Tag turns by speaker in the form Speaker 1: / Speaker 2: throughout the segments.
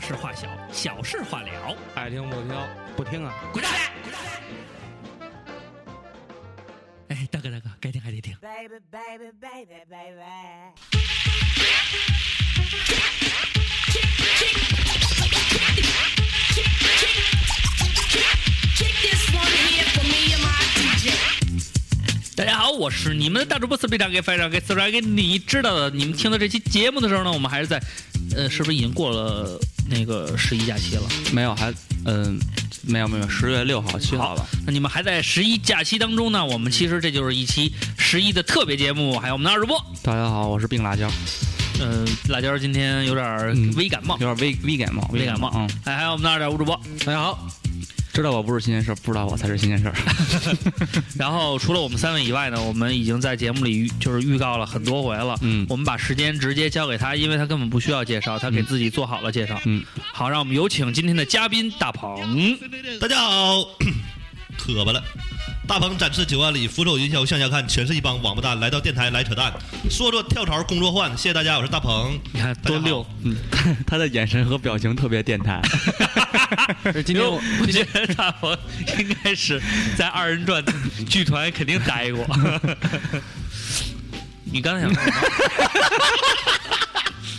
Speaker 1: 事化小，小事化了。
Speaker 2: 爱听不听，不听啊！
Speaker 1: 滚蛋！滚蛋！哎，大哥大哥，该听还得听。
Speaker 3: baby, baby, baby, baby.
Speaker 1: 大家好，我是你们的大主播四队长，给非常给四长给你知道的。你们听到这期节目的时候呢，我们还是在，呃，是不是已经过了那个十一假期了？
Speaker 2: 没有，还嗯、没有没有，十月六号、七号吧。
Speaker 1: 那你们还在十一假期当中呢？我们其实这就是一期十一的特别节目，还有我们的二主播。
Speaker 2: 大家好，我是病辣椒，
Speaker 1: 嗯、辣椒今天有点儿
Speaker 2: 嗯
Speaker 1: 微感冒
Speaker 2: 有，点微微感冒，
Speaker 1: 微感冒
Speaker 2: 嗯，
Speaker 1: 哎，还有我们的二点五主播。
Speaker 2: 大家好，知道我不是新鲜事儿，不知道我才是新鲜 事儿。
Speaker 1: 然后除了我们三位以外呢，我们已经在节目里预就是预告了很多回了。
Speaker 2: 嗯
Speaker 1: 我们把时间直接交给他，因为他根本不需要介绍，他给
Speaker 2: 嗯
Speaker 1: 自己做好了介绍。
Speaker 2: 嗯，
Speaker 1: 好，让我们有请今天的嘉宾大鹏。
Speaker 4: 大家好， 渴巴了。大鹏展翅九万里，俯首云霄向下看，全是一帮王八蛋。来到电台来扯淡，说说跳槽工作换。谢谢大家，我是大鹏。
Speaker 1: 你看多溜，
Speaker 2: 嗯，他的眼神和表情特别电 台。今天我
Speaker 1: 我 觉得大鹏应该是在二人转剧团肯定待 过。你刚才想说什么？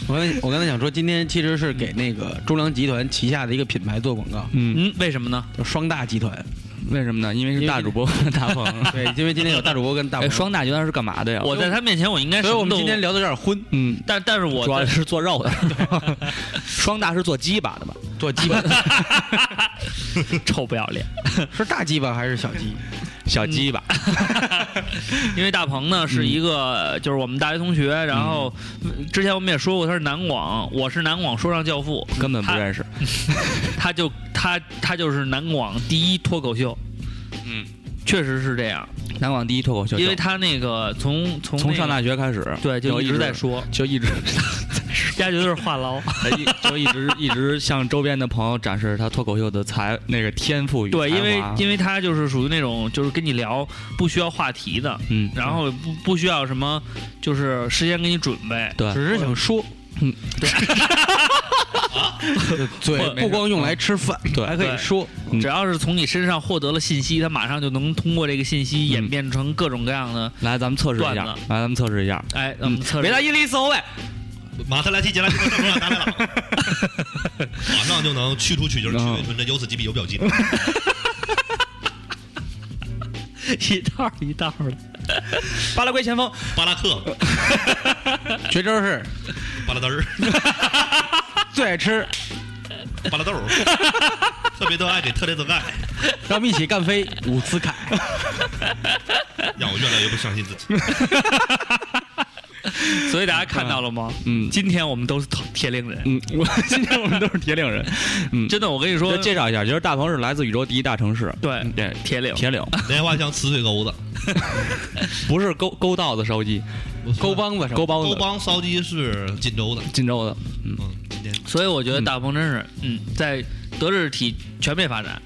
Speaker 5: 我刚才我刚才想说，今天其实是给那个中粮集团旗下的一个品牌做广告，
Speaker 2: 嗯，
Speaker 1: 嗯，为什么呢？
Speaker 5: 叫双大集团。
Speaker 2: 为什么呢？因为是大主播和 大鹏。
Speaker 5: 对，因为今天有大主播跟大
Speaker 2: 哎，
Speaker 5: 鹏，
Speaker 2: 双大原来是干嘛的呀？
Speaker 1: 我在他面前，我应该
Speaker 5: 所以我们今天
Speaker 1: 聊，
Speaker 5: 聊的有点昏，
Speaker 2: 嗯，
Speaker 1: 但但是我
Speaker 2: 主要
Speaker 1: 在
Speaker 2: 是做肉的。 双大是做鸡巴的吧？
Speaker 5: 做鸡巴
Speaker 1: 臭不要脸。
Speaker 5: 是大鸡巴还是小鸡？嗯
Speaker 2: 小鸡巴。
Speaker 1: 因为大鹏呢是一
Speaker 2: 嗯
Speaker 1: 个，就是我们大学同学，然后嗯之前我们也说过他是南广，我是南广说唱教父，
Speaker 2: 根本不认识，
Speaker 1: 他就他他就是南广第一脱口秀，
Speaker 2: 嗯，
Speaker 1: 确实是这样，
Speaker 2: 南广第一脱口秀，
Speaker 1: 因为他那个从从
Speaker 2: 从
Speaker 1: 那
Speaker 2: 上
Speaker 1: 个
Speaker 2: 大学开始，
Speaker 1: 对就一直在说，
Speaker 2: 就一直 哎
Speaker 1: 大家觉得是话痨，
Speaker 2: 一就一直一直向周边的朋友展示他脱口秀的才那个天赋与
Speaker 1: 对，因为
Speaker 2: 才华
Speaker 1: 因为他就是属于那种就是跟你聊不需要话题的，
Speaker 2: 嗯，
Speaker 1: 然后不不需要什么就是事先给你准备，
Speaker 2: 对
Speaker 5: 只是想说，
Speaker 2: 嗯，
Speaker 5: 嘴
Speaker 2: 没事
Speaker 5: 不光用来吃饭，
Speaker 2: 嗯对
Speaker 5: 还可以说。
Speaker 2: 嗯
Speaker 1: 只要是从你身上获得了信息，他马上就能通过这个信息
Speaker 2: 嗯
Speaker 1: 演变成各种各样的。
Speaker 2: 来咱们测试一下，
Speaker 1: 段
Speaker 2: 来
Speaker 1: 子
Speaker 2: 咱们测试一下，
Speaker 1: 哎，我们测试
Speaker 2: 维。达伊利四后卫，
Speaker 4: 马特莱奇、杰拉西莫、圣罗达 莱朗，马上就能去除曲形、去伪存真，由此击毙有表记。
Speaker 1: 一道一道的。
Speaker 2: 巴拉圭前锋，
Speaker 4: 巴拉克、
Speaker 5: 绝招是
Speaker 4: 巴拉 嘚儿、
Speaker 5: 最爱吃，
Speaker 4: 巴拉豆儿，特别都爱给特雷泽盖，
Speaker 5: 让我们一起干飞伍 兹凯。
Speaker 4: 让我越来越不相信自己。
Speaker 1: 所以大家看到了吗？
Speaker 2: 嗯
Speaker 1: 今天我们都是铁岭人。
Speaker 2: 嗯，我 今天我们都是铁岭人，嗯，
Speaker 1: 真的，我跟你说
Speaker 2: 就，介绍一下，就是大鹏是来自宇宙第一大城市，
Speaker 1: 对
Speaker 2: 嗯对，
Speaker 1: 铁岭
Speaker 2: 铁岭，
Speaker 4: 莲花香呲水沟子，
Speaker 2: 不是勾勾道子烧鸡，
Speaker 5: 勾帮子，
Speaker 2: 勾帮
Speaker 4: 沟
Speaker 2: 子，
Speaker 4: 帮烧鸡是锦州的。
Speaker 2: 锦州的，
Speaker 4: 嗯，今天
Speaker 1: 所以我觉得大鹏真是，嗯，在德智体全面发展，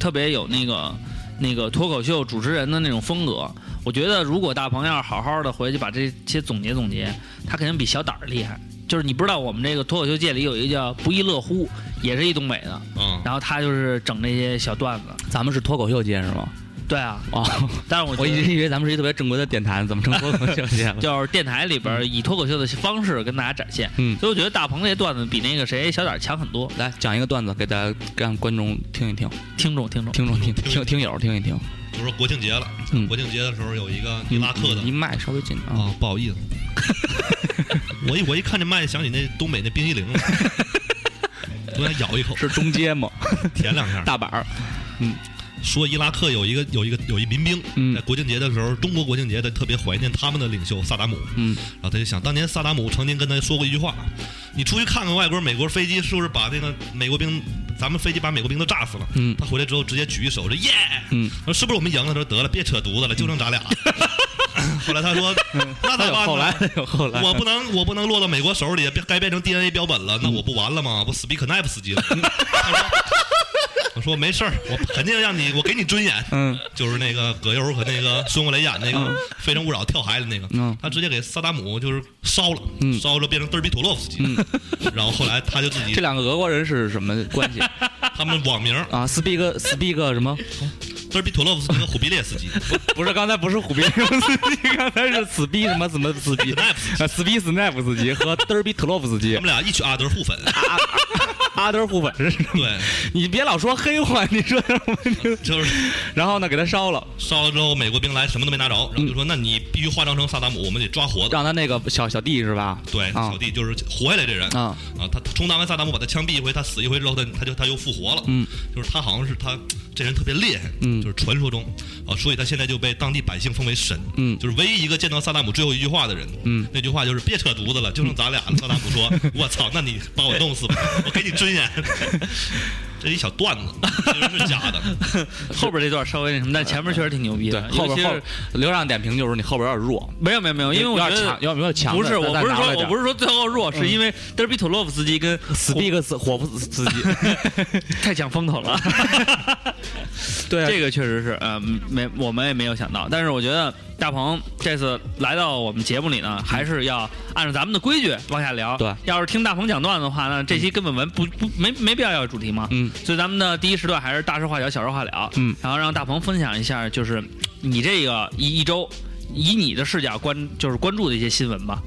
Speaker 1: 特别有那个那个脱口秀主持人的那种风格。我觉得如果大鹏要是好好的回去把这些总结总结，他肯定比小胆儿厉害。就是你不知道我们这个脱口秀界里有一个叫不亦乐乎，也是一东北的，
Speaker 4: 嗯，
Speaker 1: 然后他就是整那些小段子。
Speaker 2: 咱们是脱口秀界是吗？
Speaker 1: 对啊，
Speaker 2: 哦，
Speaker 1: 但是我觉
Speaker 2: 我一
Speaker 1: 得
Speaker 2: 直以为咱们是一特别正规的电台，怎么成脱口秀界了？
Speaker 1: 就是电台里边以脱口秀的方式跟大家展现。
Speaker 2: 嗯
Speaker 1: 所以我觉得大鹏那些段子比那个谁小胆儿强很多。
Speaker 2: 来讲一个段子给大家，让观众听一听，
Speaker 1: 听众听众，
Speaker 2: 听众 听听听友听一听。
Speaker 4: 就说国庆节了
Speaker 2: 嗯，
Speaker 4: 国庆节的时候有一个伊拉克的
Speaker 2: 一麦稍微紧啊、
Speaker 4: 啊，不 好意思，我一我一看这麦，想起那东北那冰激 凌了，我想咬一口，
Speaker 2: 是中街吗？
Speaker 4: 舔两下。
Speaker 2: 大板儿，
Speaker 4: 说伊拉克有一个有一个有一民兵，
Speaker 2: 嗯
Speaker 4: 在国庆节的时候，中国国庆节他特别怀念他们的领袖萨达姆，
Speaker 2: 嗯，
Speaker 4: 然后他就想，当年萨达姆曾经跟他说过一句话：“你出去看看外国美国飞机是不是把那个美国兵，咱们飞机把美国兵都炸死了。”
Speaker 2: 嗯
Speaker 4: 他回来之后直接举一手说：“耶！”
Speaker 2: 嗯，
Speaker 4: 说是不是我们赢了？他说：“得了，别扯犊子了，就 剩咱俩。”后来他说：“那咋办呢？”
Speaker 2: 嗯哎后来有后来，
Speaker 4: 我不能，我不能落到美国手嗯里，该变成 DNA 标本了，那我不完了吗？我死皮可耐不死机了。他说 我说没事儿，我肯定让你，我给你尊严。
Speaker 2: 嗯
Speaker 4: 就是那个葛优和那个孙红雷演那个《非诚勿扰》跳海里那个，
Speaker 2: 嗯
Speaker 4: 他直接给萨达姆就是烧了，
Speaker 2: 嗯
Speaker 4: 烧了变成德尔比妥洛夫斯基，然后后来他就自 己
Speaker 2: 这两个俄国人是什么关系
Speaker 4: 他们网名
Speaker 2: 啊？Speak Speak 什么？
Speaker 4: 德尔比妥洛夫斯基和虎皮列斯 基，
Speaker 2: 不是，刚才不是虎皮 什么司机，刚才是死逼什么什么司机，
Speaker 4: 那他
Speaker 2: 啊，死逼 Snap 司机和德尔比特洛夫斯基
Speaker 4: 们，俩一曲啊阿德互粉，
Speaker 2: 阿德互粉是
Speaker 4: 对，
Speaker 2: 你别老说黑话，你说什么？
Speaker 4: 就是
Speaker 2: 然后呢，给他烧了，
Speaker 4: 烧了之后美国兵来什么都没拿着，然后就说那你必须化妆成萨达姆，我们得抓活的。
Speaker 2: 让他那个小小弟是吧？
Speaker 4: 对，
Speaker 2: 啊
Speaker 4: 小弟就是活下来这人
Speaker 2: 啊
Speaker 4: 啊，他他充当完萨达姆，把他枪毙一回，他死一回之后，他他就他又复活了。
Speaker 2: 嗯，
Speaker 4: 就是他好像是他这人特别厉害，
Speaker 2: 嗯
Speaker 4: 就是传说中啊，所以他现在就被当地百姓奉为神，
Speaker 2: 嗯
Speaker 4: 就是唯一一个见到萨达姆最后一句话的人，
Speaker 2: 嗯，
Speaker 4: 那句话就是别扯犊子了，就剩咱俩 了。萨达姆说：“我操，那你把我弄死吧， 我给你尊严。”这一小段子其实是假的，
Speaker 1: 后边这段稍微那什么，但前面确实挺牛逼
Speaker 2: 哎对
Speaker 1: 的，，
Speaker 2: 后
Speaker 1: 尤其
Speaker 2: 边后
Speaker 1: 是
Speaker 2: 流量点评就是你后边有点弱，
Speaker 1: 没有没有没有，因为我
Speaker 2: 有
Speaker 1: 觉
Speaker 2: 点
Speaker 1: 得
Speaker 2: 强，有点有点强的。
Speaker 1: 不是，我不是说我不
Speaker 2: 是
Speaker 1: 是说最后弱，是因为德尔比妥洛夫斯基跟
Speaker 2: Speak 嗯死火夫司机，
Speaker 1: 太抢风头了。
Speaker 2: 对啊
Speaker 1: 这个确实是，呃，没我们也没有想到，但是我觉得大鹏这次来到我们节目里呢，还是要按照咱们的规矩往下聊。
Speaker 2: 对
Speaker 1: 要是听大鹏讲段子的话呢，这期根本完不不没没必要要主题嘛。
Speaker 2: 嗯，
Speaker 1: 所以咱们的第一时段还是大事化小，小事化了。
Speaker 2: 嗯，
Speaker 1: 然后让大鹏分享一下，就是你这个一一周。以你的视角关就是关注的一些新闻吧，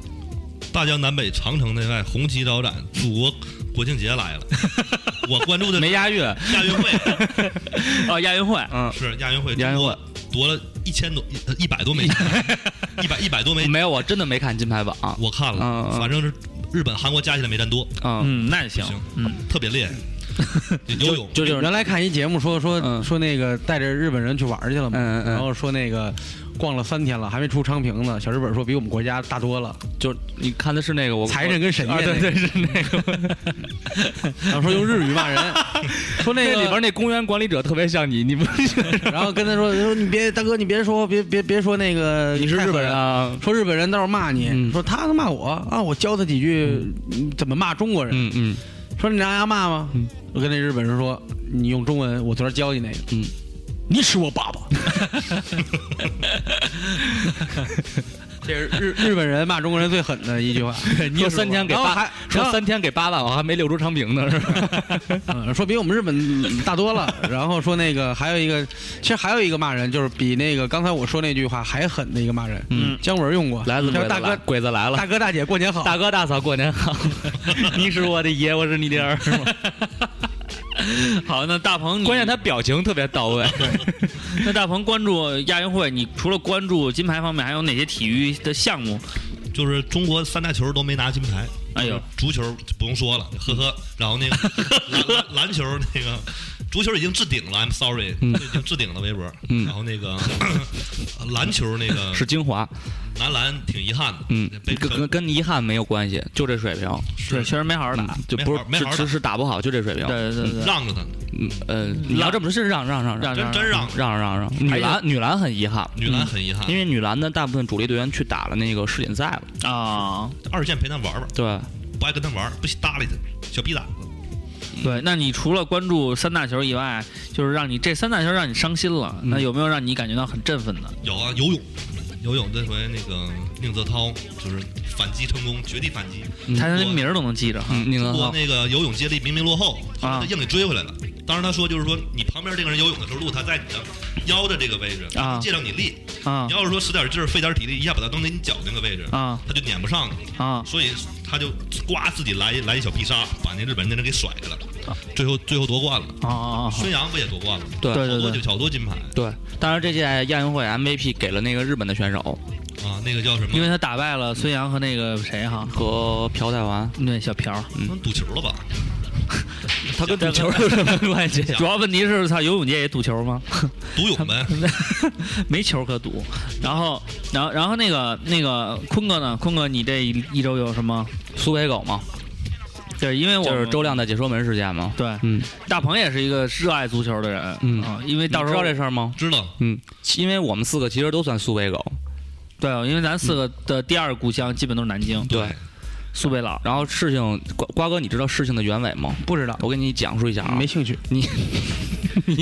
Speaker 4: 大江南北、长城内外，红旗招展，祖国国庆节来了。 我关注的
Speaker 2: 没押韵，
Speaker 4: 亚运会
Speaker 1: 哦，亚运会，
Speaker 2: 嗯，
Speaker 4: 是亚运会，
Speaker 2: 亚运会
Speaker 4: 夺了一千多一一百 多枚金牌，一百一百多枚，
Speaker 2: 没有，我真的没看金牌榜，
Speaker 4: 我看
Speaker 2: 嗯
Speaker 4: 了，
Speaker 2: 嗯
Speaker 4: 反正是日本、韩国加起来没咱多，
Speaker 2: 嗯，
Speaker 1: 嗯，那也行
Speaker 4: 行，
Speaker 1: 嗯，
Speaker 4: 特别厉害。游泳
Speaker 2: 就就是
Speaker 5: 原来看一节目说说、
Speaker 2: 嗯
Speaker 5: 说那个带着日本人去玩去了嘛，
Speaker 2: 嗯嗯嗯
Speaker 5: 然后说那个逛了三天了，还没出昌平呢。小日本说比我们国家大多了，
Speaker 2: 就是你看的是那个我
Speaker 5: 财神跟神
Speaker 2: 啊，
Speaker 5: 爷那个、
Speaker 2: 对对是那个，
Speaker 5: 然后说用日语骂人，说那
Speaker 2: 那
Speaker 5: 个
Speaker 2: 里边那公园管理者特别像你， 你不
Speaker 5: 然后跟他说说你别大哥你别说别别别说那个
Speaker 2: 你是日本人
Speaker 5: 啊。
Speaker 2: 啊？
Speaker 5: 说日本人到时候骂你，
Speaker 2: 嗯
Speaker 5: 说他他骂我啊，我教他几句、嗯怎么骂中国人。
Speaker 2: 嗯嗯
Speaker 5: 说你拿牙骂吗？
Speaker 2: 嗯
Speaker 5: 我跟那日本人说，你用中文，我昨儿教你那个。
Speaker 2: 嗯，
Speaker 5: 你是我爸爸。 这是日日本人骂中国人最狠的一句 话。你
Speaker 2: 说三天给
Speaker 5: 然后还
Speaker 2: 八，说
Speaker 5: 然后
Speaker 2: 三天给八万，我还没溜出昌平呢，是吧？
Speaker 5: 嗯，说比我们日本大多了。然后说那个还有一个，其实还有一个骂人，就是比那个刚才我说那句话还狠的一个骂人。
Speaker 1: 嗯
Speaker 5: 姜文用过，
Speaker 2: 来自
Speaker 5: 叫
Speaker 2: 鬼子
Speaker 5: 大
Speaker 2: 来
Speaker 5: 哥
Speaker 2: 鬼子来了，
Speaker 5: 大哥大姐过年好。
Speaker 2: 大哥大嫂过年 好， 你是我的爷，我是你的儿。
Speaker 1: 好，那大鹏，
Speaker 2: 关键他表情特别到位，
Speaker 1: 那大鹏关注亚运会，你除了关注金牌方面，还有哪些体育的项目？
Speaker 4: 就是中国三大球都没拿金牌，
Speaker 1: 哎呦，
Speaker 4: 足球就不用说了，呵
Speaker 2: 嗯
Speaker 4: 呵。然后 那个篮篮篮球那个足球已经置顶了，I'm sorry，已经置顶了微博。
Speaker 2: 嗯
Speaker 4: 然后那个 篮球那个
Speaker 2: 是精华，
Speaker 4: 男篮挺遗憾的，
Speaker 2: 嗯，
Speaker 4: 被
Speaker 2: 跟跟跟遗憾没有关系，就这水平，嗯
Speaker 1: 对，确实没好好打。
Speaker 2: 就不是
Speaker 4: 没
Speaker 2: 是
Speaker 4: 法儿
Speaker 2: 是是打不好，就这水平。
Speaker 1: 对对对，
Speaker 4: 让着他，
Speaker 2: 嗯呃，你要这么说，是让让让让
Speaker 1: 让
Speaker 4: 真真让。
Speaker 2: 让让让，女篮女篮很遗憾，嗯
Speaker 4: 女篮很遗憾，
Speaker 2: 因为女篮的大部分主力队员去打了那个世锦赛了，
Speaker 1: 啊，
Speaker 4: 二线陪他玩玩，
Speaker 2: 对，
Speaker 4: 不爱跟他玩，不搭理他，小逼崽子。
Speaker 2: 嗯
Speaker 1: 对。那你除了关注三大球以外，就是让你这三大球让你伤心了，
Speaker 2: 嗯
Speaker 1: 那有没有让你感觉到很振奋的？
Speaker 4: 有啊，游泳，游泳这回那个宁泽涛就是反击成功，绝地反击。
Speaker 2: 嗯
Speaker 1: 他连名儿都能记着 哈。
Speaker 2: 嗯，宁
Speaker 4: 中
Speaker 2: 泽
Speaker 4: 国
Speaker 2: 涛，
Speaker 4: 那个游泳接力明明落后，后
Speaker 1: 啊
Speaker 4: 来他硬给追回来了。当时他说，就是说你旁边这个人游泳的时候，如果他在你的腰的这个位置，
Speaker 1: 啊
Speaker 4: 借着你力，
Speaker 1: 啊
Speaker 4: 你要是说使点劲儿、费点体力，一下把他蹬到你脚那个位置，
Speaker 1: 啊
Speaker 4: 他就撵不上你，
Speaker 1: 啊！
Speaker 4: 所以他就呱自己来一来一小必杀，把那日本人那人给甩开了。最后最后夺冠了，
Speaker 1: 啊啊啊！
Speaker 4: 孙杨不也夺冠了？
Speaker 2: 对
Speaker 1: 对
Speaker 4: 好多就好多金牌
Speaker 2: 对，当然这届亚运会 MVP 给了那个日本的选手
Speaker 4: 啊，那个叫什
Speaker 1: 因
Speaker 4: 么？
Speaker 1: 为他打败了孙杨和那个谁哈，
Speaker 2: 和朴泰完，
Speaker 1: 那小朴。
Speaker 4: 能赌球了吧？
Speaker 2: 他跟赌球有什么关系？
Speaker 1: 主要问题是，他游泳界也赌球吗？
Speaker 4: 赌泳 呗，
Speaker 1: 没球可赌。然后，然后，然后那个那个坤哥呢？坤哥，你这一一周有什么？
Speaker 2: 苏北狗嘛，
Speaker 1: 对，因为我
Speaker 2: 就是周亮的解说门事件嘛。
Speaker 1: 对，
Speaker 2: 嗯，
Speaker 1: 大鹏也是一个热爱足球的人，
Speaker 2: 嗯
Speaker 1: 啊，因为
Speaker 2: 你
Speaker 1: 到时
Speaker 2: 知
Speaker 1: 候
Speaker 2: 道这事儿吗？
Speaker 4: 知道。
Speaker 2: 嗯，因为我们四个其实都算苏北狗，
Speaker 1: 对，因为咱四个的第二故乡基本都是南京，
Speaker 2: 嗯对。
Speaker 1: 苏北佬，
Speaker 2: 然后事情瓜瓜哥，你知道事情的原委吗？
Speaker 5: 不知道，
Speaker 2: 我给你讲述一下啊。
Speaker 5: 没兴趣。
Speaker 2: 你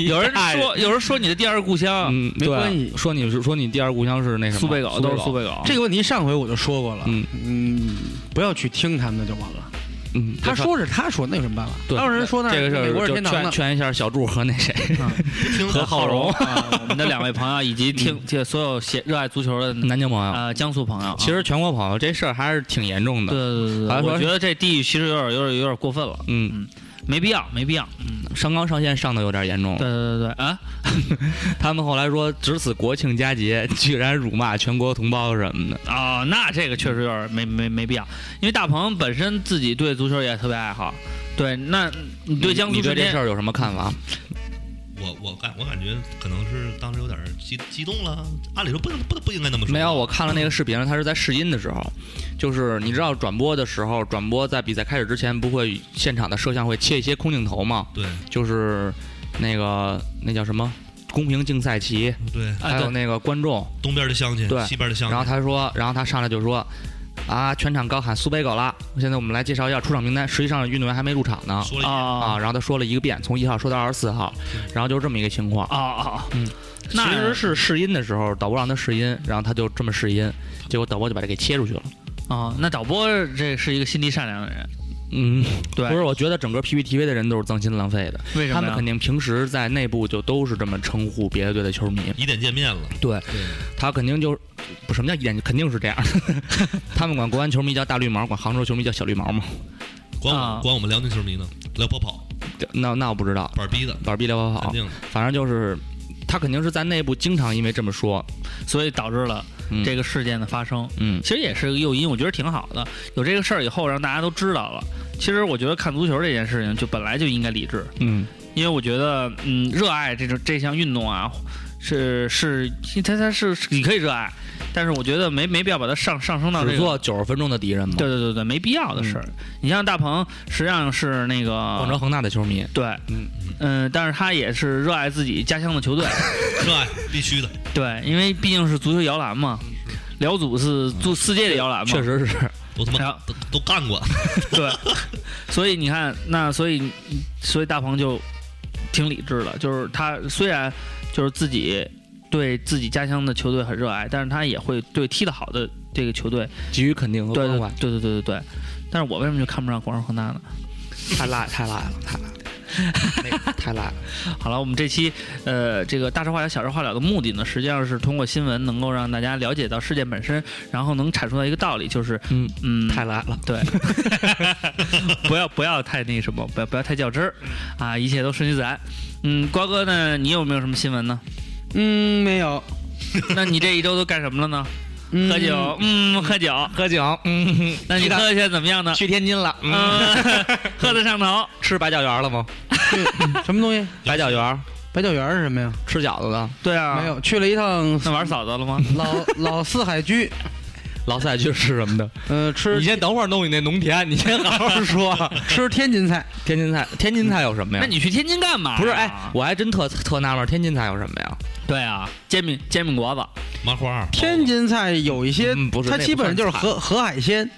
Speaker 1: 有人 说，有人说你的第二故乡
Speaker 2: 嗯，没
Speaker 5: 对
Speaker 2: 关系。说你是说你第二故乡是那什么？
Speaker 1: 苏北狗，都是
Speaker 2: 苏
Speaker 1: 苏
Speaker 2: 北啊
Speaker 1: 北狗。
Speaker 5: 这个问题上回我就说过了，
Speaker 2: 嗯
Speaker 5: 嗯，不要去听他们的就完了。
Speaker 2: 狗。嗯，
Speaker 5: 他说是他说，那有什么办法？
Speaker 2: 对，
Speaker 5: 还有人说那
Speaker 2: 这个事
Speaker 5: 美国
Speaker 2: 儿
Speaker 5: 是
Speaker 2: 就
Speaker 5: 天堂
Speaker 2: 劝
Speaker 5: 呢，
Speaker 2: 劝一下小柱和那谁
Speaker 4: 听
Speaker 2: 和
Speaker 4: 着
Speaker 2: 浩荣
Speaker 1: 啊，我们的两位朋友以及 听这所有写热爱足球的
Speaker 2: 南京朋友。
Speaker 1: 啊江苏朋友啊，
Speaker 2: 嗯其实全国朋友这事儿还是挺严重
Speaker 1: 对
Speaker 2: 的。
Speaker 1: 对对
Speaker 2: 还
Speaker 1: 对，
Speaker 2: 说
Speaker 1: 我觉得这地域其实有点有点有点过分了，
Speaker 2: 嗯，
Speaker 1: 没必要，没必要。
Speaker 2: 上纲上线上的有点严重
Speaker 1: 对。对对对啊，
Speaker 2: 他们后来说，值此国庆佳节，居然辱骂全国同胞什么的。
Speaker 1: 啊、那这个确实有点没没没必要，因为大鹏本身自己对足球也特别爱好。对，那你对江苏
Speaker 2: 你对
Speaker 1: 舜
Speaker 2: 这
Speaker 1: 天
Speaker 2: 事儿有什么看法？
Speaker 4: 我我感我感觉可能是当时有点激激动了，按理说不能不不应该那么说。
Speaker 2: 没有，我看了那个视频，他是在试音的时候，就是你知道转播的时候，转播在比赛开始之前，不会现场的摄像会切一些空镜头吗？
Speaker 4: 对
Speaker 2: 就是那个那叫什么公平竞赛旗，
Speaker 4: 对，
Speaker 1: 啊
Speaker 2: 还有
Speaker 1: 对
Speaker 2: 那个观众。
Speaker 4: 东边的乡亲，
Speaker 2: 对
Speaker 4: 西边的乡
Speaker 2: 然后
Speaker 4: 亲，
Speaker 2: 他说，然后他上来就说。啊！全场高喊苏北狗啦！现在我们来介绍一下出场名单。实际上，运动员还没入场呢。
Speaker 4: 说了一句
Speaker 1: 啊
Speaker 2: 啊，然后他说了一个遍，从一号说到二十四号，然后就是这么一个情况
Speaker 1: 啊。啊，
Speaker 2: 嗯，
Speaker 1: 那
Speaker 2: 其实是试音的时候，导播让他试音，然后他就这么试音，结果导播就把他给切出去了。
Speaker 1: 啊，那导播这是一个心地善良的人，
Speaker 2: 嗯，
Speaker 1: 对，
Speaker 2: 不是，我觉得整个 PPTV 的人都是脏心浪肺的，
Speaker 1: 为什
Speaker 2: 他
Speaker 1: 么
Speaker 2: 们
Speaker 1: 呀
Speaker 2: 肯定平时在内部就都是这么称呼别的队的球迷。
Speaker 4: 疑点见面了，
Speaker 2: 对，他肯定就是不什么叫一点，肯定是这样 的。他们管国安球迷叫大绿毛，管杭州球迷叫小绿毛嘛。
Speaker 4: 管
Speaker 1: 啊
Speaker 4: 我管我们辽宁球迷呢，来跑跑
Speaker 2: 那那我不知道，
Speaker 4: 板儿逼的，
Speaker 2: 板儿逼聊跑
Speaker 4: 肯
Speaker 2: 跑，
Speaker 4: 定的。
Speaker 2: 反正就是他肯定是在内部经常因为这么说。
Speaker 1: 所以导致了
Speaker 2: 嗯
Speaker 1: 这个事件的发生。
Speaker 2: 嗯，
Speaker 1: 其实也是个诱因，我觉得挺好的。有这个事儿以后，让大家都知道了。其实我觉得看足球这件事情，就本来就应该理智，
Speaker 2: 嗯，
Speaker 1: 因为我觉得，嗯，热爱这种这项运动啊，是是，它它是你可以热爱，但是我觉得没没必要把它上上升到这
Speaker 2: 只
Speaker 1: 个。
Speaker 2: 做九十分钟的敌人嘛。
Speaker 1: 对，对对对，没必要的事儿。你像大鹏，实际上是那个
Speaker 2: 广州恒大的球迷。
Speaker 1: 对，
Speaker 2: 嗯
Speaker 1: 嗯，但是他也是热爱自己家乡的球队，
Speaker 4: 热爱必须的，
Speaker 1: 对，因为毕竟是足球摇篮嘛，辽足是足世界的摇篮嘛，
Speaker 2: 嗯确实是，
Speaker 4: 都他
Speaker 1: 还
Speaker 2: 哎
Speaker 4: 妈
Speaker 1: 有
Speaker 4: 都都干过，
Speaker 1: 对，所以你看，那所以所以大鹏就挺理智的，就是他虽然就是自己对自己家乡的球队很热爱，但是他也会对踢得好的这个球队，
Speaker 2: 给予肯定和
Speaker 1: 对
Speaker 2: 关
Speaker 1: 对
Speaker 2: 怀。
Speaker 1: 对对对对对。但是我为什么就看不上广州恒大呢？
Speaker 2: 太辣，太辣了，太辣了，那个 太辣了。
Speaker 1: 好了，我们这期呃这个大事化小、小事化了的目的呢，实际上是通过新闻能够让大家了解到事件本身，然后能阐述到一个道理，就是
Speaker 2: 嗯，
Speaker 1: 嗯，
Speaker 2: 太辣了。
Speaker 1: 对， 不要不要太那什么，不要不要太较真儿
Speaker 2: 嗯
Speaker 1: 啊，一切都顺其自然。嗯，瓜哥呢，你有没有什么新 闻呢？
Speaker 5: 嗯，没有，
Speaker 1: 那你这一周都干什么了呢？
Speaker 5: 嗯
Speaker 1: 喝酒，嗯，喝酒。
Speaker 2: 喝酒，嗯，
Speaker 1: 那你喝的现在怎么样呢？
Speaker 2: 去天津了，嗯，
Speaker 1: 嗯，喝得上头。
Speaker 2: 吃白饺圆了吗？
Speaker 5: 什么东西？
Speaker 2: 白饺圆，
Speaker 5: 白酒园是什么呀？
Speaker 2: 吃饺子的。
Speaker 1: 对啊，
Speaker 5: 没。有，去了一趟
Speaker 2: 嗯
Speaker 1: 那玩嫂子了吗？
Speaker 5: 老老四海居，
Speaker 2: 老赛去吃什么的？
Speaker 5: 呃，
Speaker 2: 你
Speaker 5: 吃
Speaker 2: 先等会儿弄你那农田，你先好好说。
Speaker 5: 吃天津菜，
Speaker 2: 天津菜，天津菜有什么呀？
Speaker 1: 那你去天津干嘛呀？
Speaker 2: 不是？哎，我还真特特纳闷，天津菜有什么呀？
Speaker 1: 对啊，煎饼煎饼果子。
Speaker 4: 麻花。
Speaker 5: 天津菜有一些，
Speaker 2: 嗯不是
Speaker 5: 它
Speaker 2: 那
Speaker 5: 基
Speaker 2: 不
Speaker 5: 本上就是
Speaker 2: 算
Speaker 5: 河河海鲜，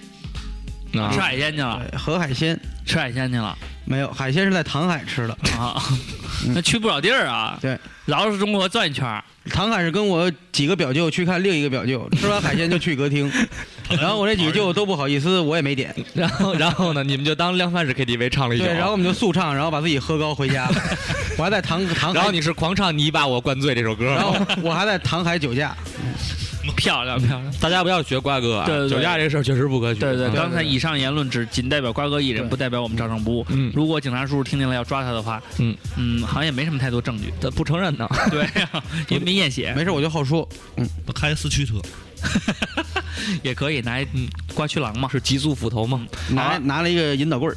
Speaker 2: 啊
Speaker 1: 吃海鲜去了，
Speaker 5: 对，河海鲜
Speaker 1: 吃海鲜去 了
Speaker 5: 没有，海鲜是在唐海吃的，
Speaker 1: 啊！
Speaker 5: 嗯
Speaker 1: 那去不少地儿啊，
Speaker 5: 对，
Speaker 1: 绕着中国转一圈儿
Speaker 5: 唐海是跟我几个表舅去看另一个表舅，吃完海鲜就去 歌厅，然后我这几个舅都不好意思，我也没点，
Speaker 2: 然后 然后呢？你们就当量贩式 KTV 唱了一宿。
Speaker 5: 对，然后我们就速唱，然后把自己喝高回 家，我还在唐唐海，
Speaker 2: 然后你是狂唱《你把我灌醉》这首歌。
Speaker 5: 然后我还在唐海酒驾，
Speaker 1: 漂亮漂亮。
Speaker 2: 大家不要学瓜哥啊
Speaker 1: 对对对
Speaker 2: 酒驾这事儿确实不可取。
Speaker 1: 对对，
Speaker 2: 嗯
Speaker 1: 刚才以上言论只仅代表瓜哥一人，
Speaker 5: 对
Speaker 1: 不代表我们照常不误。
Speaker 2: 嗯
Speaker 1: 如果警察叔叔听见了要抓他的话，
Speaker 2: 嗯
Speaker 1: 嗯，好像也没什么太多证据。
Speaker 2: 他不承认呢。
Speaker 1: 对 呀，因为没验血
Speaker 5: 没事我就好说，
Speaker 4: 我开四驱车，
Speaker 1: 也可以拿一嗯刮去狼嘛。
Speaker 2: 是急速斧头吗？
Speaker 5: 拿拿了一个引导棍儿，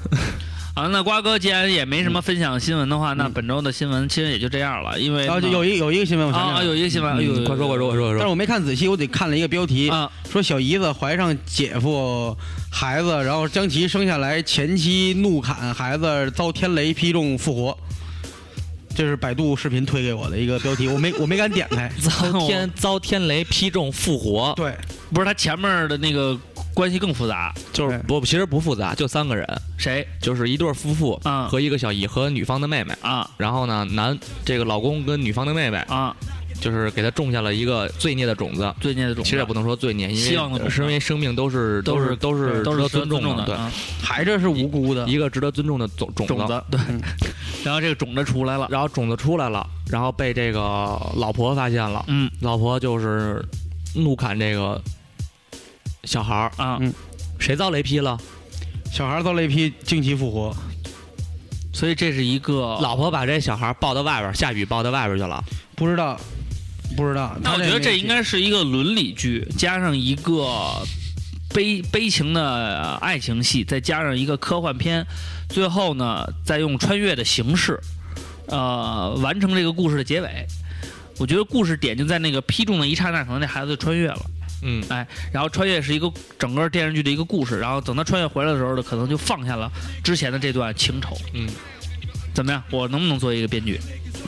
Speaker 1: 啊，那瓜哥既然也没什
Speaker 2: 嗯
Speaker 1: 么分享新闻的话，那本周的新闻其实也就这样了，因为
Speaker 5: 哦然后就有一有一个新闻我想
Speaker 1: 啊
Speaker 5: 想
Speaker 1: 啊。有一个新闻，哎呦，
Speaker 2: 嗯快说快说快说快
Speaker 5: 但是
Speaker 2: 说！
Speaker 5: 我没看仔细，我得看了一个标题，
Speaker 1: 啊，
Speaker 5: 说小姨子怀上姐夫孩子，然后将其生下来，前妻怒砍孩子，遭天雷劈中复活。这是百度视频推给我的一个标题，我没我没敢点开。
Speaker 2: 遭天遭天雷劈中复活，
Speaker 5: 对，
Speaker 1: 不是他前面的那个关系更复杂。
Speaker 2: 就是
Speaker 5: 对
Speaker 2: 不，其实不复杂，就三个人，
Speaker 1: 谁
Speaker 2: 就是一对夫妇
Speaker 1: 嗯
Speaker 2: 和一个小姨和女方的妹妹。
Speaker 1: 啊
Speaker 2: 然后呢，男这个老公跟女方的妹妹，
Speaker 1: 啊？
Speaker 2: 就是给他种下了一个罪孽的种子。
Speaker 1: 最近的种
Speaker 2: 其实也不能说罪孽，
Speaker 1: 希望的
Speaker 2: 因
Speaker 1: 种
Speaker 2: 为
Speaker 1: 子
Speaker 2: 是因为生命都是
Speaker 1: 都
Speaker 2: 是
Speaker 1: 是
Speaker 2: 都是
Speaker 1: 都是
Speaker 2: 值得
Speaker 1: 值得
Speaker 2: 尊
Speaker 1: 尊重
Speaker 2: 的，
Speaker 1: 的
Speaker 2: 对，
Speaker 1: 啊
Speaker 5: 孩子是无辜的，
Speaker 2: 一个值得尊重的种种
Speaker 1: 种子嗯对。 然后这个种子出来了，
Speaker 2: 然后种子出来了，然后被这个老婆发现了，
Speaker 1: 嗯
Speaker 2: 老婆就是怒砍这个小孩儿，
Speaker 1: 啊
Speaker 5: 嗯，
Speaker 2: 谁遭雷劈了？
Speaker 5: 小孩遭雷劈，惊奇复活，
Speaker 1: 所以这是一个
Speaker 2: 老婆把这小孩抱到外边儿，下雨抱到外边儿去了。
Speaker 5: 不知道，不知道。
Speaker 1: 那我觉得这应
Speaker 5: 是。
Speaker 1: 该是一个伦理剧，加上一个悲悲情的呃爱情戏，再加上一个科幻片，最后呢，再用穿越的形式，呃，完成这个故事的结尾。我觉得故事点就在那个劈中的一刹那，可能那孩子就穿越了，
Speaker 2: 嗯，
Speaker 1: 然后穿越是一个整个电视剧的一个故事，然后等他穿越回来的时候呢，可能就放下了之前的这段情仇。
Speaker 2: 嗯，
Speaker 1: 怎么样？我能不能做一个编剧？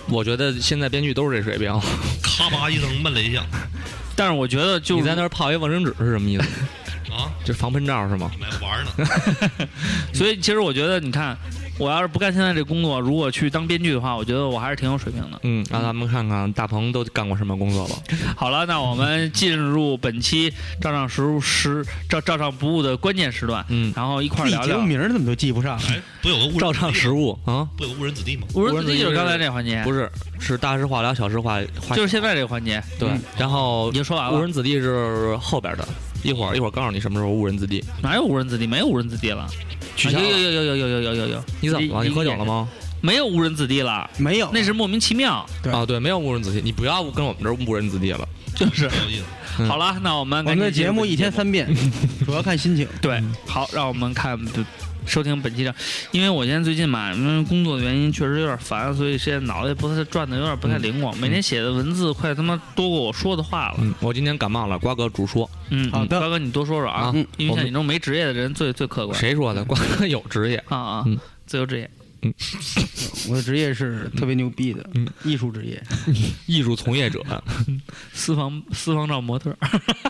Speaker 2: 我觉得现在编剧都是这水平。
Speaker 4: 咔吧一声闷雷响
Speaker 1: 但是我觉得就
Speaker 2: 你在那儿泡一卫生纸是什么意思？
Speaker 4: 啊，
Speaker 2: 这防喷罩是吗？
Speaker 4: 没玩儿呢。
Speaker 1: 所以其实我觉得，你看，我要是不干现在这工作，如果去当编剧的话，我觉得我还是挺有水平的。
Speaker 2: 嗯，让咱们看看大鹏都干过什么工作吧。
Speaker 1: 好了，那我们进入本期照上实务时照照上不误的关键时段，
Speaker 2: 嗯，
Speaker 1: 然后一块儿
Speaker 5: 你
Speaker 1: 聊
Speaker 5: 节目
Speaker 1: 聊
Speaker 5: 名儿怎么都记不上？
Speaker 4: 哎，不有个误人
Speaker 2: 照唱
Speaker 4: 子弟
Speaker 2: 实
Speaker 4: 吗
Speaker 2: 务啊，
Speaker 4: 不有个误人子弟吗？
Speaker 1: 无人
Speaker 2: 无人
Speaker 1: 子弟，
Speaker 2: 机
Speaker 1: 就是
Speaker 2: 是
Speaker 1: 刚才这环节，
Speaker 2: 不是，是大事化了，小事化化。
Speaker 1: 嗯就是现在这个环节，
Speaker 2: 对
Speaker 1: 嗯，
Speaker 2: 然后
Speaker 1: 已经说完
Speaker 2: 误
Speaker 1: 了，
Speaker 2: 人子弟是后边的，一会儿一会儿告诉你什么时候误人子弟。
Speaker 1: 哪有无人子弟？没有无人子弟了，
Speaker 2: 取消
Speaker 1: 有
Speaker 2: 了
Speaker 1: 有有有有有有有有有，
Speaker 2: 你怎么了？
Speaker 1: 一
Speaker 2: 你喝酒了？吗？
Speaker 1: 一没有无人子弟了，
Speaker 5: 没有，
Speaker 1: 那是莫名其妙，
Speaker 5: 对
Speaker 2: 啊，对，没有误人子弟，你不要跟我们这儿误人子弟了。
Speaker 1: 就是
Speaker 4: 不。好意思，
Speaker 2: 嗯
Speaker 1: 好了，那我们
Speaker 5: 我们的节目一
Speaker 1: 天
Speaker 5: 天 三遍，主要看心情。
Speaker 2: 嗯
Speaker 1: 对，好，让我们看本收听本期的，因为我现在最近嘛，因为工作的原因确实有点烦，所以现在脑袋不太转的有点不太灵光，每天写的文字快他妈多过我说的话了。
Speaker 2: 嗯，我今天感冒了，瓜哥主说，
Speaker 1: 嗯，
Speaker 5: 好的
Speaker 1: 瓜哥你多说说啊
Speaker 2: 啊，
Speaker 5: 嗯
Speaker 1: 因为像你这种没职业的人最最客观。
Speaker 2: 谁说的？瓜哥有职业，
Speaker 1: 啊啊
Speaker 2: 嗯，
Speaker 1: 自由职业，
Speaker 5: 我的职业是特别牛逼的
Speaker 2: 嗯
Speaker 5: 艺术职业，
Speaker 2: 艺术从业者，
Speaker 1: 私房私房照模特，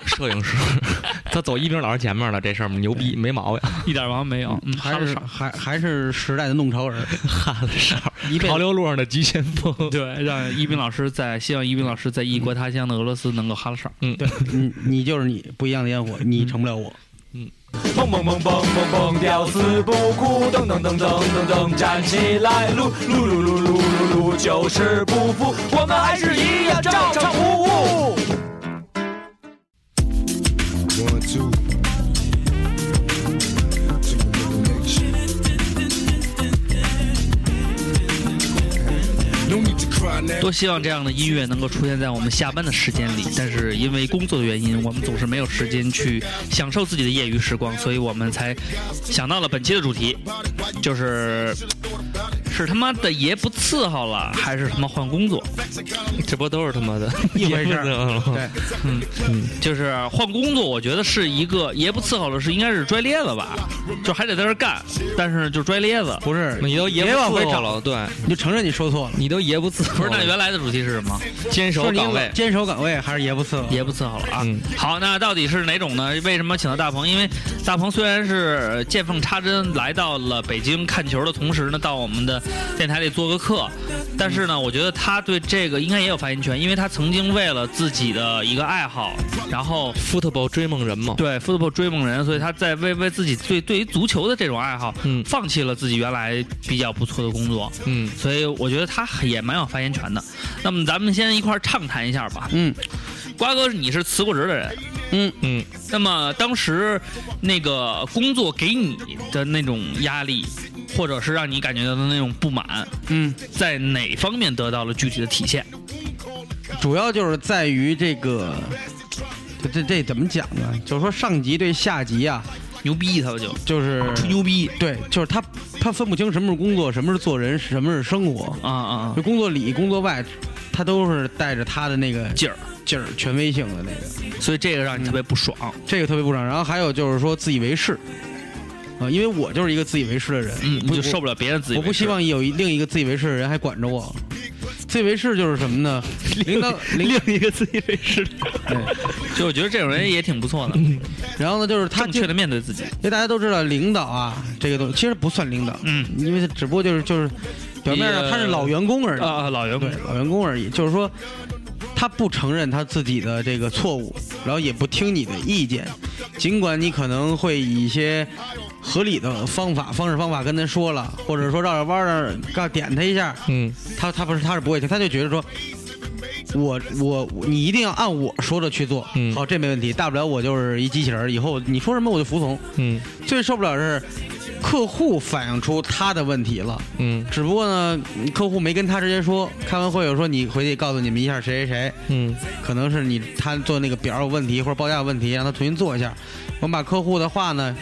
Speaker 2: 摄影师， 他走一鸣老师前面了，这事儿牛逼，没毛病。
Speaker 1: 一点毛病没有。嗯，哈
Speaker 5: 还
Speaker 1: 了
Speaker 5: 是
Speaker 1: 少
Speaker 5: 还还是时代的弄潮儿，
Speaker 2: 哈的事 儿，
Speaker 5: 一辈
Speaker 2: 潮
Speaker 5: 子
Speaker 2: 流路上的急先锋。
Speaker 1: 对，让一斌老师在希望一斌老师在异国他乡的俄罗斯能够哈了哨。
Speaker 5: 嗯你你就是你，不一样的烟火，你成不了我。
Speaker 6: 蹦蹦蹦蹦蹦蹦，屌丝不哭，噔噔噔噔噔噔，站起来，撸撸撸撸撸撸撸，就是不服，我们还是一样照常服务。
Speaker 7: One, two. Two, connection. No need to cry now.
Speaker 1: 多希望这样的音乐能够出现在我们下班的时间里，但是因为工作的原因，我们总是没有时间去享受自己的业余时光，所以我们才想到了本期的主题，就是是他妈的爷不伺候了，还是他妈换工 作？
Speaker 2: 这不都是他妈的
Speaker 5: 一回事儿
Speaker 2: 儿？
Speaker 5: 对，
Speaker 1: 就是换工作，我觉得是一个爷不伺候了，是应该是拽咧子吧，就还得在这儿干，但是就拽咧子。
Speaker 5: 不是，
Speaker 2: 你都爷不
Speaker 5: 别往回
Speaker 2: 伺候
Speaker 5: 找
Speaker 2: 了，对，
Speaker 5: 你就承认你说错了。
Speaker 2: 你都爷不伺候了。
Speaker 1: 不是，那原来的主题是什么？
Speaker 2: 坚守
Speaker 5: 是
Speaker 2: 岗位
Speaker 5: 你，坚守岗位还是爷不伺候？
Speaker 1: 爷不伺候了啊！
Speaker 2: 嗯
Speaker 1: 好，那到底是哪种呢？为什么请到大鹏？因为大鹏虽然是见缝插针来到了北京看球的同时呢，到我们的电台里做个客，但是呢，我觉得他对这个应该也有发言权，因为他曾经为了自己的一个爱好，然后
Speaker 2: football 追梦人嘛。
Speaker 1: 对 football 追梦人，所以他在为为自己对对于足球的这种爱好，
Speaker 2: 嗯
Speaker 1: 放弃了自己原来比较不错的工作，
Speaker 2: 嗯，
Speaker 1: 所以我觉得他也蛮有发言权的。那么咱们先一块儿畅谈一下吧。
Speaker 5: 嗯
Speaker 1: 瓜哥，你是辞过职的人。
Speaker 5: 嗯，
Speaker 2: 嗯，
Speaker 1: 那么当时那个工作给你的那种压力，或者是让你感觉到的那种不满，
Speaker 5: 嗯，
Speaker 1: 在哪方面得到了具体的体现？
Speaker 5: 主要就是在于这个，这这这怎么讲呢？就是说上级对下级啊，
Speaker 1: 牛逼，他就
Speaker 5: 就是
Speaker 2: 啊
Speaker 1: 吹牛逼
Speaker 5: 对，就是他他分不清什么是工作，什么是做人，什么是生活。
Speaker 1: 啊啊啊
Speaker 5: 就工作里、工作外，他都是带着他的那个
Speaker 1: 劲儿，
Speaker 5: 劲儿、权威性的那个，
Speaker 1: 所以这个让你特别不爽。
Speaker 5: 这个特别不爽。然后还有就是说自以为是，啊、因为我就是一个自以为是的人，
Speaker 1: 嗯，你
Speaker 5: 不
Speaker 1: 就受不了别人自己。
Speaker 5: 我不希望有一另一个自以为是的人还管着我，自以为是就是什 么呢？领导领，
Speaker 2: 另一个自以为 是。
Speaker 1: 就我觉得这种人也挺不错的，
Speaker 5: 然后呢就是嗯他
Speaker 1: 正确的面对自己。
Speaker 5: 因为大家都知道领导啊，这个东西其实不算领导，
Speaker 1: 嗯，
Speaker 5: 因为他只不过就是就是表面上
Speaker 1: 也
Speaker 5: 他是老员工而已，
Speaker 1: 啊，老员工
Speaker 5: 对，老员工而已。就是说，他不承认他自己的这个错误，然后也不听你的意见，尽管你可能会以一些合理的方法、方式、方法跟他说了，或者说绕着弯儿告点他一下，
Speaker 2: 嗯，
Speaker 5: 他他不是他是不会听，他就觉得说。我我你一定要按我说的去做，
Speaker 2: 嗯
Speaker 5: 好，这没问题，大不了我就是一机器人儿，以后你说什么我就服从。
Speaker 2: 嗯
Speaker 5: 最受不了的是客户反映出他的问题了，
Speaker 2: 嗯
Speaker 5: 只不过呢，客户没跟他直接说，开完会我说你回去告诉你们一下谁谁
Speaker 2: 嗯
Speaker 5: 谁，可能是你他做那个表有问题或者报价有问题，让他重新做一下。我们把客户的话呢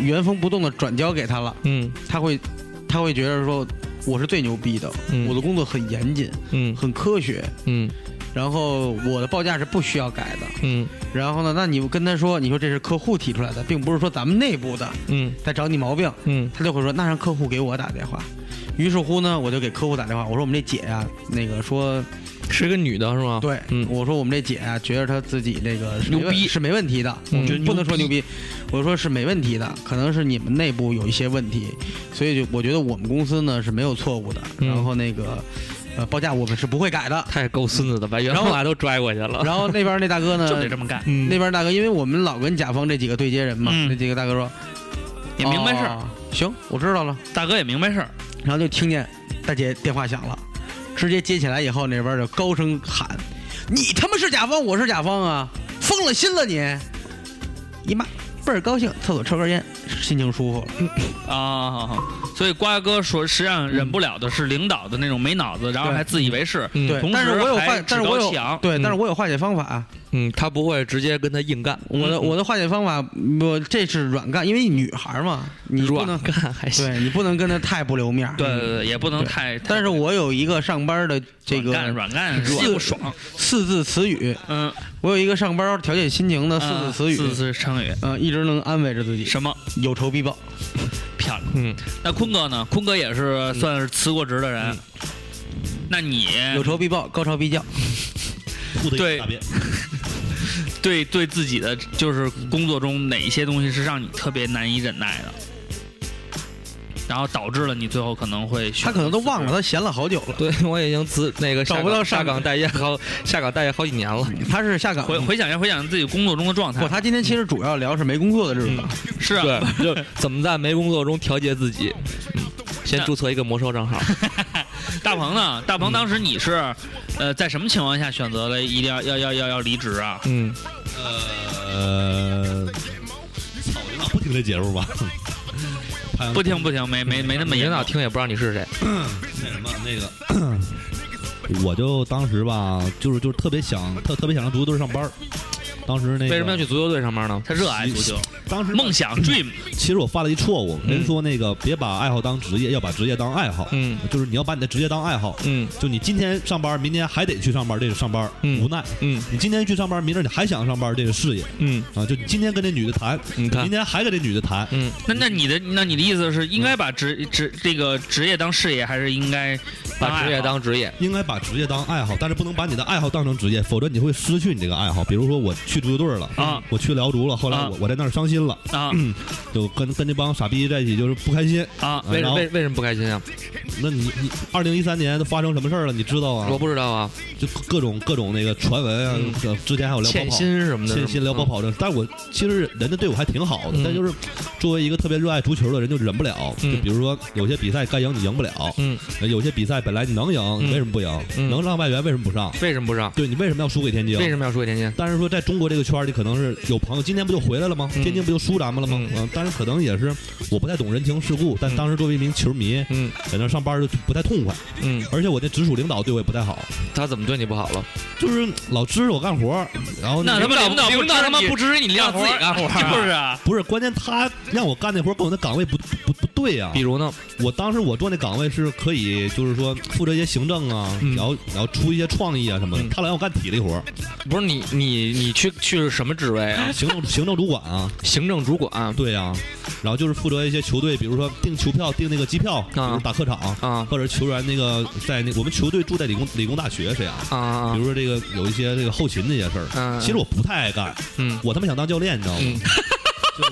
Speaker 5: 原封不动的转交给他了，
Speaker 2: 嗯
Speaker 5: 他会他会觉得说我是最牛逼的，
Speaker 2: 嗯
Speaker 5: 我的工作很严谨，
Speaker 2: 嗯
Speaker 5: 很科学，
Speaker 2: 嗯
Speaker 5: 然后我的报价是不需要改的。
Speaker 2: 嗯
Speaker 5: 然后呢，那你跟他说，你说这是客户提出来的，并不是说咱们内部的
Speaker 2: 嗯
Speaker 5: 在找你毛病。
Speaker 2: 嗯
Speaker 5: 他就会说那让客户给我打电话。于是乎呢，我就给客户打电话，我说我们这姐呀、那个说
Speaker 2: 是个女的是吗？
Speaker 5: 对，
Speaker 2: 嗯
Speaker 5: 我说我们这姐呀、觉得她自己这个是没问
Speaker 2: 牛逼
Speaker 5: 是没问题的，
Speaker 2: 嗯
Speaker 5: 我觉得不能说牛逼，我说是没问题的，可能是你们内部有一些问题，所以就我觉得我们公司呢是没有错误的，
Speaker 2: 嗯，
Speaker 5: 然后那个呃报价我们是不会改的
Speaker 2: 太够孙子的，把原话都拽过去了。
Speaker 5: 然后那边那大哥呢
Speaker 1: 就得这么干，
Speaker 2: 嗯
Speaker 5: 那边大哥，因为我们老跟甲方这几个对接人嘛，
Speaker 1: 嗯
Speaker 5: 那几个大哥说
Speaker 1: 也明白事儿，
Speaker 5: 哦行，我知道了。
Speaker 1: 大哥也明白事儿，
Speaker 5: 然后就听见大姐电话响了，直接接起来以后，那边就高声喊：“你他妈是甲方，我是甲方啊！疯了心了你！”姨妈倍儿高兴，厕所抽根烟，心情舒服了。
Speaker 1: 啊，好好所以瓜哥说，实际上忍不了的是领导的那种没脑子，然后还自以为是。
Speaker 2: 嗯
Speaker 5: 对
Speaker 1: 同，
Speaker 5: 但是
Speaker 1: 时
Speaker 5: 我有
Speaker 1: 还
Speaker 5: 化，但是我
Speaker 1: 趾高
Speaker 5: 有
Speaker 1: 气昂
Speaker 5: 对，
Speaker 2: 嗯
Speaker 5: 但是我有化解方法。啊
Speaker 2: 嗯，他不会直接跟他硬干，
Speaker 1: 嗯
Speaker 5: 我的我的化解方法，嗯我这是软干，因为女孩嘛，你不能
Speaker 2: 软干还行。
Speaker 5: 对你不能跟她太不留面儿。
Speaker 1: 对对对，也不能
Speaker 5: 对
Speaker 1: 太。太
Speaker 5: 但是我有一个上班的这
Speaker 1: 软干
Speaker 5: 个
Speaker 1: 软干
Speaker 5: 四
Speaker 1: 不爽，
Speaker 5: 四字词语，
Speaker 1: 嗯，
Speaker 5: 我有一个上班调节心情啊的四字
Speaker 1: 嗯
Speaker 5: 词语，
Speaker 1: 四字成语，
Speaker 5: 嗯，一直能安慰着自己，
Speaker 1: 什么
Speaker 5: 有仇必报。
Speaker 1: 漂亮？
Speaker 2: 嗯，
Speaker 1: 那坤哥呢？坤哥也是算是辞过职的人。那你
Speaker 5: 有仇必报，高潮必叫。
Speaker 4: 吐的
Speaker 1: 对
Speaker 4: 一大便。
Speaker 1: 对对自己的就是工作中哪一些东西是让你特别难以忍耐的，然后导致了你最后可能会选
Speaker 5: 他可能都忘了，他闲了好久 了。
Speaker 2: 对，我已经辞那个
Speaker 5: 找
Speaker 2: 下
Speaker 5: 不到
Speaker 2: 岗
Speaker 5: 上
Speaker 2: 下岗待业好下岗待业好几年了。
Speaker 5: 他是下岗
Speaker 1: 回回想一下，回想自己工作中的状
Speaker 5: 不，
Speaker 1: 态，
Speaker 5: 他今天其实主要聊是没工作的日子。
Speaker 1: 是啊，
Speaker 2: 对，就怎么在没工作中调节自己。嗯，先
Speaker 1: 那
Speaker 2: 注册一个魔兽账号。
Speaker 1: 大鹏呢？大鹏当时你是，呃，在什么情况下选择了一定要要要要要离职啊？
Speaker 2: 嗯
Speaker 4: 呃，操，领导不听这节目吧？潘阳
Speaker 1: 不听不听，没没没那么
Speaker 2: 领
Speaker 1: 严
Speaker 2: 导
Speaker 1: 重。
Speaker 2: 听也不知道你是谁。
Speaker 4: 那什么那个，我就当时吧，就是就是特别想特特别想让足球队上班儿。当时那个
Speaker 2: 为什么要去足球队上班呢？
Speaker 1: 他热爱足球，
Speaker 4: 当时
Speaker 1: 梦想 dream，
Speaker 4: 其实我犯了一错误，人
Speaker 2: 嗯
Speaker 4: 说那个别把爱好当职业，要把职业当爱好，
Speaker 2: 嗯
Speaker 4: 就是你要把你的职业当爱好。
Speaker 2: 嗯
Speaker 4: 就你今天上班，明天还得去上班，这是上班，
Speaker 2: 嗯
Speaker 4: 无奈。
Speaker 2: 嗯
Speaker 4: 你今天去上班，明儿你还想上班，这是事业
Speaker 2: 嗯，
Speaker 4: 啊！就你今天跟这女的谈，
Speaker 2: 你看
Speaker 4: 明，天还跟这女的谈，
Speaker 2: 嗯，
Speaker 1: 那那你的那你的意思是应该把职职这个职业当事业，还是应该
Speaker 2: 把职业
Speaker 1: 爱好
Speaker 2: 当职业。
Speaker 4: 应该把职业当爱好，但是不能把你的爱好当成职业，否则你会失去你这个爱好。比如说，我去足球队了，
Speaker 1: 啊
Speaker 4: 我去辽足了，后来
Speaker 1: 啊
Speaker 4: 我我在那儿伤心了，
Speaker 1: 啊
Speaker 4: 就跟跟这帮傻逼在一起，就是不开心。
Speaker 1: 啊？
Speaker 2: 为什么
Speaker 4: 然后
Speaker 2: 为为什么不开心啊？
Speaker 4: 那你你二零一三年都发生什么事儿了？你知道啊
Speaker 2: 我？不知道啊，
Speaker 4: 就各种各种那个传闻啊
Speaker 2: 嗯，
Speaker 4: 这之前还有聊
Speaker 2: 欠
Speaker 4: 跑跑。
Speaker 2: 薪什么的是吗，
Speaker 4: 欠薪聊包跑证，但是我其实人家对我还挺好的
Speaker 2: 嗯，
Speaker 4: 但就是作为一个特别热爱足球的人，就忍不了。就
Speaker 2: 嗯
Speaker 4: 比如说有些比赛该赢你赢不了，
Speaker 2: 嗯。
Speaker 4: 有些比赛本来你能赢，你为什么不赢？
Speaker 2: 嗯
Speaker 4: 能上外援为什么不上？
Speaker 2: 为什么不上？
Speaker 4: 对你为什么要输给天津？
Speaker 2: 为什么要说天津？
Speaker 4: 但是说在中国这个圈儿里，可能是有朋友今天不就回来了吗？
Speaker 2: 嗯
Speaker 4: 天津不就输咱们了吗？
Speaker 2: 嗯
Speaker 4: 嗯，但是可能也是我不太懂人情世故，但
Speaker 2: 嗯
Speaker 4: 当时作为一名球迷，
Speaker 2: 嗯
Speaker 4: 在那上班就不太痛快，
Speaker 2: 嗯，
Speaker 4: 而且我那直属领导对我也不太好，
Speaker 2: 他怎么对你不好了？
Speaker 4: 就是老支持我干活儿，然后
Speaker 1: 那他妈
Speaker 2: 领
Speaker 1: 领导
Speaker 2: 导领导他妈
Speaker 1: 不
Speaker 2: 不支持你，领导自己干活
Speaker 1: 不是啊？
Speaker 4: 不是关键他让我干那活儿跟我的岗位不不不对啊
Speaker 2: 比。如呢，
Speaker 4: 我当时我做那岗位是可以，就是说负责一些行政啊，
Speaker 2: 嗯
Speaker 4: 然后然后出一些创意啊什么的。
Speaker 2: 嗯
Speaker 4: 他老让我干体力活 儿，
Speaker 2: 不是你你你去去什么职位啊？
Speaker 4: 行政行政主管啊，
Speaker 2: 行政主管啊
Speaker 4: 对啊，然后就是负责一些球队，比如说订球票、订那个机票，比如打客场，
Speaker 2: 啊
Speaker 4: 或者球员那个在那我们球队住在理工理工大学沈阳，
Speaker 2: 啊
Speaker 4: 比
Speaker 2: 啊！
Speaker 4: 如说这个有一些这个后勤这些事儿，
Speaker 2: 嗯，
Speaker 4: 其实我不太爱干，
Speaker 2: 嗯
Speaker 4: 我他妈想当教练，你知道吗？
Speaker 2: 嗯，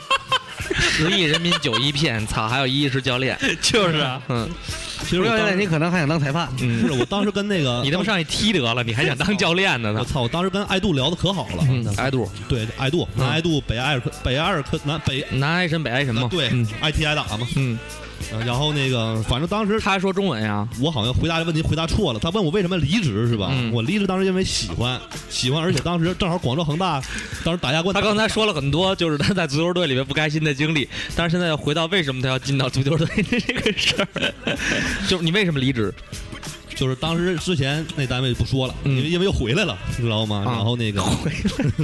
Speaker 2: 十亿人民九亿骗，操，还有一亿是教 练，
Speaker 1: 就是啊，
Speaker 2: 嗯
Speaker 4: 其实
Speaker 5: 不
Speaker 4: 我
Speaker 5: 要
Speaker 4: 当
Speaker 5: 脸，
Speaker 4: 时
Speaker 5: 你可能还想当裁判。
Speaker 4: 不
Speaker 2: 嗯，
Speaker 4: 是我当时跟那 个
Speaker 2: 你他妈上去踢得了，你还想当教练呢？
Speaker 4: 我
Speaker 2: 呢？
Speaker 4: 操！我当时跟爱杜聊的可好了，
Speaker 2: 嗯，挨度，
Speaker 4: 对爱杜，
Speaker 2: 嗯
Speaker 4: 南爱杜北艾尔克北艾尔克南北，啊
Speaker 2: 南挨神北挨神嘛，
Speaker 4: 对
Speaker 2: 嗯
Speaker 4: ，ITI 党嘛。
Speaker 2: 嗯，
Speaker 4: 呃然后那个，反正当时
Speaker 2: 他说中文呀，
Speaker 4: 我好像回答这问题回答错了，他问我为什么离职是吧？
Speaker 2: 嗯
Speaker 4: 我离职当时因为喜欢，喜欢，而且当时正好广州恒大当时打亚冠，
Speaker 2: 他刚才说了很多，就是他在足球队里面不开心的经历，但是现在又回到为什么他要进到足球队这个事儿， 就是你为什么离职？
Speaker 4: 就是当时之前那单位不说了，
Speaker 2: 嗯
Speaker 4: 因为因为又回来了，你知道吗？
Speaker 2: 啊
Speaker 4: 然后那个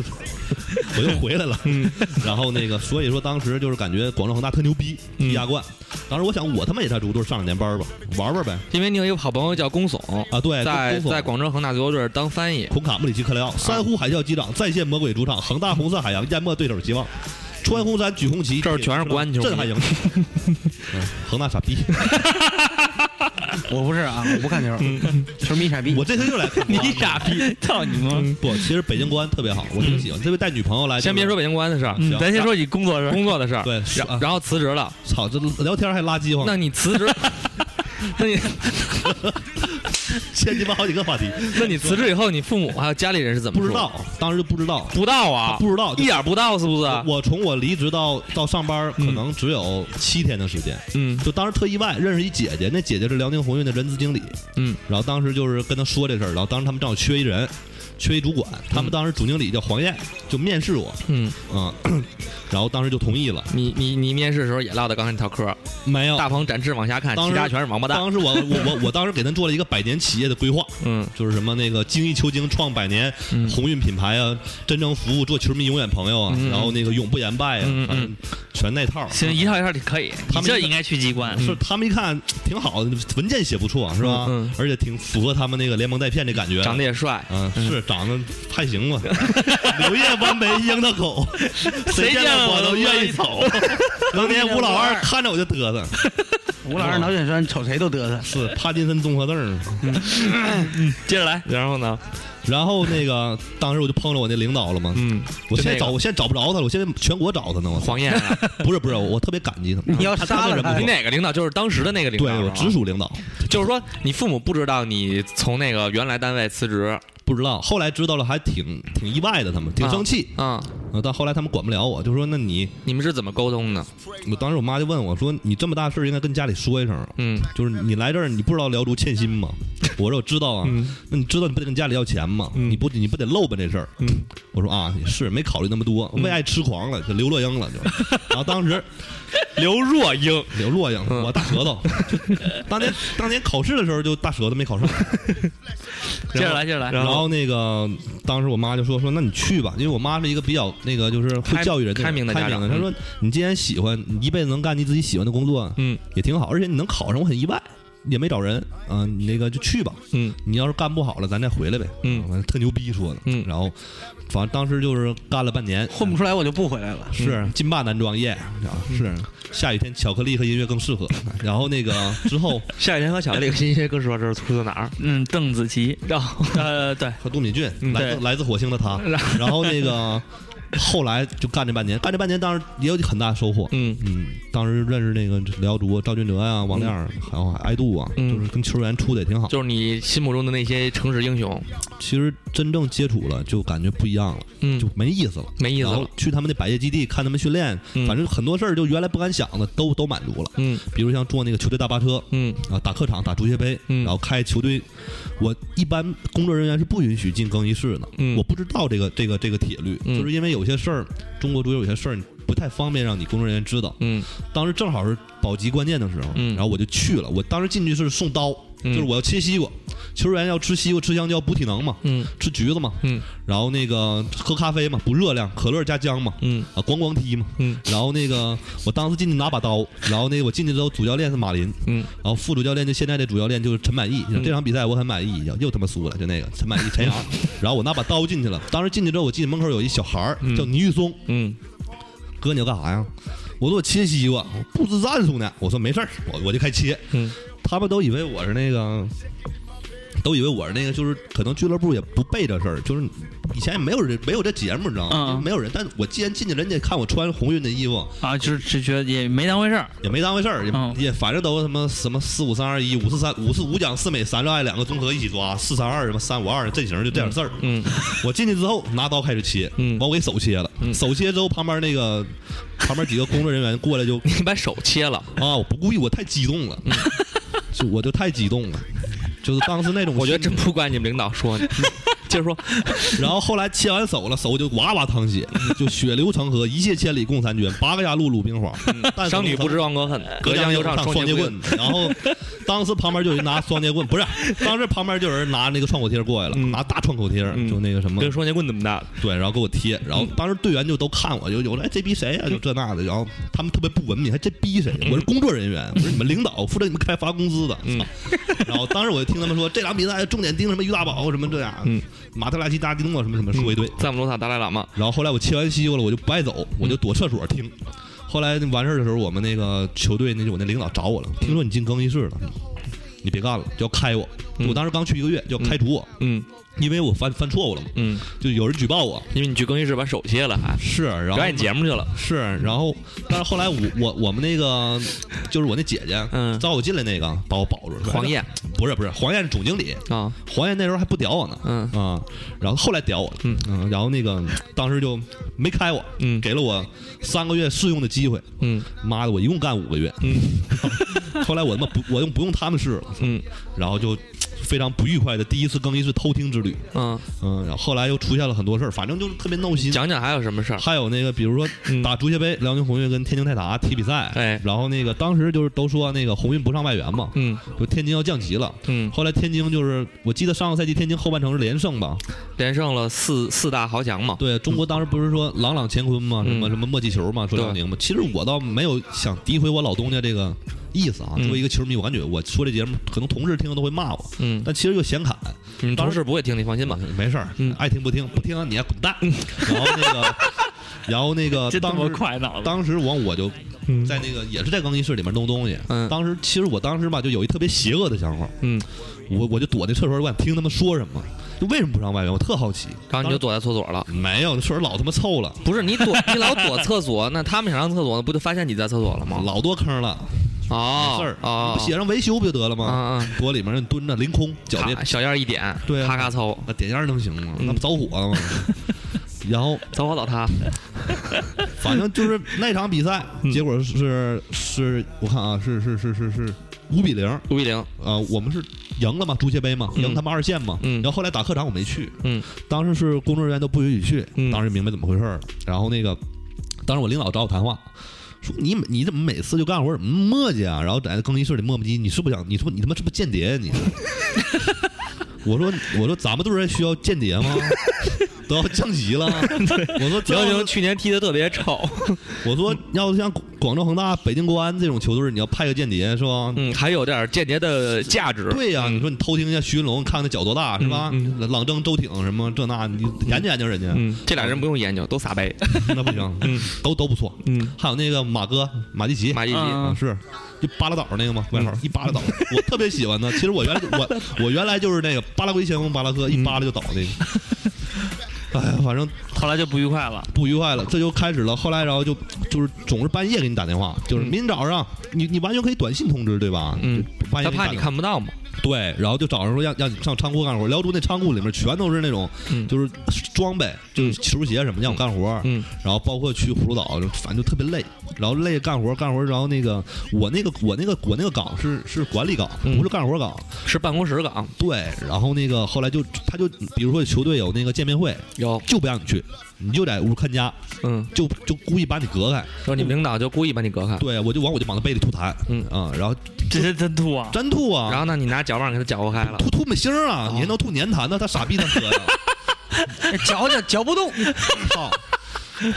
Speaker 4: 我又回来了，
Speaker 2: 嗯
Speaker 4: 然后那个所以说当时就是感觉广州恒大特牛逼，
Speaker 2: 嗯
Speaker 4: 踢亚冠。当时我想我他妈也在足球队上两年班吧，玩玩呗
Speaker 2: 因为你有一个好朋友叫龚耸，
Speaker 4: 啊，对，
Speaker 2: 在
Speaker 4: 跟龚总
Speaker 2: 在广啊州恒大足球队当翻译，
Speaker 4: 孔卡穆里奇克莱奥，珊瑚海啸机长再现魔鬼主场，恒大红色海洋淹没对手希望，穿红衫举红旗，
Speaker 2: 这儿全是国安球迷
Speaker 4: 震撼赢。嗯恒大傻逼，
Speaker 5: 我不是 啊，我不看球，球迷傻逼。
Speaker 4: 我这次又来看国安了
Speaker 2: 逼！
Speaker 1: 操你妈！
Speaker 4: 不，其实北京国安特别好，我挺喜欢。这回带女朋友来，
Speaker 2: 先别说北京国安的事儿，
Speaker 1: 嗯
Speaker 4: 行
Speaker 1: 咱先说你工作的事儿，
Speaker 2: 工作的事儿，
Speaker 4: 对，是
Speaker 2: 然
Speaker 4: 啊
Speaker 2: 然后辞职了，
Speaker 4: 操，这聊天还垃圾话，
Speaker 2: 那你辞职， 那你
Speaker 4: 先鸡巴好几个 话题，
Speaker 2: 那你辞职以后，你父母还有家里人是怎么
Speaker 4: 不
Speaker 2: 说
Speaker 4: 知道，当时就不知道，
Speaker 2: 不到啊，
Speaker 4: 不知道，
Speaker 2: 一点不到是不是？
Speaker 4: 我从我离职到到上班，可
Speaker 2: 嗯
Speaker 4: 能只有七天的时间。
Speaker 2: 嗯
Speaker 4: 就当时特意外认识一姐姐，那姐姐是辽宁鸿运的人资经理，
Speaker 2: 嗯，
Speaker 4: 然后当时就是跟她说这事儿，然后当时他们正好缺一人，缺一主管，他们当时总经理叫黄燕，就面试我，
Speaker 2: 嗯，
Speaker 4: 嗯，然后当时就同意了，
Speaker 2: 你你你面试的时候也唠的刚才那套嗑儿，
Speaker 4: 没有，
Speaker 2: 大鹏展翅往下看，
Speaker 4: 当
Speaker 2: 其
Speaker 4: 时
Speaker 2: 他全是王八蛋。
Speaker 4: 当时我我我我当时给他做了一个百年企业的规划，
Speaker 2: 嗯
Speaker 4: 就是什么那个精益求精创百年，
Speaker 2: 嗯
Speaker 4: 鸿运品牌啊，真诚服务做球迷永远朋友啊，
Speaker 2: 嗯嗯
Speaker 4: 然后那个永不言败啊，
Speaker 2: 嗯嗯
Speaker 4: 反正全那套。
Speaker 1: 行，一套一套的可以，
Speaker 4: 他
Speaker 1: 你
Speaker 4: 们
Speaker 1: 这应该去机关。
Speaker 4: 是他们一看挺好的，文件写不错是吧？
Speaker 2: 嗯嗯嗯
Speaker 4: 而且挺符合他们那个联盟带片的感觉。
Speaker 2: 长得也帅，
Speaker 4: 嗯，是长得还行吧。 柳叶弯眉樱桃口，
Speaker 1: 谁
Speaker 4: 见
Speaker 1: 见了
Speaker 4: 我
Speaker 1: 我
Speaker 4: 都
Speaker 1: 都
Speaker 4: 愿
Speaker 1: 愿
Speaker 4: 意
Speaker 1: 意
Speaker 4: 瞅。 当年吴老二 看着我就嘚瑟，
Speaker 5: 吴老师脑血栓，瞅谁都嘚瑟。
Speaker 4: 是帕金森综合症。
Speaker 2: 接着来，然后呢？
Speaker 4: 然后那个当时我就碰着我那领导了嘛，
Speaker 2: 嗯，
Speaker 4: 我
Speaker 2: 就
Speaker 4: 现在
Speaker 2: 那
Speaker 4: 找
Speaker 2: 个
Speaker 4: 我现在找不着他了，我现在全国找他呢。我操
Speaker 2: 黄燕啊，
Speaker 4: 不是不是，我特别感激他。
Speaker 5: 你要
Speaker 4: 他
Speaker 5: 杀了
Speaker 4: 他
Speaker 5: 他
Speaker 2: 你
Speaker 4: 那人不错
Speaker 2: 哪个领导？就是当时的那个领导，
Speaker 4: 对我直
Speaker 2: 属。
Speaker 4: 属领导
Speaker 2: 就是说，你父母不知道你从那个原来单位辞职，
Speaker 4: 不知道，后来知道了还挺挺意外的，他们挺生气。
Speaker 2: 啊，
Speaker 4: 呃但后来他们管不了我，就说那你，
Speaker 2: 你们是怎么沟通的？
Speaker 4: 我当时我妈就问我说，你这么大事儿应该跟家里说一声啊，
Speaker 2: 嗯
Speaker 4: 就是你来这儿你不知道辽足欠薪吗？
Speaker 5: 嗯
Speaker 4: 我说我知道啊，那你知道你不得跟家里要钱吗？
Speaker 2: 嗯
Speaker 4: 你不你不得露吧这事儿？
Speaker 2: 嗯
Speaker 4: 我说啊也是没考虑那么多，
Speaker 5: 嗯
Speaker 4: 为爱痴狂了，就刘若英了 就。然后当时
Speaker 2: 刘若英，
Speaker 4: 刘若英，
Speaker 2: 嗯
Speaker 4: 我大舌 头，就当年当年考试的时候就大舌头没考上。
Speaker 1: 接着来，接着来。
Speaker 4: 然后那个，当时我妈就说说，那你去吧，因为我妈是一个比较那个就是会
Speaker 2: 开
Speaker 4: 教育人的人、
Speaker 2: 开明的
Speaker 4: 开
Speaker 2: 家
Speaker 4: 明的。
Speaker 2: 长
Speaker 4: 她说，你既然喜欢，你一辈子能干你自己喜欢的工作，
Speaker 2: 嗯
Speaker 4: 也挺好，而且你能考上，我很意外，也没找人，啊、你那个就去吧。
Speaker 2: 嗯
Speaker 4: 你要是干不好了，咱再回来呗。
Speaker 2: 嗯
Speaker 4: 反正特牛逼说的。
Speaker 2: 嗯
Speaker 4: 然后反正当时就是干了半年，嗯
Speaker 5: 混不出来我就不回来了。
Speaker 2: 嗯
Speaker 4: 是劲霸男装业，然后是下雨天巧克力和音乐更适合。然后那个之后
Speaker 2: 夏雨天和巧克力新鲜更适合这是出自哪儿？
Speaker 1: 嗯，邓紫棋，
Speaker 2: 然后
Speaker 1: 呃，对，
Speaker 4: 和杜敏俊，
Speaker 2: 嗯
Speaker 4: 来自
Speaker 1: 对
Speaker 4: 来自火星的
Speaker 1: 啊
Speaker 4: 他，然后那个后来就干这半年，干这半年当然也有很大收获。
Speaker 2: 嗯
Speaker 4: 嗯，当时认识那个辽足赵俊哲呀、王亮儿，还有爱杜啊，
Speaker 2: 嗯
Speaker 4: 就是跟球员处的也挺好。
Speaker 2: 就是你心目中的那些城市英雄，
Speaker 4: 其实真正接触了，就感觉不一样了，
Speaker 2: 嗯
Speaker 4: 就没意思了。
Speaker 2: 没意思
Speaker 4: 然后
Speaker 2: 了，
Speaker 4: 去他们那百业基地看他们训练，
Speaker 2: 嗯
Speaker 4: 反正很多事儿就原来不敢想的都都满足了。
Speaker 2: 嗯
Speaker 4: 比如像坐那个球队大巴车
Speaker 2: 嗯
Speaker 4: 啊，打客场、打足协杯，
Speaker 2: 嗯
Speaker 4: 然后开球队，我一般工作人员是不允许进更衣室的。
Speaker 2: 嗯
Speaker 4: 我不知道这个这个这个铁律，
Speaker 2: 嗯
Speaker 4: 就是因为有些事儿，中国足球有些事儿，你不太方便让你工作人员知道。
Speaker 2: 嗯
Speaker 4: 当时正好是保级关键的时候，
Speaker 2: 嗯
Speaker 4: 然后我就去了。我当时进去是送刀，
Speaker 2: 嗯
Speaker 4: 就是我要切西瓜，球员要吃西瓜、吃香蕉补体能嘛，
Speaker 2: 嗯
Speaker 4: 吃橘子嘛，
Speaker 2: 嗯
Speaker 4: 然后那个喝咖啡嘛，补热量，可乐加姜嘛，
Speaker 2: 嗯
Speaker 4: 啊，咣咣踢嘛。
Speaker 2: 嗯
Speaker 4: 然后那个我当时进去拿把刀，然后那个我进去之后，主教练是马林，
Speaker 2: 嗯
Speaker 4: 然后副主教练就现在的主教练就是陈满意。这场比赛我很满意，又他妈输了，就那个陈满意陈阳。 然后我拿把刀进去了，当时进去之后，我进去门口有一小孩儿叫倪玉松，
Speaker 2: 嗯
Speaker 4: 哥你要干啥呀？我说我切西瓜，我不知战术呢。我说没事儿，我我就开切。
Speaker 2: 嗯
Speaker 4: 他们都以为我是那个，都以为我是那个，就是可能俱乐部也不备这事儿，就是以前也没有人没有这节目，你知道吗？
Speaker 1: 嗯嗯
Speaker 4: 没有人。但是我既然进去，人家看我穿红运的衣服，
Speaker 1: 啊，就是就觉得也没当回事儿，
Speaker 4: 也没当回事儿，也、
Speaker 1: 嗯
Speaker 4: 也反正都他妈什么四五三二一，五四三五四五讲四美三六爱两个综合一起抓，四三二什么三五二阵型就这点事儿。
Speaker 2: 嗯
Speaker 4: 我进去之后拿刀开始切，
Speaker 2: 嗯
Speaker 4: 把我给手切了。
Speaker 2: 嗯
Speaker 4: 手切之后，旁边那个旁边几个工作人员过来就
Speaker 2: 你把手切了，
Speaker 4: 啊，我不故意，我太激动
Speaker 2: 嗯
Speaker 4: 了， 就我就太激动了，就是当时那种，
Speaker 2: 我觉得真。不怪你们领导说 你，接着说，
Speaker 4: 然后后来切完手了，手就哇哇淌血，就血流成河，一泻千里共婵娟，八个鸭绿鲁冰花，但
Speaker 2: 嗯商女不知亡国恨，
Speaker 4: 隔
Speaker 2: 隔
Speaker 4: 江
Speaker 2: 江
Speaker 4: 犹
Speaker 2: 犹
Speaker 4: 唱
Speaker 2: 唱
Speaker 4: 双
Speaker 2: 双
Speaker 4: 截
Speaker 2: 截
Speaker 4: 棍
Speaker 2: 棍。，
Speaker 4: 然后当时旁边就有人拿双截棍，不是，当时旁边就有人拿那个创口贴过来了，
Speaker 2: 嗯
Speaker 4: 拿大创口贴，
Speaker 2: 嗯
Speaker 4: 就那个什么
Speaker 2: 跟，双截棍怎么搭的？
Speaker 4: 对，然后给我贴，然后当时队员就都看我，就有了哎这逼谁呀、
Speaker 2: 嗯
Speaker 4: 就这那的，然后他们特别不文明，还这逼 谁？我是工作人员，我是你们领导，负责你们开发工资的，
Speaker 2: 嗯
Speaker 4: 操！然后当时我就听他们说，这场比赛重点盯什么于大宝什么这样，
Speaker 2: 嗯
Speaker 4: 马特拉齐达迪诺什么什么说一堆，
Speaker 2: 赞姆罗塔达赖喇嘛，
Speaker 4: 然后后来我切完西瓜了，我就不爱走，我就躲厕所听。后来完事儿的时候，我们那个球队那就我那领导找我了，听说你进更衣室了，你别干了，就要开我。
Speaker 2: 嗯
Speaker 4: 我当时刚去一个月，就要开除我，
Speaker 2: 嗯
Speaker 4: 因为我犯犯错误了嘛，
Speaker 2: 嗯，
Speaker 4: 就有人举报我。
Speaker 2: 因为你去更衣室把手切了，还
Speaker 4: 是，然后
Speaker 2: 表演节目去了，
Speaker 4: 是，然后但是后来我我我们那个就是我那姐姐，
Speaker 2: 嗯
Speaker 4: 招我进来那个把我保住了。
Speaker 2: 黄燕
Speaker 4: 不是不是，黄燕是总经理，
Speaker 2: 啊，
Speaker 4: 黄燕那时候还不屌我呢，
Speaker 2: 嗯
Speaker 4: 啊，然后后来屌我了，
Speaker 2: 嗯
Speaker 4: 嗯，然后那个当时就没开我，
Speaker 2: 嗯
Speaker 4: 给了我三个月试用的机会，
Speaker 2: 嗯
Speaker 4: 妈的，我一共干五个月，
Speaker 2: 嗯
Speaker 4: 后来我他妈不，我用不用他们试了，
Speaker 2: 嗯
Speaker 4: 然后就非常不愉快的第一次更衣室偷听之旅，
Speaker 2: 嗯，
Speaker 4: 嗯，然后后来又出现了很多事儿，反正就是特别闹心。
Speaker 2: 讲讲还有什么事儿？
Speaker 4: 还有那个，比如说
Speaker 2: 嗯
Speaker 4: 打足协杯，辽宁宏运跟天津泰达踢比赛，
Speaker 2: 哎
Speaker 4: 然后那个当时就是都说那个宏运不上外援嘛，
Speaker 2: 嗯
Speaker 4: 就天津要降级了。
Speaker 2: 嗯，
Speaker 4: 后来天津就是，我记得上个赛季天津后半程是连胜吧？
Speaker 2: 连胜了四四大豪强嘛，
Speaker 4: 对中国当时不是说朗朗乾坤嘛，什么
Speaker 2: 嗯
Speaker 4: 什么莫记球嘛，说
Speaker 2: 对
Speaker 4: 辽宁嘛。其实我倒没有想诋毁我老东家这个意思啊。
Speaker 2: 嗯
Speaker 4: 作为一个球迷，我感觉我说这节目，可能同事听了都会骂我，
Speaker 2: 嗯，
Speaker 4: 但其实就显侃。
Speaker 2: 你们同事不会听，你放心吧。
Speaker 4: 没事儿
Speaker 2: 嗯，
Speaker 4: 爱听不听，不听你还滚蛋。然后 那个，然后那个，
Speaker 1: 真他
Speaker 4: 当
Speaker 1: 妈
Speaker 4: 时
Speaker 1: 快脑子。
Speaker 4: 当时我我就
Speaker 2: 嗯
Speaker 4: 在那个也是在更衣室里面弄东西。
Speaker 2: 嗯
Speaker 4: 当时其实我当时吧就有一特别邪恶的想法，
Speaker 2: 嗯，
Speaker 4: 我我就躲那厕所，我想听他们说什么，就为什么不上外援，我特好奇。
Speaker 2: 然后你就躲在厕所了。
Speaker 4: 当时没有，那厕所老他妈臭了，
Speaker 2: 不是你躲， 你老躲厕所，那他们想上厕所，不就发现你在厕所了吗？
Speaker 4: 老多坑了，
Speaker 2: 哦，
Speaker 4: 没事儿，
Speaker 2: 哦，
Speaker 4: 你不写上维修不就得了
Speaker 2: 啊
Speaker 4: 吗？
Speaker 2: 啊，
Speaker 4: 躲里面你蹲着凌空，脚别
Speaker 2: 咔小燕儿一点，
Speaker 4: 对啊
Speaker 2: 咔咔抽，
Speaker 4: 那点烟儿能行吗？
Speaker 2: 嗯
Speaker 4: 那不着 火了吗？然后
Speaker 2: 走好走他，
Speaker 4: 反正就是那场比赛，
Speaker 2: 嗯
Speaker 4: 结果是是，我看啊，是是是是是五比零，
Speaker 2: 五比零，
Speaker 4: 呃，我们是赢了嘛，足协杯嘛，
Speaker 2: 嗯
Speaker 4: 赢他们二线嘛。
Speaker 2: 嗯
Speaker 4: 然后后来打客场我没去，
Speaker 2: 嗯，
Speaker 4: 当时是工作人员都不允许去，
Speaker 2: 嗯
Speaker 4: 当时明白怎么回事了。然后那个，当时我领导找我谈话，说你每你怎么每次就干活怎么磨叽啊？然后在更衣室里磨磨唧，你是不是想你是不是你他妈是不是间谍呀、啊你？ 我说我说咱们队儿还需要间谍吗？ 都要降级 了，我说
Speaker 2: 辽
Speaker 4: 要是
Speaker 2: 宁去年踢的特别臭，
Speaker 4: 我说，要是像广广州恒大、北京国安这种球队，你要派个间谍是吧？
Speaker 2: 嗯，还有点间谍的价值。
Speaker 4: 对呀、你说你偷听一下徐云龙，看看那脚多大是吧？
Speaker 2: 嗯
Speaker 4: 朗朗征、周挺什么这那，你研究研究人家，
Speaker 2: 嗯，这俩人不用研究，都撒杯。
Speaker 4: 那不行，嗯都都不错。
Speaker 2: 嗯，
Speaker 4: 还有那个马哥马蒂奇，
Speaker 2: 马一嗯吉，
Speaker 1: 嗯
Speaker 4: 啊是，就巴拉岛那个嘛，外号一巴拉倒，我特别喜欢他。其实我原来我我原来就是那个巴拉圭前锋巴拉克，一巴拉就倒那个。
Speaker 2: 嗯
Speaker 4: 哎呀，反正
Speaker 1: 后来就不愉快了，
Speaker 4: 不愉快了，这就开始了。后来，然后就就是总是半夜给你打电话，就是
Speaker 2: 嗯
Speaker 4: 明天早上，你你完全可以短信通知，对吧？
Speaker 2: 嗯
Speaker 4: 就半
Speaker 2: 他
Speaker 4: 夜给打
Speaker 2: 怕你
Speaker 4: 电话
Speaker 2: 看不到嘛。
Speaker 4: 对，然后就早上说让让你上仓库干活，辽足那仓库里面全都是那种
Speaker 2: 嗯
Speaker 4: 就是装备，就是球鞋什么让我干活，
Speaker 2: 嗯
Speaker 4: 然后包括去葫芦岛，就反正就特别累，然后累干活干活，然后那个我那个我那个我那个岗是是管理岗，
Speaker 2: 嗯
Speaker 4: 不是干活岗，
Speaker 2: 是办公室岗，
Speaker 4: 对，然后那个后来就他就比如说球队有那个见面会，
Speaker 2: 有，
Speaker 4: 就不让你去，你就在屋看家，
Speaker 2: 嗯，
Speaker 4: 就就故意把你隔开。
Speaker 2: 说你们领导就故意把你隔开，
Speaker 4: 对我就往我就往他背里吐痰，
Speaker 2: 嗯
Speaker 4: 啊，然后
Speaker 1: 这是真吐啊！
Speaker 4: 真吐
Speaker 2: 然
Speaker 4: 啊，
Speaker 2: 后呢，你拿脚腕给他搅和开了，
Speaker 4: 吐吐沫星儿啊，
Speaker 2: 哦
Speaker 4: 你还能吐粘痰呢？他傻逼他哥呀，
Speaker 5: 嚼嚼嚼不动，
Speaker 4: 操！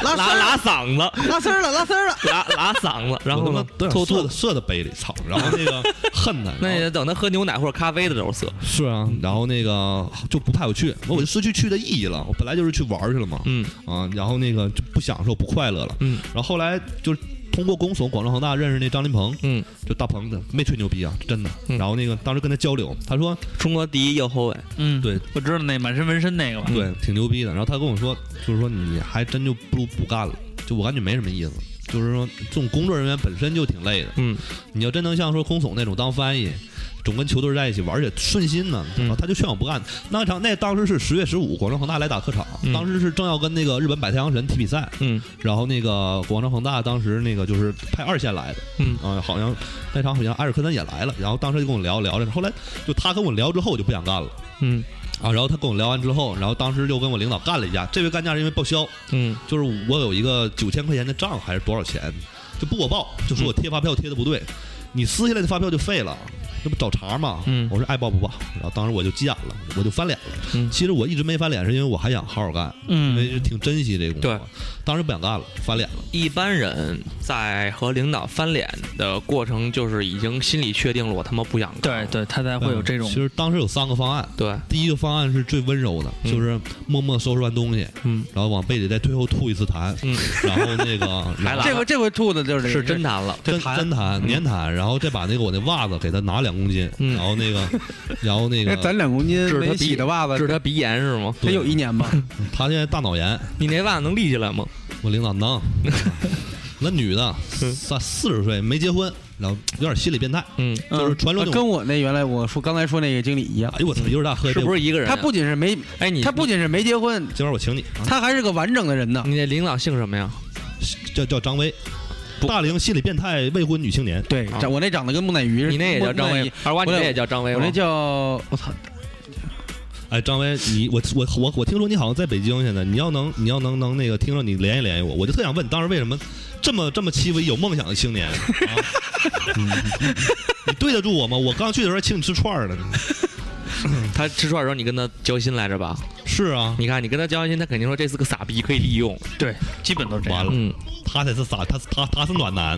Speaker 5: 拉 丝
Speaker 2: 拉
Speaker 5: 儿了
Speaker 2: 拉嗓子，
Speaker 5: 拉丝儿了，拉丝儿了。
Speaker 2: 拉拉嗓子，然后
Speaker 4: 我
Speaker 2: 呢
Speaker 4: 他妈，
Speaker 2: 吐
Speaker 4: 都想射
Speaker 2: 吐
Speaker 4: 他，射他杯里，操！然后那个恨他，
Speaker 2: 那
Speaker 4: 然后
Speaker 2: 也等他喝牛奶或者咖啡的时候瑟，
Speaker 4: 是啊，然后那个就不派我去，我我就失去去的意义了。我本来就是去玩儿去了嘛，
Speaker 2: 嗯
Speaker 4: 啊，然后那个就不享受、不快乐了。
Speaker 2: 嗯
Speaker 4: 然后后来就是通过公所广州恒大认识那张林鹏，
Speaker 2: 嗯，
Speaker 4: 就大鹏的，没吹牛逼啊，真的。
Speaker 2: 嗯
Speaker 4: 然后那个当时跟他交流，他说
Speaker 2: 中国第一右后卫，
Speaker 1: 嗯，
Speaker 4: 对，嗯
Speaker 1: 我知道那满身纹身那个吧？
Speaker 2: 嗯
Speaker 4: 对，挺牛逼的。然后他跟我说，就是说你还真就不如不干了，就我感觉没什么意思。就是说，这种工作人员本身就挺累的，
Speaker 2: 嗯，
Speaker 4: 你要真能像说空总那种当翻译，总跟球队在一起玩，而且顺心呢，
Speaker 2: 嗯
Speaker 4: 啊他就劝我不干。那场那当时是十月十五，广州恒大来打客场，
Speaker 2: 嗯
Speaker 4: 当时是正要跟那个日本百太阳神踢比赛，
Speaker 2: 嗯
Speaker 4: 然后那个广州恒大当时那个就是派二线来的，
Speaker 2: 嗯
Speaker 4: 啊、好像那场好像埃尔克森也来了，然后当时就跟我聊聊着，后来就他跟我聊之后，我就不想干了。
Speaker 2: 嗯
Speaker 4: 啊，然后他跟我聊完之后，然后当时就跟我领导干了一架。这回干架是因为报销，
Speaker 2: 嗯
Speaker 4: 就是我有一个九千块钱的账还是多少钱，就不给我报，就说我贴发票贴的不对，你撕下来的发票就废了，这不找茬吗？
Speaker 2: 嗯
Speaker 4: 我说爱报不报，然后当时我就急眼了，我就翻脸了。
Speaker 2: 嗯
Speaker 4: 其实我一直没翻脸，是因为我还想好好干，因为
Speaker 1: 嗯，
Speaker 4: 是挺珍惜这个工作
Speaker 2: 对。
Speaker 4: 当时不想干了，翻脸了。
Speaker 2: 一般人在和领导翻脸的过程，就是已经心里确定了，我他妈不想干
Speaker 1: 对
Speaker 2: 了。
Speaker 1: 对，他才会有这种
Speaker 4: 嗯其实当时有三个方案，
Speaker 2: 对，
Speaker 4: 第一个方案是最温柔的，
Speaker 2: 嗯
Speaker 4: 就是默默收拾完东西，
Speaker 2: 嗯
Speaker 4: 然后往被里再最后吐一次痰，
Speaker 2: 嗯，
Speaker 4: 然后 那个然
Speaker 2: 来
Speaker 4: 后
Speaker 5: 这回这回吐的就是这个
Speaker 2: 是真谈了。
Speaker 5: 这
Speaker 4: 真
Speaker 5: 痰
Speaker 4: 真痰粘痰，然后再把那个我那袜子给他拿两公斤，
Speaker 2: 嗯哎
Speaker 4: 然后那 个，然后那
Speaker 5: 那
Speaker 4: 个
Speaker 5: 攒两公斤
Speaker 2: 治他
Speaker 5: 没洗
Speaker 2: 鼻
Speaker 5: 的袜
Speaker 2: 治
Speaker 5: 子，
Speaker 2: 他鼻炎是吗？
Speaker 5: 得有一年吧？
Speaker 4: 他现在大脑炎，
Speaker 2: 你那袜子能立起来吗？
Speaker 4: 我领导 能，那女的三四十岁没结婚，然后有点心理变态，
Speaker 2: 嗯，
Speaker 4: 就是传说
Speaker 5: 嗯
Speaker 4: 中
Speaker 5: 跟我那原来我说刚才说那个经理一样
Speaker 4: 哎，呦我操，一会儿大喝
Speaker 2: 嗯
Speaker 4: 一
Speaker 2: 是
Speaker 4: 杯，
Speaker 2: 不是一个人啊？
Speaker 5: 他不仅是没
Speaker 2: 哎你
Speaker 5: 他不仅是没结婚，
Speaker 4: 今晚我请你啊，
Speaker 5: 他还是个完整的人呢。
Speaker 2: 你那领导姓什么呀？
Speaker 4: 叫叫张威，
Speaker 2: 不
Speaker 4: 大龄心理变态未婚女青年，
Speaker 5: 对，
Speaker 2: 啊
Speaker 5: 长我那长得跟木乃伊似的，
Speaker 2: 你那也叫张
Speaker 5: 木乃
Speaker 2: 威
Speaker 5: 伊，
Speaker 2: 二瓜你
Speaker 5: 我
Speaker 2: 那也叫张威
Speaker 5: 我那
Speaker 2: 吗？
Speaker 5: 叫我操，
Speaker 4: 哎，张威，你我我我我听说你好像在北京现在，你要能你要能能那个听着你联系联系我，我就特想问，当时为什么这么这么欺负有梦想的青年？啊 嗯你你对得住我吗？我刚去的时候还请你吃串儿呢。
Speaker 2: 他吃串的时候你跟他交心来着吧？
Speaker 4: 是啊，
Speaker 2: 你看你跟他交心，他肯定说这是个傻逼，可以利用。
Speaker 1: 对，基本都是这
Speaker 4: 完
Speaker 1: 样。
Speaker 4: 了，
Speaker 2: 嗯，
Speaker 4: 他才是傻，他他他是暖男。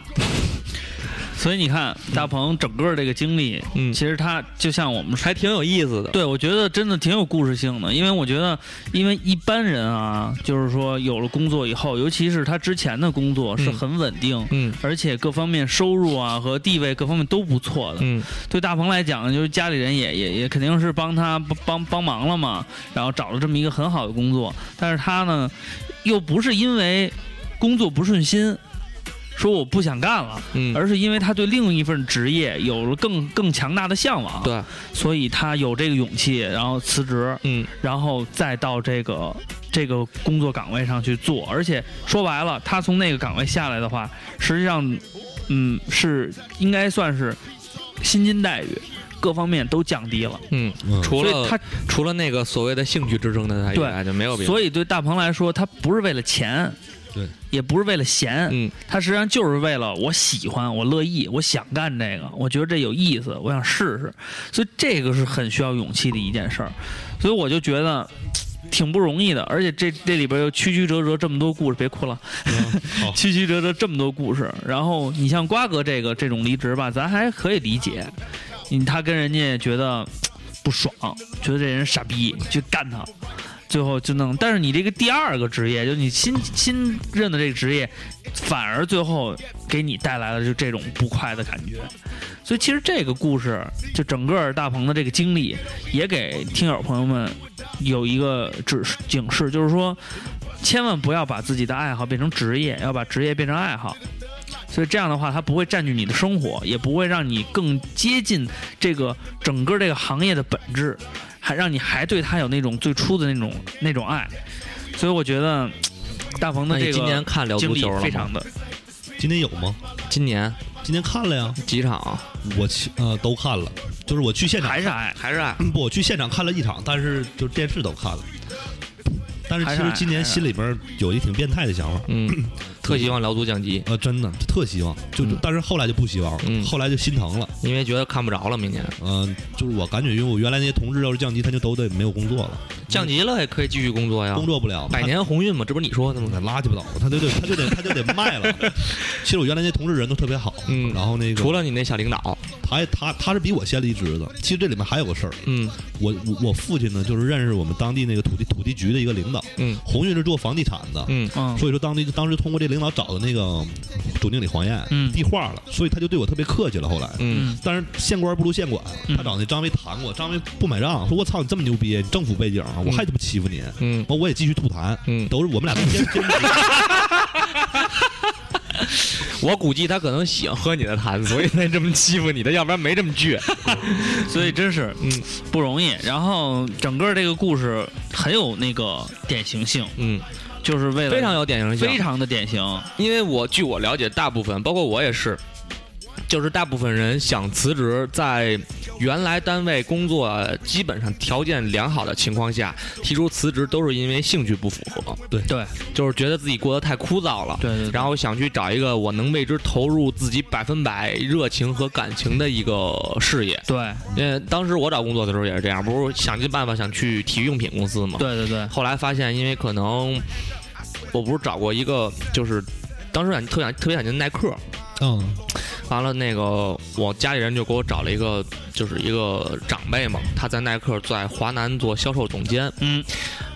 Speaker 1: 所以你看，
Speaker 4: 嗯
Speaker 1: 大鹏整个这个经历，
Speaker 2: 嗯
Speaker 1: 其实他就像我们说，
Speaker 2: 还挺有意思的。
Speaker 1: 对我觉得真的挺有故事性的，因为我觉得，因为一般人啊，就是说有了工作以后，尤其是他之前的工作是
Speaker 2: 嗯
Speaker 1: 很稳定，
Speaker 2: 嗯
Speaker 1: 而且各方面收入啊和地位各方面都不错的。
Speaker 2: 嗯
Speaker 1: 对大鹏来讲，就是家里人也也也肯定是帮他帮帮帮忙了嘛，然后找了这么一个很好的工作，但是他呢，又不是因为工作不顺心，说我不想干了，
Speaker 2: 嗯，
Speaker 1: 而是因为他对另一份职业有了更更强大的向往，
Speaker 2: 对，
Speaker 1: 所以他有这个勇气，然后辞职，
Speaker 2: 嗯
Speaker 1: 然后再到这个这个工作岗位上去做。而且说白了，他从那个岗位下来的话，实际上，嗯，是应该算是薪金待遇各方面都降低了。
Speaker 2: 嗯，
Speaker 4: 嗯，
Speaker 1: 所
Speaker 2: 除了
Speaker 1: 以他，
Speaker 2: 除了那个所谓的兴趣支撑的他以外，就没有别的。
Speaker 1: 所以对大鹏来说，他不是为了钱，
Speaker 4: 对，
Speaker 1: 也不是为了闲，
Speaker 2: 嗯，
Speaker 1: 他实际上就是为了我喜欢，我乐意，我想干这个，我觉得这有意思，我想试试，所以这个是很需要勇气的一件事儿，所以我就觉得挺不容易的，而且这这里边又曲曲折折这么多故事，别哭了，
Speaker 4: 好
Speaker 1: 曲曲折折这么多故事，然后你像瓜哥这个这种离职吧，咱还可以理解，你他跟人家觉得不爽，觉得这人傻逼，去干他。最后就弄，但是你这个第二个职业，就你新新任的这个职业，反而最后给你带来了就这种不快的感觉。所以其实这个故事，就整个大鹏的这个经历，也给听友朋友们有一个指示警示，就是说，千万不要把自己的爱好变成职业，要把职业变成爱好。所以这样的话，它不会占据你的生活，也不会让你更接近这个整个这个行业的本质，还让你还对它有那种最初的那种那种爱。所以我觉得大鹏
Speaker 2: 那
Speaker 1: 的
Speaker 2: 你
Speaker 1: 这
Speaker 2: 今
Speaker 1: 个
Speaker 2: 年看了
Speaker 1: 经
Speaker 2: 足
Speaker 1: 历
Speaker 2: 球了
Speaker 1: 非
Speaker 2: 吗
Speaker 1: 常？的
Speaker 4: 今天有吗？
Speaker 2: 今年
Speaker 4: 今天看了呀，
Speaker 2: 几场？啊
Speaker 4: 我去呃都看了，就是我去现场
Speaker 1: 还是爱。
Speaker 2: 还是爱
Speaker 4: 不，我去现场看了一场，但是就电视都看了。但是
Speaker 1: 还
Speaker 4: 其
Speaker 1: 是
Speaker 4: 实
Speaker 1: 爱
Speaker 4: 今年
Speaker 1: 还是
Speaker 4: 心里边有一挺变态的想法，
Speaker 2: 嗯，特希望辽足降级，
Speaker 4: 呃，真的特希望，就就
Speaker 2: 嗯
Speaker 4: 但是后来就不希望了，
Speaker 2: 嗯
Speaker 4: 后来就心疼了，
Speaker 2: 因为觉得看不着了，明年
Speaker 4: 嗯，就是我感觉，因为我原来那些同志要是降级，他就都得没有工作了，
Speaker 2: 降级了也可以继续工作呀
Speaker 4: 工。作不了，
Speaker 2: 百啊年鸿运嘛，这不是你说的吗？
Speaker 4: 那拉鸡巴倒，他就得他就得他就得卖了。 其实我原来那同志人都特别好，
Speaker 2: 嗯
Speaker 4: 然后那个
Speaker 2: 除了你那小领导，
Speaker 4: 他他他是比我先离职的。其实这里面还有个事儿，
Speaker 2: 嗯
Speaker 4: 我我我父亲呢就是认识我们当地那个土地土地局的一个领导，
Speaker 2: 嗯
Speaker 4: 鸿运是做房地产的，
Speaker 2: 嗯
Speaker 1: 嗯
Speaker 4: 所以说当地当时通过这领导找的那个总经理黄燕，
Speaker 1: 嗯
Speaker 4: 递话了，所以他就对我特别客气了。后来，
Speaker 2: 嗯
Speaker 1: 嗯
Speaker 4: 但是县官不如县管，
Speaker 1: 嗯
Speaker 4: 他找那张威谈过，张威不买账，说我操你这么牛逼，你政府背景，我还他妈欺负你，
Speaker 2: 嗯
Speaker 4: 完我也继续吐痰，
Speaker 2: 嗯，
Speaker 4: 都是我们俩之间的争执。
Speaker 2: 我估计他可能喜欢喝你的痰，所以才这么欺负你的，要不然没这么倔。
Speaker 1: 所以真是
Speaker 2: 嗯
Speaker 1: 不容易。然后整个这个故事很有那个典型性，
Speaker 2: 嗯，
Speaker 1: 就是为了
Speaker 2: 非常有典型性，
Speaker 1: 非常的典型。
Speaker 2: 因为我据我了解，大部分包括我也是，就是大部分人想辞职，在原来单位工作基本上条件良好的情况下提出辞职，都是因为兴趣不符合，
Speaker 1: 对
Speaker 2: 就是觉得自己过得太枯燥了。
Speaker 1: 对对，
Speaker 2: 然后想去找一个我能为之投入自己百分百热情和感情的一个事业。
Speaker 1: 对
Speaker 2: 因为当时我找工作的时候也是这样，不是想尽办法想去体育用品公司嘛。
Speaker 1: 对对对，
Speaker 2: 后来发现，因为可能我不是找过一个，就是当时想特想特别想进耐克，
Speaker 4: 嗯，
Speaker 2: 完了那个我家里人就给我找了一个，就是一个长辈嘛，他在耐克在华南做销售总监，
Speaker 1: 嗯，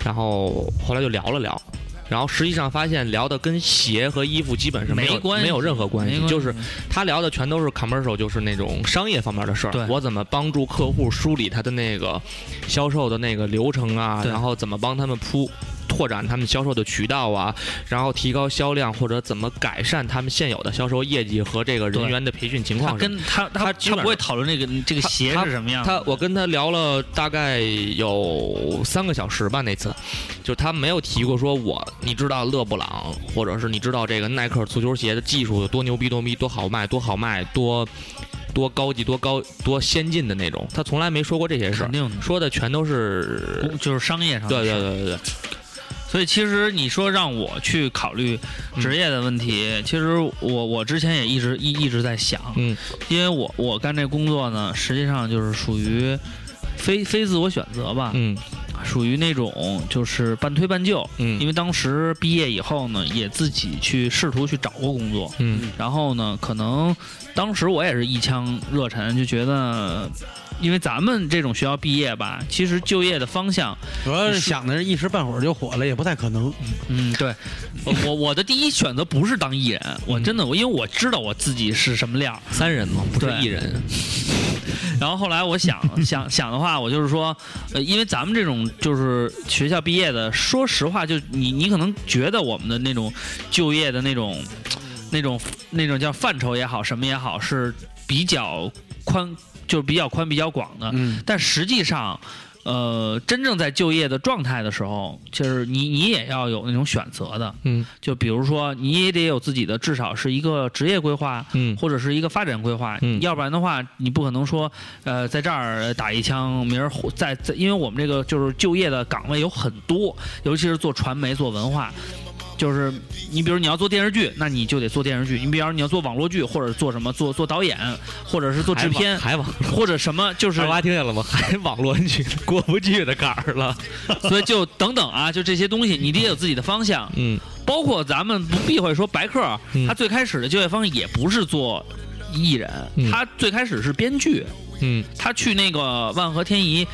Speaker 2: 然后后来就聊了聊。然后实际上发现聊的跟鞋和衣服基本是没有
Speaker 1: 没关系
Speaker 2: 有任何关
Speaker 1: 没
Speaker 2: 系，
Speaker 1: 关
Speaker 2: 就是他聊的全都是 commercial，就是那种商业方面的事
Speaker 1: 对
Speaker 2: 儿。我怎么帮助客户梳理他的那个销售的那个流程啊，
Speaker 1: 对
Speaker 2: 然后怎么帮他们铺拓展他们销售的渠道啊，然后提高销量或者怎么改善他们现有的销售业绩和这个人
Speaker 1: 对
Speaker 2: 员的培训情
Speaker 1: 他
Speaker 2: 况什么的。
Speaker 1: 跟他他
Speaker 2: 他基
Speaker 1: 他
Speaker 2: 本
Speaker 1: 不会讨论这个这个
Speaker 2: 他
Speaker 1: 鞋
Speaker 2: 他
Speaker 1: 是什么样的，
Speaker 2: 他我跟他聊了大概有三个小时吧，那次，就他没有提过说我你知道勒布朗，或者是你知道这个耐克足球鞋的技术有多牛逼多牛逼多好卖多好卖多多高级多高多先进的那种，他从来没说过这些事儿
Speaker 1: 肯，定的
Speaker 2: 说的全都是
Speaker 1: 不就是商业上的
Speaker 2: 对
Speaker 1: 事
Speaker 2: 对
Speaker 1: 儿
Speaker 2: 对对对，嗯
Speaker 1: 所以其实你说让我去考虑职业的问题，其实我我之前也一直一一直在想，
Speaker 2: 嗯，
Speaker 1: 因为我我干这工作呢，实际上就是属于非非自我选择吧，
Speaker 2: 嗯
Speaker 1: 属于那种就是半推半就。因
Speaker 2: 嗯
Speaker 1: 为当时毕业以后呢，也自己去试图去找过工作，
Speaker 2: 嗯
Speaker 1: 然后呢，可能当时我也是一腔热忱，就觉得，因为咱们这种学校毕业吧，其实就业的方向，
Speaker 5: 主要是想的是一时半会儿就火了，也不太可能。
Speaker 1: 嗯，对，我我我的第一选择不是当艺人，我真的，我因为我知道我自己是什么料儿。
Speaker 2: 三人嘛，不是
Speaker 1: 对
Speaker 2: 一人，
Speaker 1: 然后后来我想想想的话，我就是说，呃，因为咱们这种就是学校毕业的，说实话，就你你可能觉得我们的那种就业的那种那种那种叫范畴也好，什么也好，是比较宽，就是比较宽比较广的，
Speaker 5: 嗯，
Speaker 1: 但实际上。呃，真正在就业的状态的时候，就是你你也要有那种选择的，
Speaker 2: 嗯
Speaker 1: 就比如说你也得有自己的，至少是一个职业规划，
Speaker 2: 嗯
Speaker 1: 或者是一个发展规划，
Speaker 2: 嗯
Speaker 1: 要不然的话，你不可能说，呃，在这儿打一枪，明儿回在在，因为我们这个就是就业的岗位有很多，尤其是做传媒、做文化，就是你比如你要做电视剧，那你就得做电视剧；你比方说你要做网络剧，或者做什么做做导演，或者是做制片，
Speaker 2: 还往
Speaker 1: 或者什么，就是
Speaker 2: 二娃听见了吗？还网络剧过不去的坎儿了，
Speaker 1: 所以就等等啊，就这些东西，你得有自己的方向。
Speaker 2: 嗯
Speaker 1: 包括咱们不避讳说白客儿，
Speaker 2: 嗯
Speaker 1: 他最开始的就业方也不是做艺人，
Speaker 2: 嗯
Speaker 1: 他最开始是编剧。
Speaker 2: 嗯
Speaker 1: 他去那个万和天宜，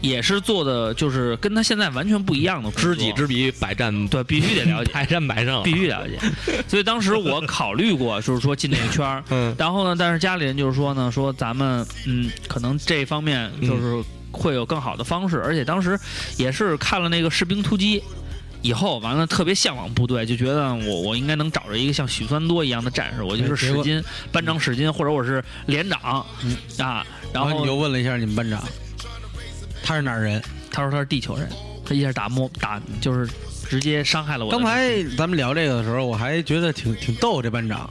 Speaker 1: 也是做的就是跟他现在完全不一样的工作
Speaker 2: 知己知彼，百战
Speaker 1: 对，必须得了解，
Speaker 2: 百战百胜，
Speaker 1: 必须了解。所以当时我考虑过，就是说进这个圈儿，
Speaker 2: 嗯
Speaker 1: 然后呢，但是家里人就是说呢，说咱们嗯，可能这方面就是会有更好的方
Speaker 5: 嗯
Speaker 1: 式，而且当时也是看了那个《士兵突击》。以后完了，特别向往部队，就觉得我我应该能找着一个像许三多一样的战士，我就是
Speaker 5: 哎结
Speaker 1: 史
Speaker 5: 果
Speaker 1: 金班长史金，或者我是连长、
Speaker 5: 嗯
Speaker 1: 啊。然
Speaker 5: 然后
Speaker 1: 后
Speaker 5: 你就问了一下你们班长，他是哪儿人？
Speaker 1: 他说他是地球人，他一下打摸打就是直接伤害了我的
Speaker 5: 刚
Speaker 1: 人。
Speaker 5: 才咱们聊这个的时候，我还觉得挺挺逗这班长。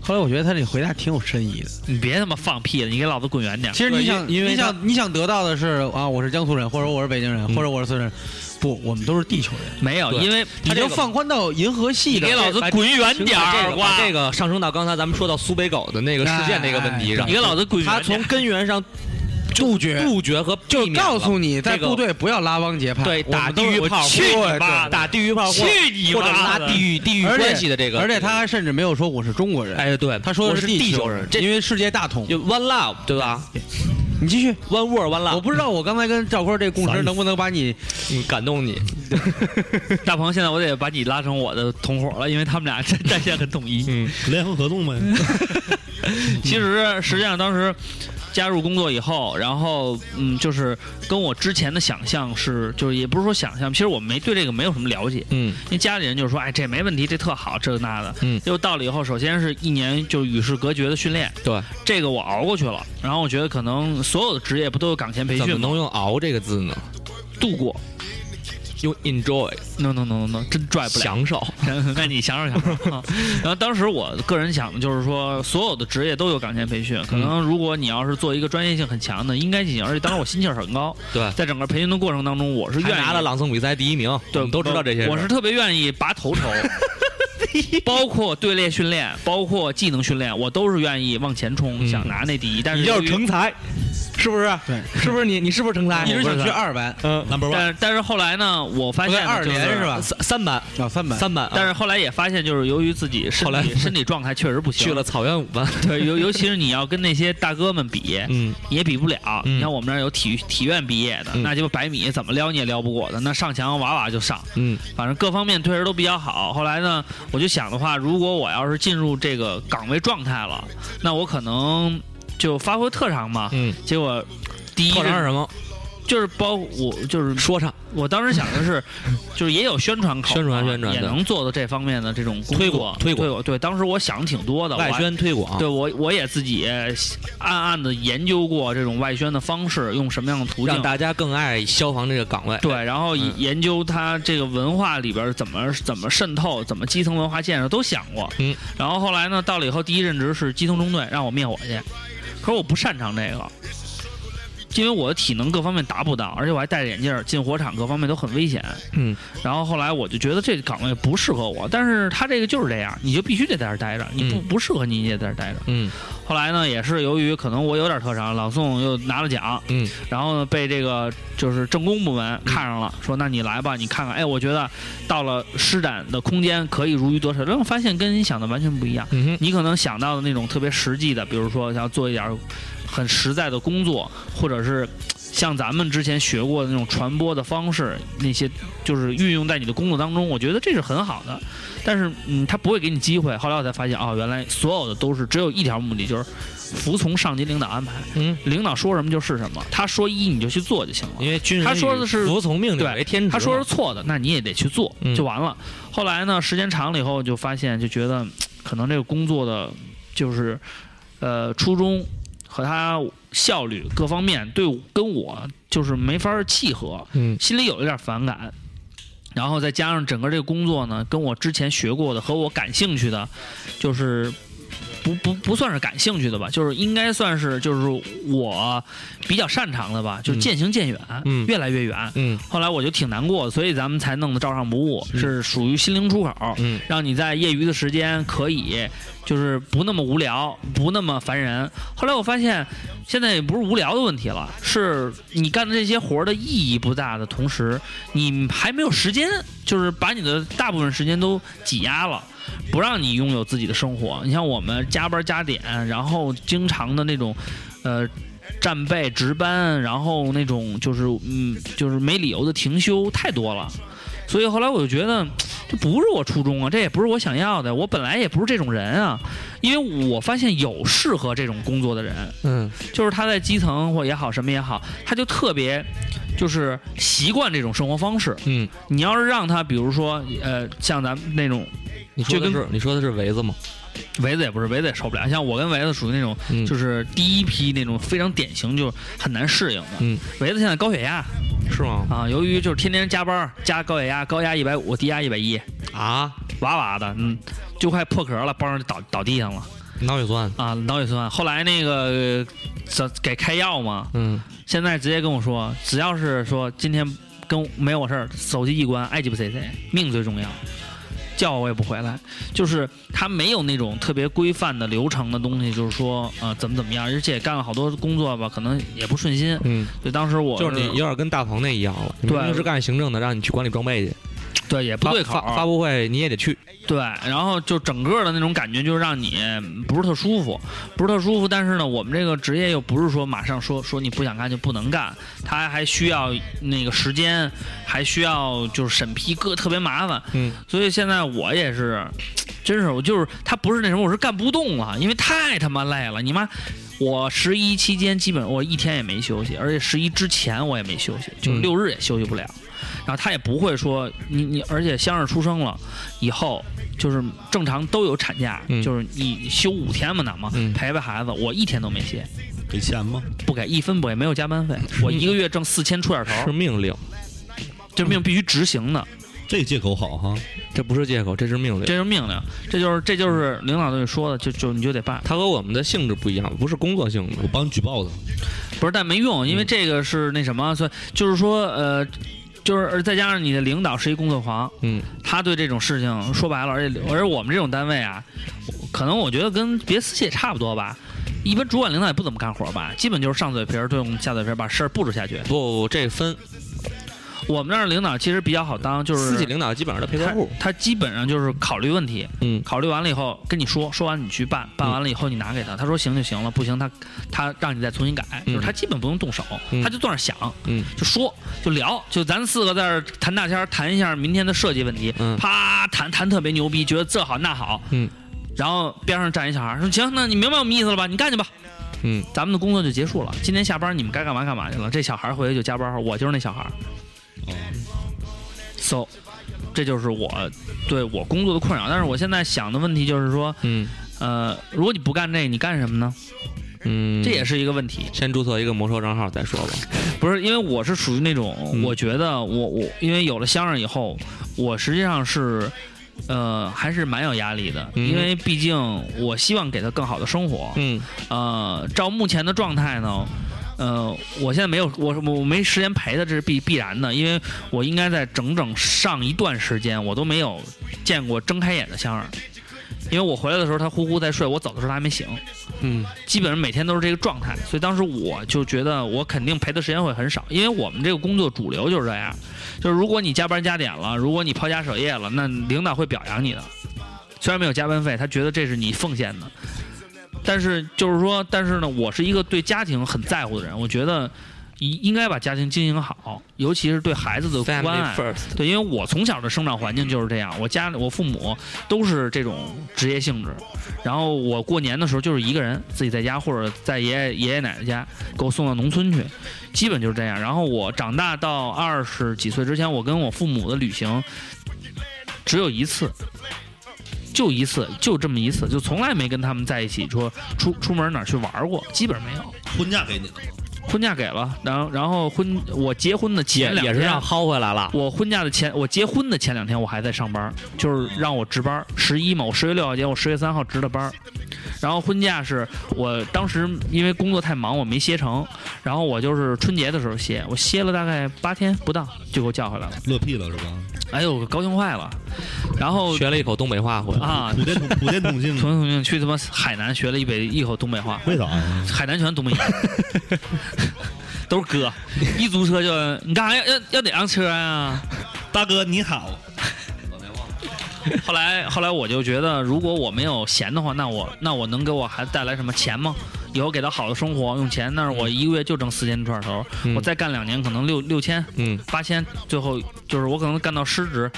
Speaker 5: 后来我觉得他这回答挺有深意的。
Speaker 1: 你别他妈放屁了，你给老子滚远点儿！
Speaker 5: 其实你
Speaker 2: 对
Speaker 5: 想，
Speaker 2: 因因为
Speaker 5: 你
Speaker 2: 他
Speaker 5: 想你想得到的是啊，我是江苏人，或者我是北京人，
Speaker 2: 嗯
Speaker 5: 或者我是四川人，不，我们都是地球人，
Speaker 1: 没有，
Speaker 2: 对
Speaker 1: 因为
Speaker 5: 你
Speaker 1: 他
Speaker 5: 就
Speaker 1: 这个
Speaker 5: 放宽到银河系
Speaker 1: 你
Speaker 5: 的
Speaker 1: 给老子滚远点儿，
Speaker 2: 把
Speaker 1: 瓜
Speaker 2: 这个上升到刚才咱们说到苏北狗的那个事件那个问题上
Speaker 1: 你，给老子滚
Speaker 2: 他
Speaker 1: 远点
Speaker 2: 从
Speaker 1: 儿。
Speaker 2: 根源上
Speaker 5: 杜绝，
Speaker 2: 杜绝和避
Speaker 5: 就
Speaker 2: 免
Speaker 5: 告诉
Speaker 2: 了
Speaker 5: 你，在
Speaker 2: 这个
Speaker 5: 部队不要拉帮结派，
Speaker 2: 对
Speaker 5: 我们
Speaker 2: 打地
Speaker 5: 都是
Speaker 2: 狱
Speaker 5: 我
Speaker 2: 炮，
Speaker 5: 去你
Speaker 2: 或者
Speaker 5: 妈的
Speaker 2: 打地狱炮，或者
Speaker 1: 去你
Speaker 2: 或者
Speaker 1: 妈
Speaker 2: 拉
Speaker 1: 的
Speaker 2: 地狱地狱
Speaker 5: 而且
Speaker 2: 关系的这个，
Speaker 5: 而且他还甚至没有说我是中国人，
Speaker 2: 哎对，
Speaker 5: 他说
Speaker 2: 我
Speaker 5: 的
Speaker 2: 是
Speaker 5: 地
Speaker 2: 球
Speaker 5: 人
Speaker 2: 人，，这
Speaker 5: 因为世界大同。
Speaker 2: 就 one love 对吧
Speaker 5: 你继续，
Speaker 2: ？one word one
Speaker 5: 我
Speaker 2: love，
Speaker 5: 不知道我刚才跟赵坤这共识能不能把你
Speaker 2: 嗯感动你，
Speaker 1: 大鹏，现在我得把你拉成我的同伙了，因为他们俩战战线很统 一。
Speaker 2: 嗯，
Speaker 4: 联合合纵呗。
Speaker 1: 其实实际上当时加入工作以后，然后嗯，就是跟我之前的想象是，就是也不是说想象，其实我没对这个没有什么了解，
Speaker 2: 嗯
Speaker 1: 因为家里人就说，哎，这没问题，这特好，这那的。
Speaker 2: 嗯
Speaker 1: 结果到了以后，首先是一年就与世隔绝的训练，
Speaker 2: 对，
Speaker 1: 这个我熬过去了。然后我觉得可能所有的职业不都有岗前培
Speaker 2: 怎么
Speaker 1: 训吗？
Speaker 2: 能用熬这个字呢？
Speaker 1: 度过
Speaker 2: 用 enjoy
Speaker 1: ？no no no no no，真拽哎不了。
Speaker 2: 享受，
Speaker 1: 那你想想想想。然后当时我个人想的就是说，所有的职业都有岗前培训，
Speaker 2: 嗯
Speaker 1: 可能如果你要是做一个专业性很强的，应该进行。而且当时我心气儿很高，
Speaker 2: 对，
Speaker 1: 在整个培训的过程当中，我是
Speaker 2: 还
Speaker 1: 愿意
Speaker 2: 拿了朗诵比赛第一名，我
Speaker 1: 对，
Speaker 2: 们都知道这些事儿，
Speaker 1: 我是特别愿意拔 头筹，包括队列训练，包括技能训练，我都是愿意往前冲，
Speaker 2: 嗯
Speaker 1: 想拿那第一。但是
Speaker 2: 你就
Speaker 1: 由
Speaker 2: 是
Speaker 1: 于
Speaker 2: 成才，是不是？
Speaker 5: 对，
Speaker 2: 是不是你？你是不是成才？
Speaker 5: 一直
Speaker 2: 我
Speaker 5: 想
Speaker 2: 不
Speaker 5: 去
Speaker 2: 是
Speaker 5: 二班
Speaker 1: 呃
Speaker 4: Number one，
Speaker 1: 但但是后来呢，我发
Speaker 5: 不对
Speaker 1: 现
Speaker 5: 二
Speaker 1: 就是
Speaker 5: 连是吧？
Speaker 2: 三三班，
Speaker 5: 啊，三班，
Speaker 2: 三班啊，
Speaker 1: 但是后来也发现，就是由于自己身
Speaker 2: 后来
Speaker 1: 体身体状态确实不行，
Speaker 2: 去了草原五班，
Speaker 1: 对，尤尤其是你要跟那些大哥们 比，
Speaker 2: 嗯，
Speaker 1: 你也比不了。
Speaker 2: 嗯
Speaker 1: 你看我们那儿有体育体院毕业的，
Speaker 2: 嗯
Speaker 1: 那鸡巴百米怎么撩你也撩不过的，那上墙哇哇就上，
Speaker 2: 嗯，
Speaker 1: 反正各方面确实都比较好。后来呢，我就想的话，如果我要是进入这个岗位状态了，那我可能就发挥特长嘛。
Speaker 2: 嗯，
Speaker 1: 结果第一
Speaker 2: 特长是
Speaker 1: 是
Speaker 2: 什么？
Speaker 1: 就是包我就是
Speaker 2: 说唱，
Speaker 1: 我当时想的 是，就是也有宣传口嘛，啊
Speaker 2: 宣传宣传
Speaker 1: 也
Speaker 2: 对
Speaker 1: 能做到这方面的这种工
Speaker 2: 推
Speaker 1: 作
Speaker 2: 广推广
Speaker 1: 对，当时我想挺多的，我
Speaker 2: 外
Speaker 1: 还
Speaker 2: 宣推广，
Speaker 1: 对我我也自己暗暗的研究过这种外宣的方式，用什么样的途
Speaker 2: 让
Speaker 1: 径。
Speaker 2: 大家更爱消防这个岗位。
Speaker 1: 对，然后
Speaker 2: 嗯
Speaker 1: 研究它这个文化里边儿怎么怎么渗透，怎么基层文化建设都想过。
Speaker 2: 嗯，
Speaker 1: 然后后来呢，到了以后第一任职是基层中队，让我灭火去，可是我不擅长这个，因为我的体能各方面达不到，而且我还戴着眼镜儿，进火场各方面都很危险。
Speaker 2: 嗯，
Speaker 1: 然后后来我就觉得这个岗位不适合我，但是他这个就是这样，你就必须得在这儿待着，你不、
Speaker 2: 嗯
Speaker 1: 不适合你你也在这儿待着。
Speaker 2: 嗯
Speaker 1: 后来呢，也是由于可能我有点特长，朗诵又拿了奖，
Speaker 2: 嗯，
Speaker 1: 然后呢被这个就是政工部门看上了，说那你来吧，你看看，哎，我觉得到了施展的空间可以如鱼得水，但我发现跟你想的完全不一样。
Speaker 2: 嗯哼，
Speaker 1: 你可能想到的那种特别实际的，比如说像做一点儿很实在的工作，或者是像咱们之前学过的那种传播的方式，那些就是运用在你的工作当中，我觉得这是很好的。但是，嗯，他不会给你机会。后来我才发现，哦，原来所有的都是只有一条目的，就是服从上级领导安排。
Speaker 2: 嗯，
Speaker 1: 领导说什么就是什么，他说一你就去做就行了。
Speaker 2: 因为军人
Speaker 1: 他说的是
Speaker 2: 以服从命令
Speaker 1: 对
Speaker 2: 为天职嘛，
Speaker 1: 他说是错的，那你也得去做
Speaker 2: 嗯，
Speaker 1: 就完了。后来呢，时间长了以后，就发现就觉得嗯可能这个工作的，就是呃初衷和他效率各方面对我跟我就是没法儿契合，
Speaker 2: 嗯
Speaker 1: 心里有一点反感。然后再加上整个这个工作呢，跟我之前学过的和我感兴趣的，就是不不不算是感兴趣的吧，就是应该算是就是我比较擅长的吧，就是
Speaker 2: 嗯
Speaker 1: 渐行渐远，
Speaker 2: 嗯
Speaker 1: 越来越远。
Speaker 2: 嗯
Speaker 1: 后来我就挺难过，所以咱们才弄的照上不误，
Speaker 2: 嗯
Speaker 1: 是属于心灵出口，
Speaker 2: 嗯
Speaker 1: 让你在业余的时间可以就是不那么无聊，不那么烦人。后来我发现，现在也不是无聊的问题了，是你干的这些活儿的意义不大的同时，你还没有时间，就是把你的大部分时间都挤压了。不让你拥有自己的生活。你像我们加班加点，然后经常的那种，呃。站背值班，然后那种就是嗯，就是没理由的停休太多了，所以后来我就觉得这不是我初衷啊，这也不是我想要的，我本来也不是这种人啊，因为我发现有适合这种工作的人，
Speaker 2: 嗯
Speaker 1: 就是他在基层或也好什么也好，他就特别就是习惯这种生活方式。
Speaker 2: 嗯，
Speaker 1: 你要是让他，比如说呃，像咱们那种
Speaker 2: 你说的
Speaker 1: 就跟
Speaker 2: 是你说的是围子吗？
Speaker 1: 维子也不是，维子也受不了。像我跟维子属于那种，
Speaker 2: 嗯
Speaker 1: 就是第一批那种非常典型，就是很难适应的。
Speaker 2: 嗯，
Speaker 1: 维子现在高血压
Speaker 2: 是吗？
Speaker 1: 啊，由于就是天天加班儿加高血压，高压一百五，低压一百一，
Speaker 2: 啊，
Speaker 1: 哇哇的，嗯，就快破壳了，帮着倒倒地上了
Speaker 2: 脑血栓，
Speaker 1: 啊，脑血栓。后来那个呃给开药嘛，
Speaker 2: 嗯
Speaker 1: 现在直接跟我说，只要是说今天跟没我事儿，手机一关，爱鸡巴谁谁，命最重要。叫我也不回来，就是他没有那种特别规范的流程的东西，就是说呃怎么怎么样，而且也干了好多工作吧，可能也不顺心。
Speaker 2: 嗯，
Speaker 1: 就当时我
Speaker 2: 就是你有点跟大鹏那一样了，你
Speaker 1: 对
Speaker 2: 明明是干行政的，让你去管理装备去，
Speaker 1: 对也不
Speaker 2: 发
Speaker 1: 对口
Speaker 2: 发发布会你也得去，
Speaker 1: 对，然后就整个的那种感觉就是让你不是特舒服，不是特舒服。但是呢，我们这个职业又不是说马上说说你不想干就不能干，它还需要那个时间，还需要就是审批各特别麻烦。
Speaker 2: 嗯，
Speaker 1: 所以现在我也是，真是我就是他不是那什么，我是干不动了，因为太他妈累了。你妈，我十一期间基本我一天也没休息，而且十一之前我也没休息，就是
Speaker 2: 嗯
Speaker 1: 六日也休息不了。然后他也不会说你你，而且香儿出生了以后，就是正常都有产假，
Speaker 2: 嗯
Speaker 1: 就是你休五天嘛，那嘛、
Speaker 2: 嗯
Speaker 1: 陪陪孩子，我一天都没歇，
Speaker 4: 给钱吗？
Speaker 1: 不给一分不给，没有加班费，我一个月挣四千出点头
Speaker 2: 嗯是嗯
Speaker 1: 儿，
Speaker 2: 命令，
Speaker 1: 这命必须执行的。
Speaker 4: 这借口好哈，
Speaker 2: 这不是借口，这是命令。
Speaker 1: 这就是命令，这就是这就是领导对你说的，就就你就得办，
Speaker 2: 它和我们的性质不一样，不是工作性质。
Speaker 4: 我帮你举报他。
Speaker 1: 不是但没用，
Speaker 2: 嗯
Speaker 1: 因为这个是那什么，所以就是说呃。就是，而再加上你的领导是一工作狂，
Speaker 2: 嗯，
Speaker 1: 他对这种事情说白了，而且而我们这种单位啊，可能我觉得跟别的私企也差不多吧，一般主管领导也不怎么干活吧，基本就是上嘴皮儿对下嘴皮儿把事儿布置下去。
Speaker 2: 不不不，这分
Speaker 1: 我们那儿领导其实比较好当，就是
Speaker 2: 私企领导基本上都陪客
Speaker 1: 他
Speaker 2: 户。
Speaker 1: 他基本上就是考虑问题，
Speaker 2: 嗯
Speaker 1: 考虑完了以后跟你说，说完你去办，办完了以后你拿给他，他说行就行了，不行他他让你再重新改，
Speaker 2: 嗯
Speaker 1: 就是他基本不用动手，
Speaker 2: 嗯
Speaker 1: 他就坐那儿想，
Speaker 2: 嗯
Speaker 1: 就说就聊，就咱四个在这儿谈大天儿，谈一下明天的设计问题，
Speaker 2: 嗯
Speaker 1: 啪谈谈特别牛逼，觉得这好那好，
Speaker 2: 嗯，
Speaker 1: 然后边上站一小孩儿说行，那你明白我们意思了吧？你干去吧，
Speaker 2: 嗯，
Speaker 1: 咱们的工作就结束了，今天下班你们该干嘛干嘛去了，这小孩儿回去就加班，我就是那小孩儿
Speaker 4: 哦，
Speaker 1: ，so。这就是我对我工作的困扰，但是我现在想的问题就是说，
Speaker 2: 嗯
Speaker 1: 呃，如果你不干这，你干什么呢？
Speaker 2: 嗯，
Speaker 1: 这也是一个问题。
Speaker 2: 先注册一个魔兽账号再说吧。
Speaker 1: 不是因为我是属于那种，
Speaker 2: 嗯
Speaker 1: 我觉得我我因为有了香儿以后，我实际上是。呃，还是蛮有压力的，
Speaker 2: 嗯
Speaker 1: 因为毕竟我希望给他更好的生活。
Speaker 2: 嗯
Speaker 1: 呃，照目前的状态呢，呃，我现在没有我我没时间陪他，这是必必然的，因为我应该在整整上一段时间我都没有见过睁开眼的香儿，因为我回来的时候他呼呼在睡，我走的时候他还没醒。
Speaker 2: 嗯
Speaker 1: 基本上每天都是这个状态，所以当时我就觉得我肯定陪的时间会很少，因为我们这个工作主流就是这样，就是如果你加班加点了，如果你抛家舍业了，那领导会表扬你的，虽然没有加班费，他觉得这是你奉献的，但是就是说，但是呢，我是一个对家庭很在乎的人，我觉得应应该把家庭经营好，尤其是对孩子的关
Speaker 2: ，Family
Speaker 1: 爱。
Speaker 2: first。
Speaker 1: 对，因为我从小的生长环境就是这样，我家里我父母都是这种职业性质，然后我过年的时候就是一个人自己在家，或者在爷爷爷爷奶奶家给我送到农村去，基本就是这样。然后我长大到二十几岁之前，我跟我父母的旅行只有一次。就一次，就这么一次，就从来没跟他们在一起说出出门哪儿去玩过，基本没有。
Speaker 4: 婚假给你了吗？
Speaker 1: 婚假给了，然后然后婚我结婚的
Speaker 2: 也
Speaker 1: 前两
Speaker 2: 也
Speaker 1: 天
Speaker 2: 是让薅回来了，
Speaker 1: 我婚假的前，我结婚的前两天我还在上班，就是让我值班，十一嘛，我十月六号结，我十月三号值的班。然后婚假是我当时因为工作太忙，我没歇成，然后我就是春节的时候歇，我歇了大概八天不到，就给我叫回来了。
Speaker 4: 乐屁了是吧？
Speaker 1: 哎呦，高兴坏了。然后
Speaker 2: 学了一口东北话回来。
Speaker 1: 哦啊，
Speaker 4: 普天同普天同庆
Speaker 1: 重，庆同庆去他妈海南学了一北一口东北话，
Speaker 4: 为啥呀？
Speaker 1: 海南全东北人，都是哥，一租车就你干啥要要要哪辆车啊？
Speaker 4: 大哥你好，
Speaker 1: 后来后来我就觉得，如果我没有闲的话，那我那我能给我孩子带来什么钱吗？以后给他好的生活用钱，但是我一个月就挣四千出点头，
Speaker 2: 嗯
Speaker 1: 我再干两年可能六六千
Speaker 2: 嗯
Speaker 1: 八千，最后就是我可能干到失职。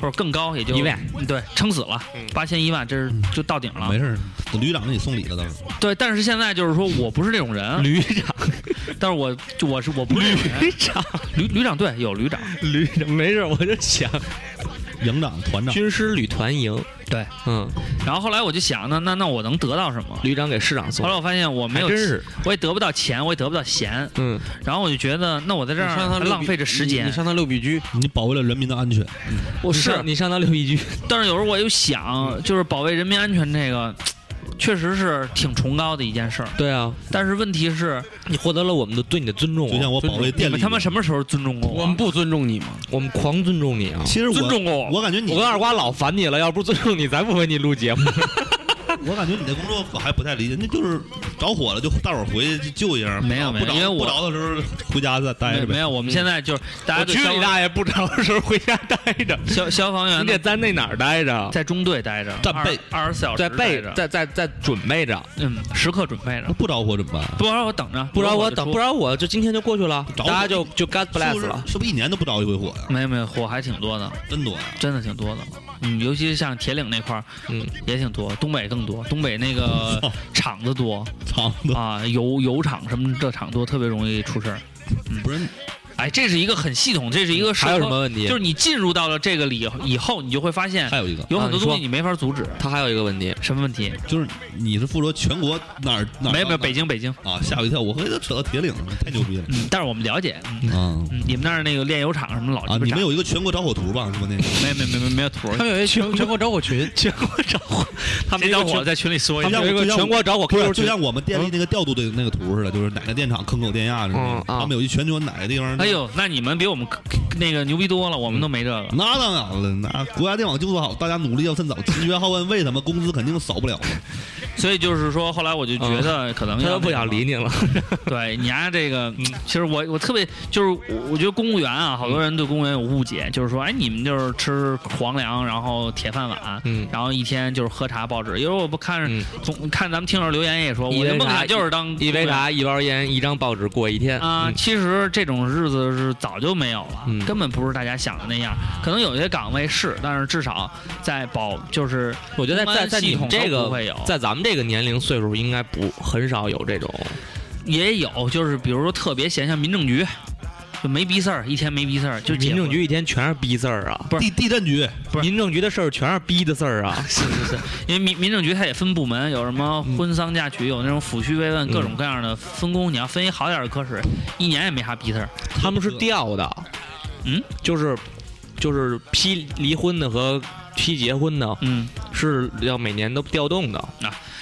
Speaker 1: 或者更高，也就
Speaker 2: 一万，
Speaker 1: 对，撑死了
Speaker 2: 嗯，
Speaker 1: 八千一万，这是就到顶了
Speaker 4: 没。事儿，旅长给你送礼了倒是。
Speaker 1: 对，但是现在就是说我不是这种人，
Speaker 2: 旅长，
Speaker 1: 但是我就我是我不是这种人
Speaker 2: 旅长，
Speaker 1: 旅旅长，对，有旅长，
Speaker 2: 旅长，没事，我就想
Speaker 4: 营长、团 长，
Speaker 2: 军师旅团营。
Speaker 1: 对，
Speaker 2: 嗯，
Speaker 1: 然后后来我就想，那那那我能得到什么？
Speaker 2: 旅长给市长送
Speaker 1: 后来，我发现我没
Speaker 2: 还
Speaker 1: 有，
Speaker 2: 真是。
Speaker 1: 我也得不到钱，我也得不到闲，
Speaker 2: 嗯，
Speaker 1: 然后我就觉得，那我在这儿
Speaker 5: 你上
Speaker 1: 还
Speaker 5: 趟六比
Speaker 1: 浪费着时
Speaker 5: 你
Speaker 1: 间
Speaker 5: 你。上趟六比居，
Speaker 4: 你保卫了人民的安全，
Speaker 2: 我
Speaker 1: 是
Speaker 2: 你上到六一居，
Speaker 1: 但是有时候我又想，就是保卫人民安全这个，确实是挺崇高的一件事儿。
Speaker 2: 对啊，
Speaker 1: 但是问题是，
Speaker 2: 你获得了我们的对你的尊重啊，
Speaker 4: 就像我保卫
Speaker 1: 你
Speaker 4: 电
Speaker 1: 们
Speaker 4: 力，
Speaker 1: 他妈什么时候尊重过
Speaker 5: 我们不尊重你吗？
Speaker 2: 我们狂尊重你啊！
Speaker 4: 其实我
Speaker 1: 尊重过我
Speaker 4: 我感觉你
Speaker 2: 我跟二瓜老烦你了，要不尊重你，咱不为你录节目。
Speaker 4: 我感觉你的工作我还不太理解，那就是着火了就大伙儿回去救一下，
Speaker 1: 没有没有
Speaker 4: 不着
Speaker 1: 因为我
Speaker 4: 不着的时候回家再待
Speaker 1: 没
Speaker 4: 着呗。
Speaker 1: 没有，我们现在就是大家
Speaker 2: 我
Speaker 1: 对
Speaker 2: 去
Speaker 1: 消
Speaker 2: 你大爷！不着的时候回家待着，
Speaker 1: 消消防员
Speaker 2: 你
Speaker 1: 的
Speaker 2: 得在那哪儿待着？
Speaker 1: 在中队待着，
Speaker 4: 战备
Speaker 1: 二十四小时
Speaker 2: 在备
Speaker 1: 待着，
Speaker 2: 在在在准备着，
Speaker 1: 嗯，时刻准备着
Speaker 4: 那，不着火怎么办？啊
Speaker 1: 不然我等着，
Speaker 2: 不然我
Speaker 1: 就
Speaker 2: 等，
Speaker 1: 出
Speaker 2: 不然我就今天就过去了，大
Speaker 4: 着火
Speaker 2: 家就就 God
Speaker 4: 是
Speaker 2: bless
Speaker 4: 不
Speaker 2: 了。
Speaker 4: 是是不是一年都不着一回火呀、
Speaker 1: 没有没有，火还挺多的，
Speaker 4: 真啊多呀、
Speaker 1: 真的挺多的，嗯，尤其是像铁岭那块儿
Speaker 2: 嗯，
Speaker 1: 也挺多，东北更多，东北那个
Speaker 4: 哦
Speaker 1: 厂子多
Speaker 4: 藏的
Speaker 1: 啊，油油厂什么这厂多，特别容易出事儿。
Speaker 4: 不是
Speaker 1: 哎，这是一个很系统，这是一个社
Speaker 2: 还有
Speaker 1: 科
Speaker 2: 什么问题
Speaker 1: 就是你进入到了这个里以后，你就会发现
Speaker 4: 还有一个，
Speaker 1: 有很
Speaker 2: 啊
Speaker 1: 多
Speaker 2: 你
Speaker 1: 东
Speaker 2: 说
Speaker 1: 西你没法阻止。
Speaker 2: 他还有一个问题，
Speaker 1: 什么问题？
Speaker 4: 就是你是负责全国哪儿哪儿
Speaker 1: 没有没
Speaker 4: 哪儿
Speaker 1: 有，北京北京。
Speaker 4: 啊，吓我一跳，我回头扯到铁岭了，太牛逼了
Speaker 1: 嗯，但是我们了解，嗯，
Speaker 4: 啊
Speaker 1: 嗯你们那儿那个炼油厂什么老鸡
Speaker 4: 啊！
Speaker 1: 巴
Speaker 4: 你
Speaker 1: 炸
Speaker 4: 们有一个全国着火图吧？是吧？那个
Speaker 1: 没没没没没有图儿，
Speaker 5: 他们有一全全国着火群，
Speaker 2: 全国着 火，他们
Speaker 1: 谁
Speaker 2: 一个
Speaker 1: 找我
Speaker 2: 全
Speaker 1: 在群里说一
Speaker 2: 他
Speaker 1: 下
Speaker 2: 们。有一
Speaker 4: 就
Speaker 2: 个
Speaker 4: 像
Speaker 2: 全国着火
Speaker 4: 不是
Speaker 2: QQ
Speaker 4: 就
Speaker 2: 群，
Speaker 4: 像我们电力那个调度的那个图似的，就是哪个电厂坑口电压似的，
Speaker 2: 嗯啊
Speaker 4: 他们有一全球哪个地方。
Speaker 1: 哎呦，那你们比我们那个牛逼多了，我们都没这
Speaker 2: 嗯
Speaker 1: 个。
Speaker 4: 那当然了，那国家电网就做好，大家努力要趁早。集约好问为什么工资肯定少不了。
Speaker 1: 所以就是说，后来我就觉得可能
Speaker 2: 嗯他
Speaker 1: 要
Speaker 2: 都不想理你了。
Speaker 1: 对你按这个，
Speaker 2: 嗯
Speaker 1: 其实我我特别就是我我觉得公务员啊，好多人对公务员有误解，就是说，哎，你们就是吃皇粮，然后铁饭碗，
Speaker 2: 嗯
Speaker 1: 然后一天就是喝茶报纸。因为我不看
Speaker 2: 嗯
Speaker 1: 总看咱们听友留言也说，
Speaker 2: 一
Speaker 1: 我的
Speaker 2: 杯
Speaker 1: 梦
Speaker 2: 茶
Speaker 1: 想就是当
Speaker 2: 一
Speaker 1: 公
Speaker 2: 杯
Speaker 1: 务员
Speaker 2: 茶，一包烟，一张报纸过一天
Speaker 1: 啊、
Speaker 2: 嗯
Speaker 1: 其实这种日子是早就没有了，
Speaker 2: 嗯
Speaker 1: 根本不是大家想的那样。可能有些岗位是，但是至少在保就是
Speaker 2: 我觉得
Speaker 1: 公
Speaker 2: 在在
Speaker 1: 安
Speaker 2: 在
Speaker 1: 系
Speaker 2: 你
Speaker 1: 统
Speaker 2: 们这
Speaker 1: 都不
Speaker 2: 个
Speaker 1: 会有，
Speaker 2: 在咱们这个年龄岁数，应该不很少有这种。
Speaker 1: 也有就是比如说特别闲，像民政局就没逼事儿，一天没逼事儿就
Speaker 2: 民
Speaker 1: 解
Speaker 2: 政
Speaker 1: 雇
Speaker 2: 局一天全是逼字儿啊，
Speaker 1: 不是
Speaker 4: 地地震局
Speaker 1: 不是
Speaker 2: 民政局的事儿全是逼的字儿 啊。
Speaker 1: 是是是，因为民民政局它也分部门，有什么
Speaker 2: 嗯
Speaker 1: 婚丧嫁娶，有那种抚恤慰问，各种各样的分工。你要分一好点儿的科室，一年也没啥逼事儿。
Speaker 2: 他们是调的，
Speaker 1: 嗯，
Speaker 2: 就是就是批离婚的和批结婚的，
Speaker 1: 嗯，
Speaker 2: 是要每年都调动的。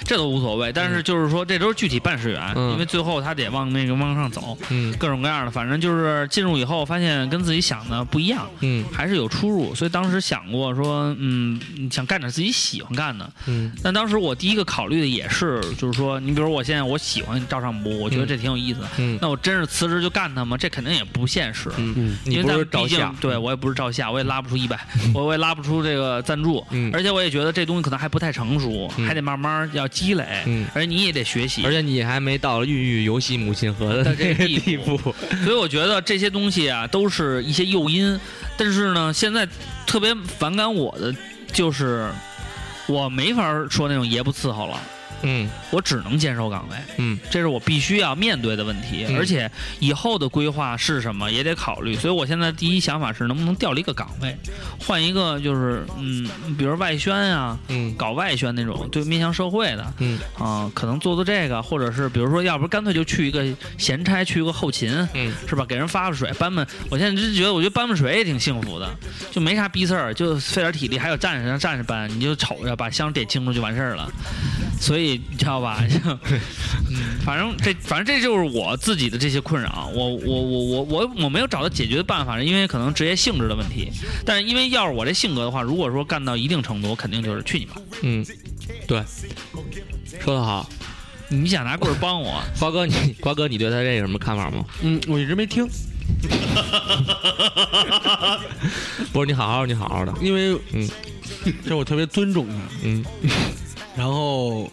Speaker 1: 这都无所谓，但是就是说这都是具体办事员，
Speaker 2: 嗯
Speaker 1: 因为最后他得往那个往上走，
Speaker 2: 嗯
Speaker 1: 各种各样的，反正就是进入以后发现跟自己想的不一样。
Speaker 2: 嗯
Speaker 1: 还是有出入，所以当时想过说，嗯，想干点自己喜欢干的。
Speaker 2: 嗯
Speaker 1: 但当时我第一个考虑的也是，就是说，你比如我现在我喜欢照相部，我觉得这挺有意思的。
Speaker 2: 嗯
Speaker 1: 那我真是辞职就干它吗？这肯定也不现实。
Speaker 2: 嗯，
Speaker 5: 嗯，
Speaker 2: 你
Speaker 1: 因
Speaker 2: 不
Speaker 1: 为咱
Speaker 2: 是
Speaker 1: 们
Speaker 2: 照
Speaker 1: 毕竟
Speaker 2: 相，嗯
Speaker 1: 对我也不是照相，我也拉不出一百，我我也拉不出这个赞助，
Speaker 2: 嗯
Speaker 1: 而且我也觉得这东西可能还不太成熟，
Speaker 2: 嗯
Speaker 1: 还得慢慢要积累，
Speaker 2: 嗯
Speaker 1: 而你也得学习
Speaker 2: 而，且你还没到孕育游戏母亲河的
Speaker 1: 到这
Speaker 2: 这
Speaker 1: 个
Speaker 2: 个
Speaker 1: 地
Speaker 2: 地
Speaker 1: 步
Speaker 2: 步。
Speaker 1: 所以我觉得这些东西啊都是一些诱因，但是呢，现在特别反感我的就是我没法说那种爷不伺候了。
Speaker 2: 嗯
Speaker 1: 我只能坚守岗位，
Speaker 2: 嗯，
Speaker 1: 这是我必须要面对的问题，
Speaker 2: 嗯
Speaker 1: 而且以后的规划是什么也得考虑。所以我现在第一想法是，能不能调离一个岗位，换一个就是，嗯，比如外宣呀、
Speaker 2: 嗯
Speaker 1: 搞外宣那种，对面向社会的，
Speaker 2: 嗯
Speaker 1: 啊、可能做做这个，或者是比如说，要不干脆就去一个闲差，去一个后勤，
Speaker 2: 嗯，
Speaker 1: 是吧？给人发发水，搬搬。我现在真觉得，我觉得搬搬水也挺幸福的，就没啥逼事儿，就费点体力，还有站着让站着搬，你就瞅着把箱点清楚就完事儿了。所以你知道吧？ 就，嗯，反正这反正这就是我自己的这些困扰，我我我我我我没有找到解决的办法，因为可能职业性质的问题。但是因为要是我这性格的话，如果说干到一定程度，我肯定就是去你妈！
Speaker 2: 嗯，对，说得好，
Speaker 1: 你想拿棍儿帮我，
Speaker 2: 瓜哥你瓜哥你对他这有什么看法吗？
Speaker 5: 嗯，我一直没听，
Speaker 2: 不是你好好你好好的，
Speaker 5: 因为
Speaker 2: 嗯
Speaker 5: 这我特别尊重他。
Speaker 2: 嗯
Speaker 5: 然后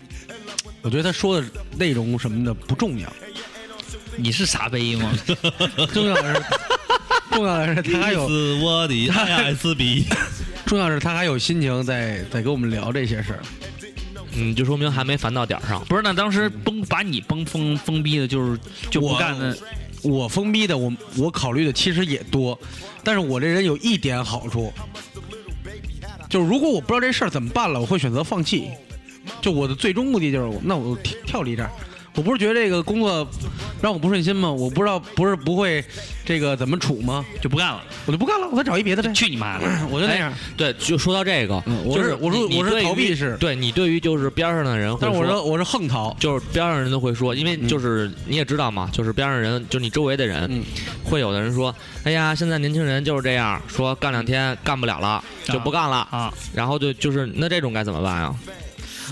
Speaker 5: 我觉得他说的内容什么的不重要，
Speaker 1: 你是傻逼吗？
Speaker 5: 呃重要的是 重要的是他还
Speaker 4: 你
Speaker 5: 有
Speaker 4: 是我的爱斯比，
Speaker 5: 重要的是他还有心情在在跟我们聊这些事儿。
Speaker 2: 嗯，就说明还没烦到点儿上。
Speaker 1: 不是，那当时崩把你崩疯疯逼的，就是就不
Speaker 5: 我
Speaker 1: 干的，
Speaker 5: 我封闭的，我我考虑的其实也多，但是我这人有一点好处，就是如果我不知道这事儿怎么办了，我会选择放弃。就我的最终目的就是我，那我跳跳离这儿。我不是觉得这个工作让我不顺心吗？我不知道，不是不会这个怎么处吗？
Speaker 1: 就不干了，
Speaker 5: 我就不干了，我再找一别的呗。
Speaker 1: 去你妈的！
Speaker 5: 我就那样，
Speaker 2: 对，就说到这个，
Speaker 5: 我
Speaker 2: 嗯就是
Speaker 5: 我说
Speaker 2: 你
Speaker 5: 我
Speaker 2: 你
Speaker 5: 是
Speaker 2: 对于
Speaker 5: 逃避式
Speaker 2: 对你对于就是边上的人会
Speaker 5: 但是我
Speaker 2: 说
Speaker 5: 说我是横逃，
Speaker 2: 就是边上人都会说，因为就是你也知道嘛，就是边上人，就是你周围的人，
Speaker 5: 嗯
Speaker 2: 会有的人说，哎呀，现在年轻人就是这样，说干两天干不了了就不干了，
Speaker 1: 啊，
Speaker 2: 然后就就是那这种该怎么办啊呀？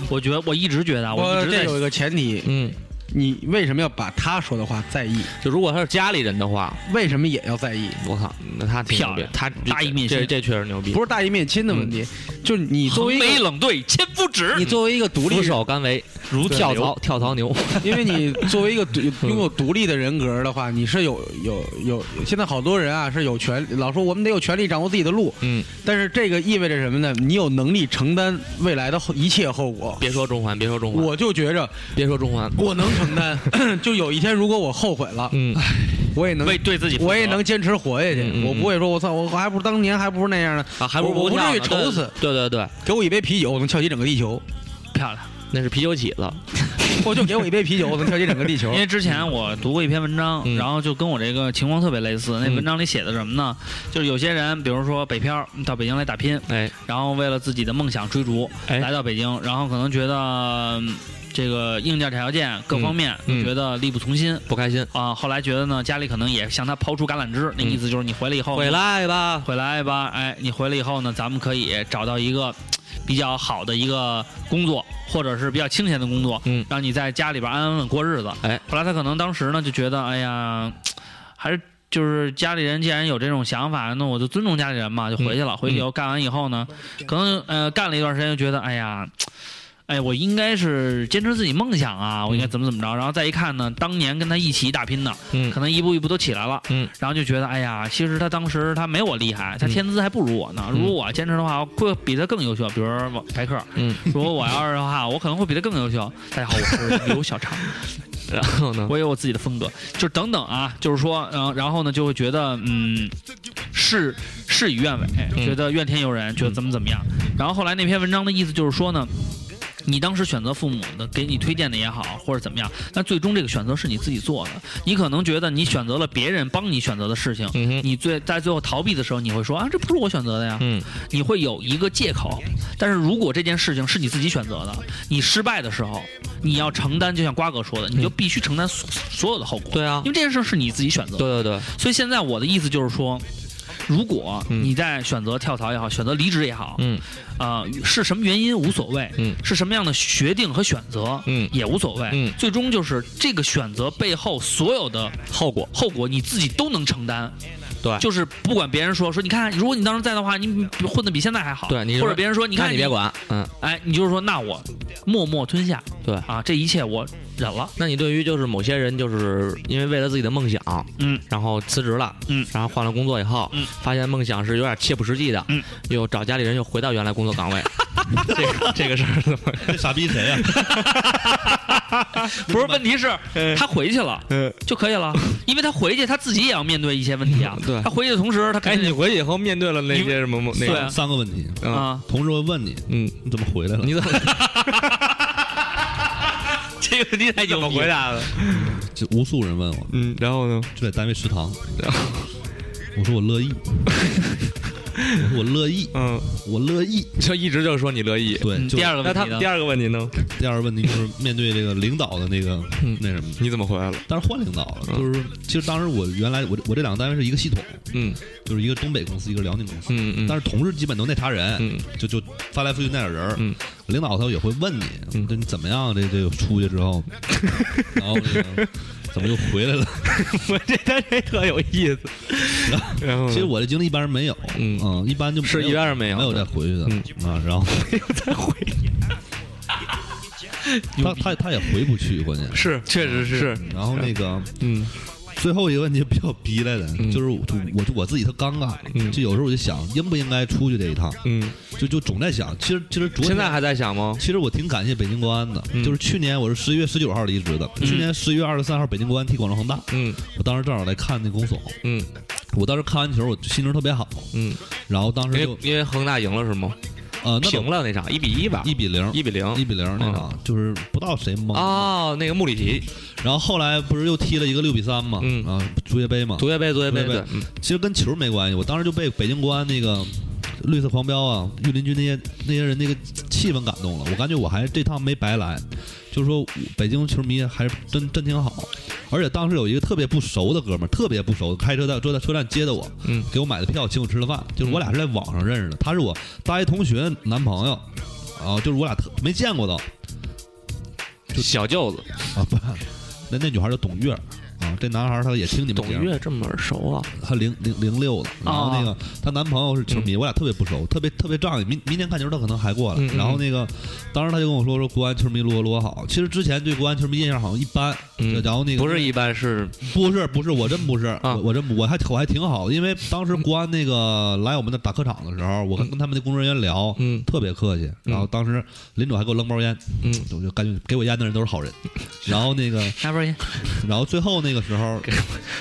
Speaker 1: 我觉得我一直觉得啊，
Speaker 5: 我
Speaker 1: 一直
Speaker 5: 这
Speaker 1: 在
Speaker 5: 有一个前提，
Speaker 2: 嗯，
Speaker 5: 你为什么要把他说的话在意？
Speaker 2: 就如果他是家里人的话，
Speaker 5: 为什么也要在意？
Speaker 2: 我靠，那他挺牛
Speaker 1: 漂
Speaker 2: 逼
Speaker 1: 亮，
Speaker 2: 他
Speaker 1: 大义灭亲
Speaker 2: 这这确实牛逼，
Speaker 5: 不是大义灭亲的问题，就是你作
Speaker 1: 嗯横
Speaker 5: 为一
Speaker 1: 眉
Speaker 5: 个
Speaker 1: 冷对千夫指，
Speaker 5: 你作为一个独立
Speaker 2: 俯
Speaker 5: 人，
Speaker 2: 首甘为，
Speaker 1: 如此
Speaker 2: 跳
Speaker 1: 流
Speaker 2: 槽跳槽牛，
Speaker 5: 因为你作为一个独拥有独立的人格的话，你是有有有。现在好多人啊是有权，老说我们得有权利掌握自己的路，
Speaker 2: 嗯，
Speaker 5: 但是这个意味着什么呢？你有能力承担未来的后一切后果。
Speaker 2: 别说中环，别说中环，
Speaker 5: 我就觉着
Speaker 2: 别说中环，
Speaker 5: 我能承担，就有一天如果我后悔了，
Speaker 2: 嗯，
Speaker 5: 我也能
Speaker 1: 为对自己负责，
Speaker 5: 我也能坚持活下去，
Speaker 2: 嗯嗯嗯
Speaker 5: 我不会说我操，我还不如当年还不如那样呢，
Speaker 2: 啊，还不如
Speaker 5: 我我不
Speaker 2: 跳
Speaker 5: 至于
Speaker 2: 呢
Speaker 5: 愁死，
Speaker 2: 对对对，对
Speaker 5: 给我一杯啤酒，我能翘起整个地球，
Speaker 1: 漂亮。
Speaker 2: 那是啤酒起子，
Speaker 5: 我就给我一杯啤酒，我能翘起整个地 球
Speaker 1: 因。为之
Speaker 5: 嗯
Speaker 1: 前我读过一篇文章，
Speaker 2: 嗯
Speaker 1: 然后就跟我这个情况特别类似。
Speaker 5: 嗯
Speaker 1: 那文章里写的什么呢？就是有些人，比如说北漂到北京来打拼，
Speaker 2: 哎
Speaker 1: 然后为了自己的梦想追逐，
Speaker 2: 哎
Speaker 1: 来到北京，然后可能觉得嗯这个硬件条件各方面
Speaker 2: 嗯
Speaker 1: 都觉得力不从心
Speaker 2: 不开心，
Speaker 1: 啊。后来觉得呢，家里可能也向他抛出橄榄枝，那
Speaker 2: 嗯
Speaker 1: 意思就是你回来以
Speaker 5: 哦
Speaker 1: 后，
Speaker 2: 回来吧，
Speaker 1: 回来吧，哎，你回来以后呢，咱们可以找到一个嘖比较好的一个工作，或者是比较清闲的工作，
Speaker 2: 嗯
Speaker 1: 让你在家里边安安稳稳过日子。
Speaker 2: 哎，
Speaker 1: 后来他可能当时呢就觉得，哎呀，嘖还是就是家里人既然有这种想法，那我就尊重家里人
Speaker 2: 嗯
Speaker 1: 嘛，就回去了。回去以后干完以后呢，可能呃干了一段时间，就觉得，哎呀。嘖哎，我应该是坚持自己梦想啊！我应该怎么怎么着？然后再一看呢，当年跟他一起打拼的，
Speaker 2: 嗯
Speaker 1: 可能一步一步都起来了。
Speaker 2: 嗯，
Speaker 1: 然后就觉得，哎呀，其实他当时他没我厉害，他天资还不如我呢。
Speaker 2: 嗯
Speaker 1: 如果我坚持的话，我会比他更优秀。比如说我白客，
Speaker 2: 嗯，
Speaker 1: 如果我要是的话，我可能会比他更优秀。大家好，我是刘小 畅，
Speaker 2: 然后呢？
Speaker 1: 我有我自己的风格，就是等等啊，就是说，嗯、然后呢，就会觉得，嗯，事事与愿违，
Speaker 2: 嗯
Speaker 1: 觉得怨天尤人，觉得怎么怎么样。然后后来那篇文章的意思就是说呢。你当时选择父母的给你推荐的也好，或者怎么样，但最终这个选择是你自己做的。你可能觉得你选择了别人帮你选择的事情，
Speaker 2: 嗯哼，
Speaker 1: 你最在最后逃避的时候，你会说啊，这不是我选择的呀，
Speaker 2: 嗯
Speaker 1: 你会有一个借口。但是如果这件事情是你自己选择的，你失败的时候，你要承担，就像瓜哥说的，你就必须承担所所有的后果。
Speaker 2: 嗯对啊
Speaker 1: 因为这件事是你自己选择的。
Speaker 2: 对对对，
Speaker 1: 所以现在我的意思就是说。如果
Speaker 2: 嗯
Speaker 1: 你在选择跳槽也好，选择离职也好，
Speaker 2: 嗯
Speaker 1: 啊、是什么原因无所谓，
Speaker 2: 嗯
Speaker 1: 是什么样的决定和选择，
Speaker 2: 嗯
Speaker 1: 也无所谓，
Speaker 2: 嗯
Speaker 1: 最终就是这个选择背后所有的
Speaker 2: 后果
Speaker 1: 后果你自己都能承担，
Speaker 2: 对
Speaker 1: 就是不管别人说说，你看，如果你当时在的话，你比混的比现在还好，
Speaker 2: 对你
Speaker 1: 或者
Speaker 2: 说
Speaker 1: 别人说，你
Speaker 2: 那
Speaker 1: 看
Speaker 2: 你别，管，嗯，
Speaker 1: 哎，你就是说，那我默默吞下，
Speaker 2: 对
Speaker 1: 啊，这一切我忍了，
Speaker 2: 那你对于就是某些人，就是因为为了自己的梦想，
Speaker 1: 嗯，
Speaker 2: 然后辞职了，
Speaker 1: 嗯，
Speaker 2: 然后换了工作以后，
Speaker 1: 嗯，
Speaker 2: 发现梦想是有点切不实际的，
Speaker 1: 嗯，
Speaker 2: 又找家里人又回到原来工作岗 位，这个这个事儿怎么？
Speaker 4: 这傻逼 谁呀？
Speaker 1: 不是，问题是，他回去了
Speaker 2: 嗯，，
Speaker 1: 就可以了，因为他回去他自己也要面对一些问题啊
Speaker 2: 对
Speaker 1: 他回去的同时，他肯定
Speaker 2: 回去以后面对了那
Speaker 1: 些
Speaker 2: 什么
Speaker 1: 个
Speaker 2: 那
Speaker 1: 对啊
Speaker 4: 三个问题，
Speaker 2: 啊，
Speaker 1: 啊，
Speaker 4: 同事会问你，
Speaker 2: 嗯，
Speaker 4: 你怎么回来了？
Speaker 2: 你怎么
Speaker 1: 这个你太牛逼了，
Speaker 2: 答的？
Speaker 4: 就无数人问我，
Speaker 2: 嗯，然后呢？
Speaker 4: 就在单位食堂，我说我乐意，我说我乐意，
Speaker 2: 嗯，
Speaker 4: 我乐意。
Speaker 2: 就一直就说你乐意。
Speaker 4: 对，
Speaker 1: 嗯
Speaker 4: 就
Speaker 1: 第二个问题呢，
Speaker 2: 二个问题呢？
Speaker 4: 第二个问题就是面对这个领导的那个
Speaker 2: 嗯
Speaker 4: 那什么，
Speaker 2: 你怎么回来了？
Speaker 4: 但是换领导了，
Speaker 2: 嗯
Speaker 4: 就是其实当时我原来我这我这两个单位是一个系统，
Speaker 2: 嗯
Speaker 4: 就是一个东北公司，一个辽宁公司，
Speaker 2: 嗯嗯，
Speaker 4: 但是同事基本都那茬人，
Speaker 2: 嗯
Speaker 4: 就就翻来覆去那点人儿，
Speaker 2: 嗯
Speaker 4: 领导他也会问你，
Speaker 2: 嗯
Speaker 4: 这你怎么样？这这出去之 后，然后这个怎么又回来了？
Speaker 2: 我这单位特有意思。然后呢
Speaker 4: 其实我这经历一般人没有，
Speaker 2: 嗯
Speaker 4: 一般就没有
Speaker 2: 是一般人没有嗯
Speaker 4: 没有再回去的、啊。然后
Speaker 2: 再回
Speaker 4: 他他他也回不去，关键是。
Speaker 2: 是确实是，
Speaker 4: 然后那个
Speaker 2: 嗯
Speaker 4: 最后一个问题比较逼来的，
Speaker 2: 嗯
Speaker 4: 就是我我我自己特尴尬，
Speaker 2: 嗯
Speaker 4: 就有时候我就想应不应该出去这一趟，
Speaker 2: 嗯，
Speaker 4: 就就总在想，其实其实昨天
Speaker 2: 现在还在想吗？
Speaker 4: 其实我挺感谢北京国安的，
Speaker 2: 嗯
Speaker 4: 就是去年我是十一月十九号离职的，去年十一月二十三号北京国安踢广州恒大，
Speaker 2: 嗯
Speaker 4: 我当时正好来看那公所，
Speaker 2: 嗯
Speaker 4: 我当时看完球我心情特别好，
Speaker 2: 嗯，
Speaker 4: 然后当
Speaker 2: 因
Speaker 4: 时就
Speaker 2: 为因为恒大赢了是吗？
Speaker 4: 呃，那
Speaker 2: 平了那场，一比一吧，
Speaker 4: 一比零，
Speaker 2: 一比零嗯
Speaker 4: 一比零那场，就是不知道谁蒙。
Speaker 2: 哦，那个穆里奇，
Speaker 4: 然后后来不是又踢了一个六比三嘛，
Speaker 2: 嗯
Speaker 4: 啊，足协杯嘛，
Speaker 2: 足协杯，足协杯，
Speaker 4: 足
Speaker 2: 对嗯
Speaker 4: 协杯，其实跟球没关系，我当时就被北京国安那个绿色狂飙啊、御林军那些那些人那个气氛感动了，我感觉我还这趟没白来，就是说北京球迷还是真真挺好，而且当时有一个特别不熟的哥们儿，特别不熟，开车在车在车站接的我，
Speaker 2: 嗯
Speaker 4: 给我买的票，请我吃了饭，就是我俩是在网上认识的，他是我大学同学男朋友，啊，就是我俩特没见过都，
Speaker 2: 嗯，小舅子，
Speaker 4: 啊不，那那女孩叫董月儿啊，这男孩儿他也听你们
Speaker 2: 董
Speaker 4: 节目
Speaker 2: 月这么耳熟啊？
Speaker 4: 他零零零六的，然后
Speaker 2: 哦
Speaker 4: 那个她男朋友是球迷，我俩特别不熟，特别特别仗义。明明天看球，他可能还过来
Speaker 2: 嗯。嗯
Speaker 4: 然后那个，当时他就跟我说说国安球迷罗罗好。其实之前对国安球迷印象好像一般，
Speaker 2: 嗯
Speaker 4: 然后那个
Speaker 2: 不是一般是
Speaker 4: 不是不是，我真不是，
Speaker 2: 啊
Speaker 4: 我我真不我还我还挺好的，因为当时国安那个来我们那打客场的时候，我跟跟他们的工作人员聊，
Speaker 2: 嗯
Speaker 4: 特别客气。然后当时林主还给我扔包烟，
Speaker 2: 嗯，
Speaker 4: 我就感觉给我烟的人都是 好人。然后那个，
Speaker 1: 拿包烟，
Speaker 4: 然后最后那个时候，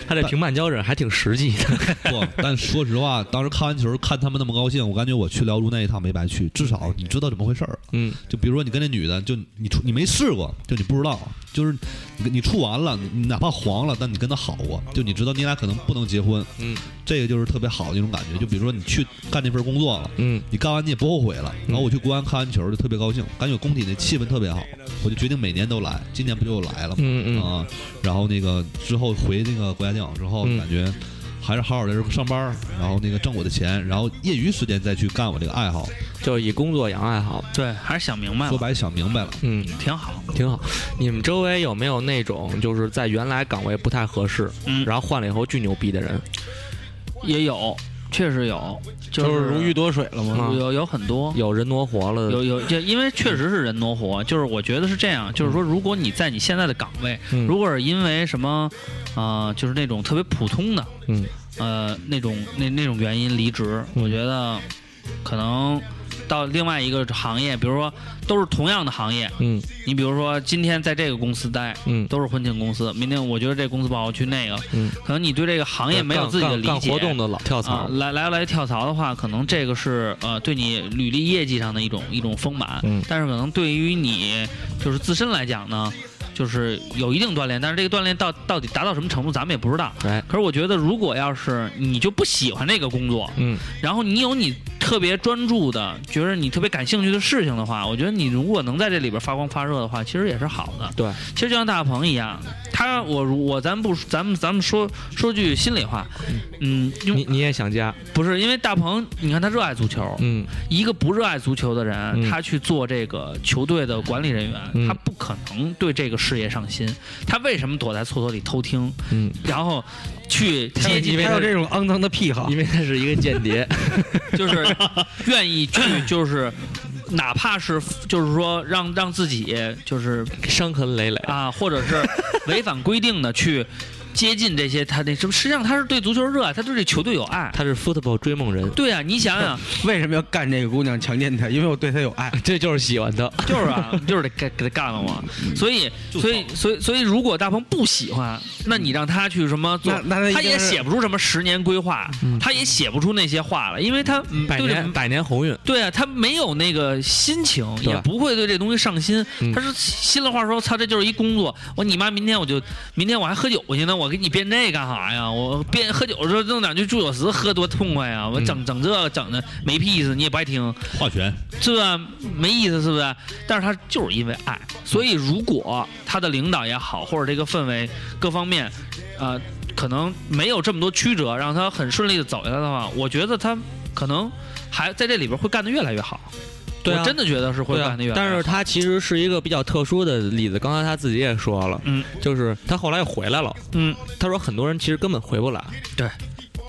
Speaker 2: 他这评判标准还挺实际的。
Speaker 4: 不，但说实话，当时看完球，看他们那么高兴，我感觉我去辽足那一趟没白去，至少你知道怎么回事儿了。
Speaker 2: 嗯，
Speaker 4: 就比如说你跟那女的，就你处你没试过，就你不知道，就是你你处完了，你哪怕黄了，但你跟她好过，就你知道你俩可能不能结婚。
Speaker 2: 嗯，
Speaker 4: 这个就是特别好的一种感觉。就比如说你去干这份工作了，
Speaker 2: 嗯，
Speaker 4: 你干完你也不后悔了。然后我去国安看完球就特别高兴，感觉工体那气氛特别好，我就决定每年都来，今年不就来了吗？
Speaker 2: 嗯嗯
Speaker 4: 啊，然后那个之后回那个国家电网之后，
Speaker 2: 嗯
Speaker 4: 感觉还是好好在这儿上班儿，然后那个挣我的钱，然后业余时间再去干我这个爱好。
Speaker 2: 就是以工作养爱好。
Speaker 1: 对，还是想明白
Speaker 4: 说
Speaker 1: 了，
Speaker 4: 白想明白了，
Speaker 2: 嗯，
Speaker 1: 挺好。
Speaker 2: 挺好。你们周围有没有那种就是在原来岗位不太合适，
Speaker 1: 嗯
Speaker 2: 然后换了以后巨牛逼的人？
Speaker 1: 也有，确实有，就
Speaker 5: 就是
Speaker 1: 是嗯
Speaker 5: 如鱼得水了嘛。
Speaker 1: 有有有很多。
Speaker 2: 哦有人挪活了的？
Speaker 1: 有有，这因为确实是人挪活，就是我觉得是这样，就是说，如果你在你现在的岗位，
Speaker 2: 嗯
Speaker 1: 如果是因为什么，啊，就是那种特别普通的，
Speaker 2: 嗯，
Speaker 1: 呃，那种那那种原因离职，
Speaker 2: 嗯
Speaker 1: 我觉得可能到另外一个行业，比如说都是同样的行业，
Speaker 2: 嗯
Speaker 1: 你比如说今天在这个公司待，
Speaker 2: 嗯，
Speaker 1: 都是婚庆公司，明天我觉得这公司不好，我去那个，
Speaker 2: 嗯呃
Speaker 1: 可能你对这个行业没有自己的理
Speaker 2: 干
Speaker 1: 解，
Speaker 2: 干活动的老跳槽
Speaker 1: 啊，。来来来跳槽的话，可能这个是呃对你履历业绩上的一种一种丰满，
Speaker 2: 嗯
Speaker 1: 但是可能对于你就是自身来讲呢，就是有一定锻炼，但是这个锻炼到到底达到什么程度，咱们也不知道。
Speaker 2: 哎，
Speaker 1: 可是我觉得，如果要是你就不喜欢这个工作，
Speaker 2: 嗯，
Speaker 1: 然后你有你特别专注的，觉得你特别感兴趣的事情的话，我觉得你如果能在这里边发光发热的话，其实也是好的。
Speaker 2: 对，
Speaker 1: 其实就像大鹏一样，他我我咱不咱们咱们说说句心里话，嗯，因为
Speaker 2: 你你也想家？
Speaker 1: 不是因为大鹏，你看他热爱足球，
Speaker 2: 嗯
Speaker 1: 一个不热爱足球的人，
Speaker 2: 嗯
Speaker 1: 他去做这个球队的管理人员，
Speaker 2: 嗯
Speaker 1: 他不可能对这个事业上心。他为什么躲在厕所里偷听，
Speaker 2: 嗯，
Speaker 1: 然后去接近
Speaker 2: 因为
Speaker 5: 还
Speaker 2: 他
Speaker 5: 有这种肮脏的癖好
Speaker 2: 因，为他是一个间谍。
Speaker 1: 就是愿意去，就是哪怕是就是说让让自己就是
Speaker 2: 伤痕累累。
Speaker 1: 啊，或者是违反规定的去接近这些他那什么，实际上他是对足球热爱，他对这球队有爱。
Speaker 2: 他是 football 追梦人，
Speaker 1: 对啊，你想想，
Speaker 5: 为什么要干这个姑娘强奸她？因为我对她有 爱。
Speaker 2: 这就是喜欢他。
Speaker 1: 就是啊，就是得给给他干了嘛。所以，所以，所以，所以，如果大鹏不喜欢，那你让他去什么做？
Speaker 5: 那那他
Speaker 1: 他
Speaker 5: 一定
Speaker 1: 也
Speaker 5: 是
Speaker 1: 写不出什么十年规划，他也写不出那些话了，因为他嗯
Speaker 2: 百
Speaker 1: 对这
Speaker 2: 年百年鸿运，
Speaker 1: 对啊，他没有那个心情，
Speaker 2: 对
Speaker 1: 也不会对这东西上心
Speaker 2: 嗯。
Speaker 1: 他是心里话说：“操，这就是一工作。我你妈明天我就明天我还喝酒去呢，我给你编这干啥呀？我编喝酒的时候弄两句祝酒词，喝多痛快呀！我
Speaker 2: 嗯
Speaker 1: 整整这整的没屁思，你也不爱听。”
Speaker 4: 化权
Speaker 1: 这没意思，是不是？但是他就是因为爱，所以如果他的领导也好，或者这个氛围各方面，呃，可能没有这么多曲折，让他很顺利的走下来的话，我觉得他可能还在这里边会干得越来越好。
Speaker 2: 对啊
Speaker 1: 我真的觉得是会
Speaker 2: 对啊
Speaker 1: 干得越来越好。
Speaker 2: 但是他其实是一个比较特殊的例子。刚才他自己也说了，
Speaker 1: 嗯，
Speaker 2: 就是他后来又回来了。
Speaker 1: 嗯，
Speaker 2: 他说很多人其实根本回不来。
Speaker 1: 对，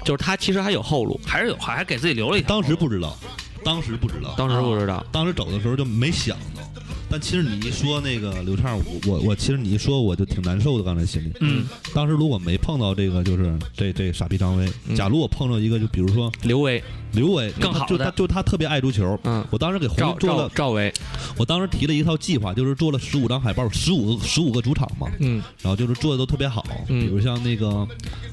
Speaker 2: 就是他其实还有后路。
Speaker 1: 还是有，还还给自己留了一条。
Speaker 4: 当时不知道，当时不知道，
Speaker 2: 当时不知道，
Speaker 4: 当时走的时候就没想到。但其实你一说那个刘畅，我我我其实你一说我就挺难受的，刚才心里。
Speaker 1: 嗯，
Speaker 4: 当时如果没碰到这个，就是这这傻逼张威，
Speaker 2: 嗯
Speaker 4: 假如我碰到一个，就比如说
Speaker 2: 刘威
Speaker 4: 刘伟
Speaker 1: 更好
Speaker 4: 就他
Speaker 1: 的
Speaker 4: 就他特别爱足球。
Speaker 2: 嗯，
Speaker 4: 我当时给红
Speaker 2: 赵
Speaker 4: 军做
Speaker 2: 赵
Speaker 4: 了，
Speaker 2: 赵薇，
Speaker 4: 我当时提了一套计划，就是做了十五张海报，十五个十五个主场嘛，
Speaker 2: 嗯
Speaker 4: 然后就是做的都特别好，
Speaker 2: 嗯
Speaker 4: 比如像那个，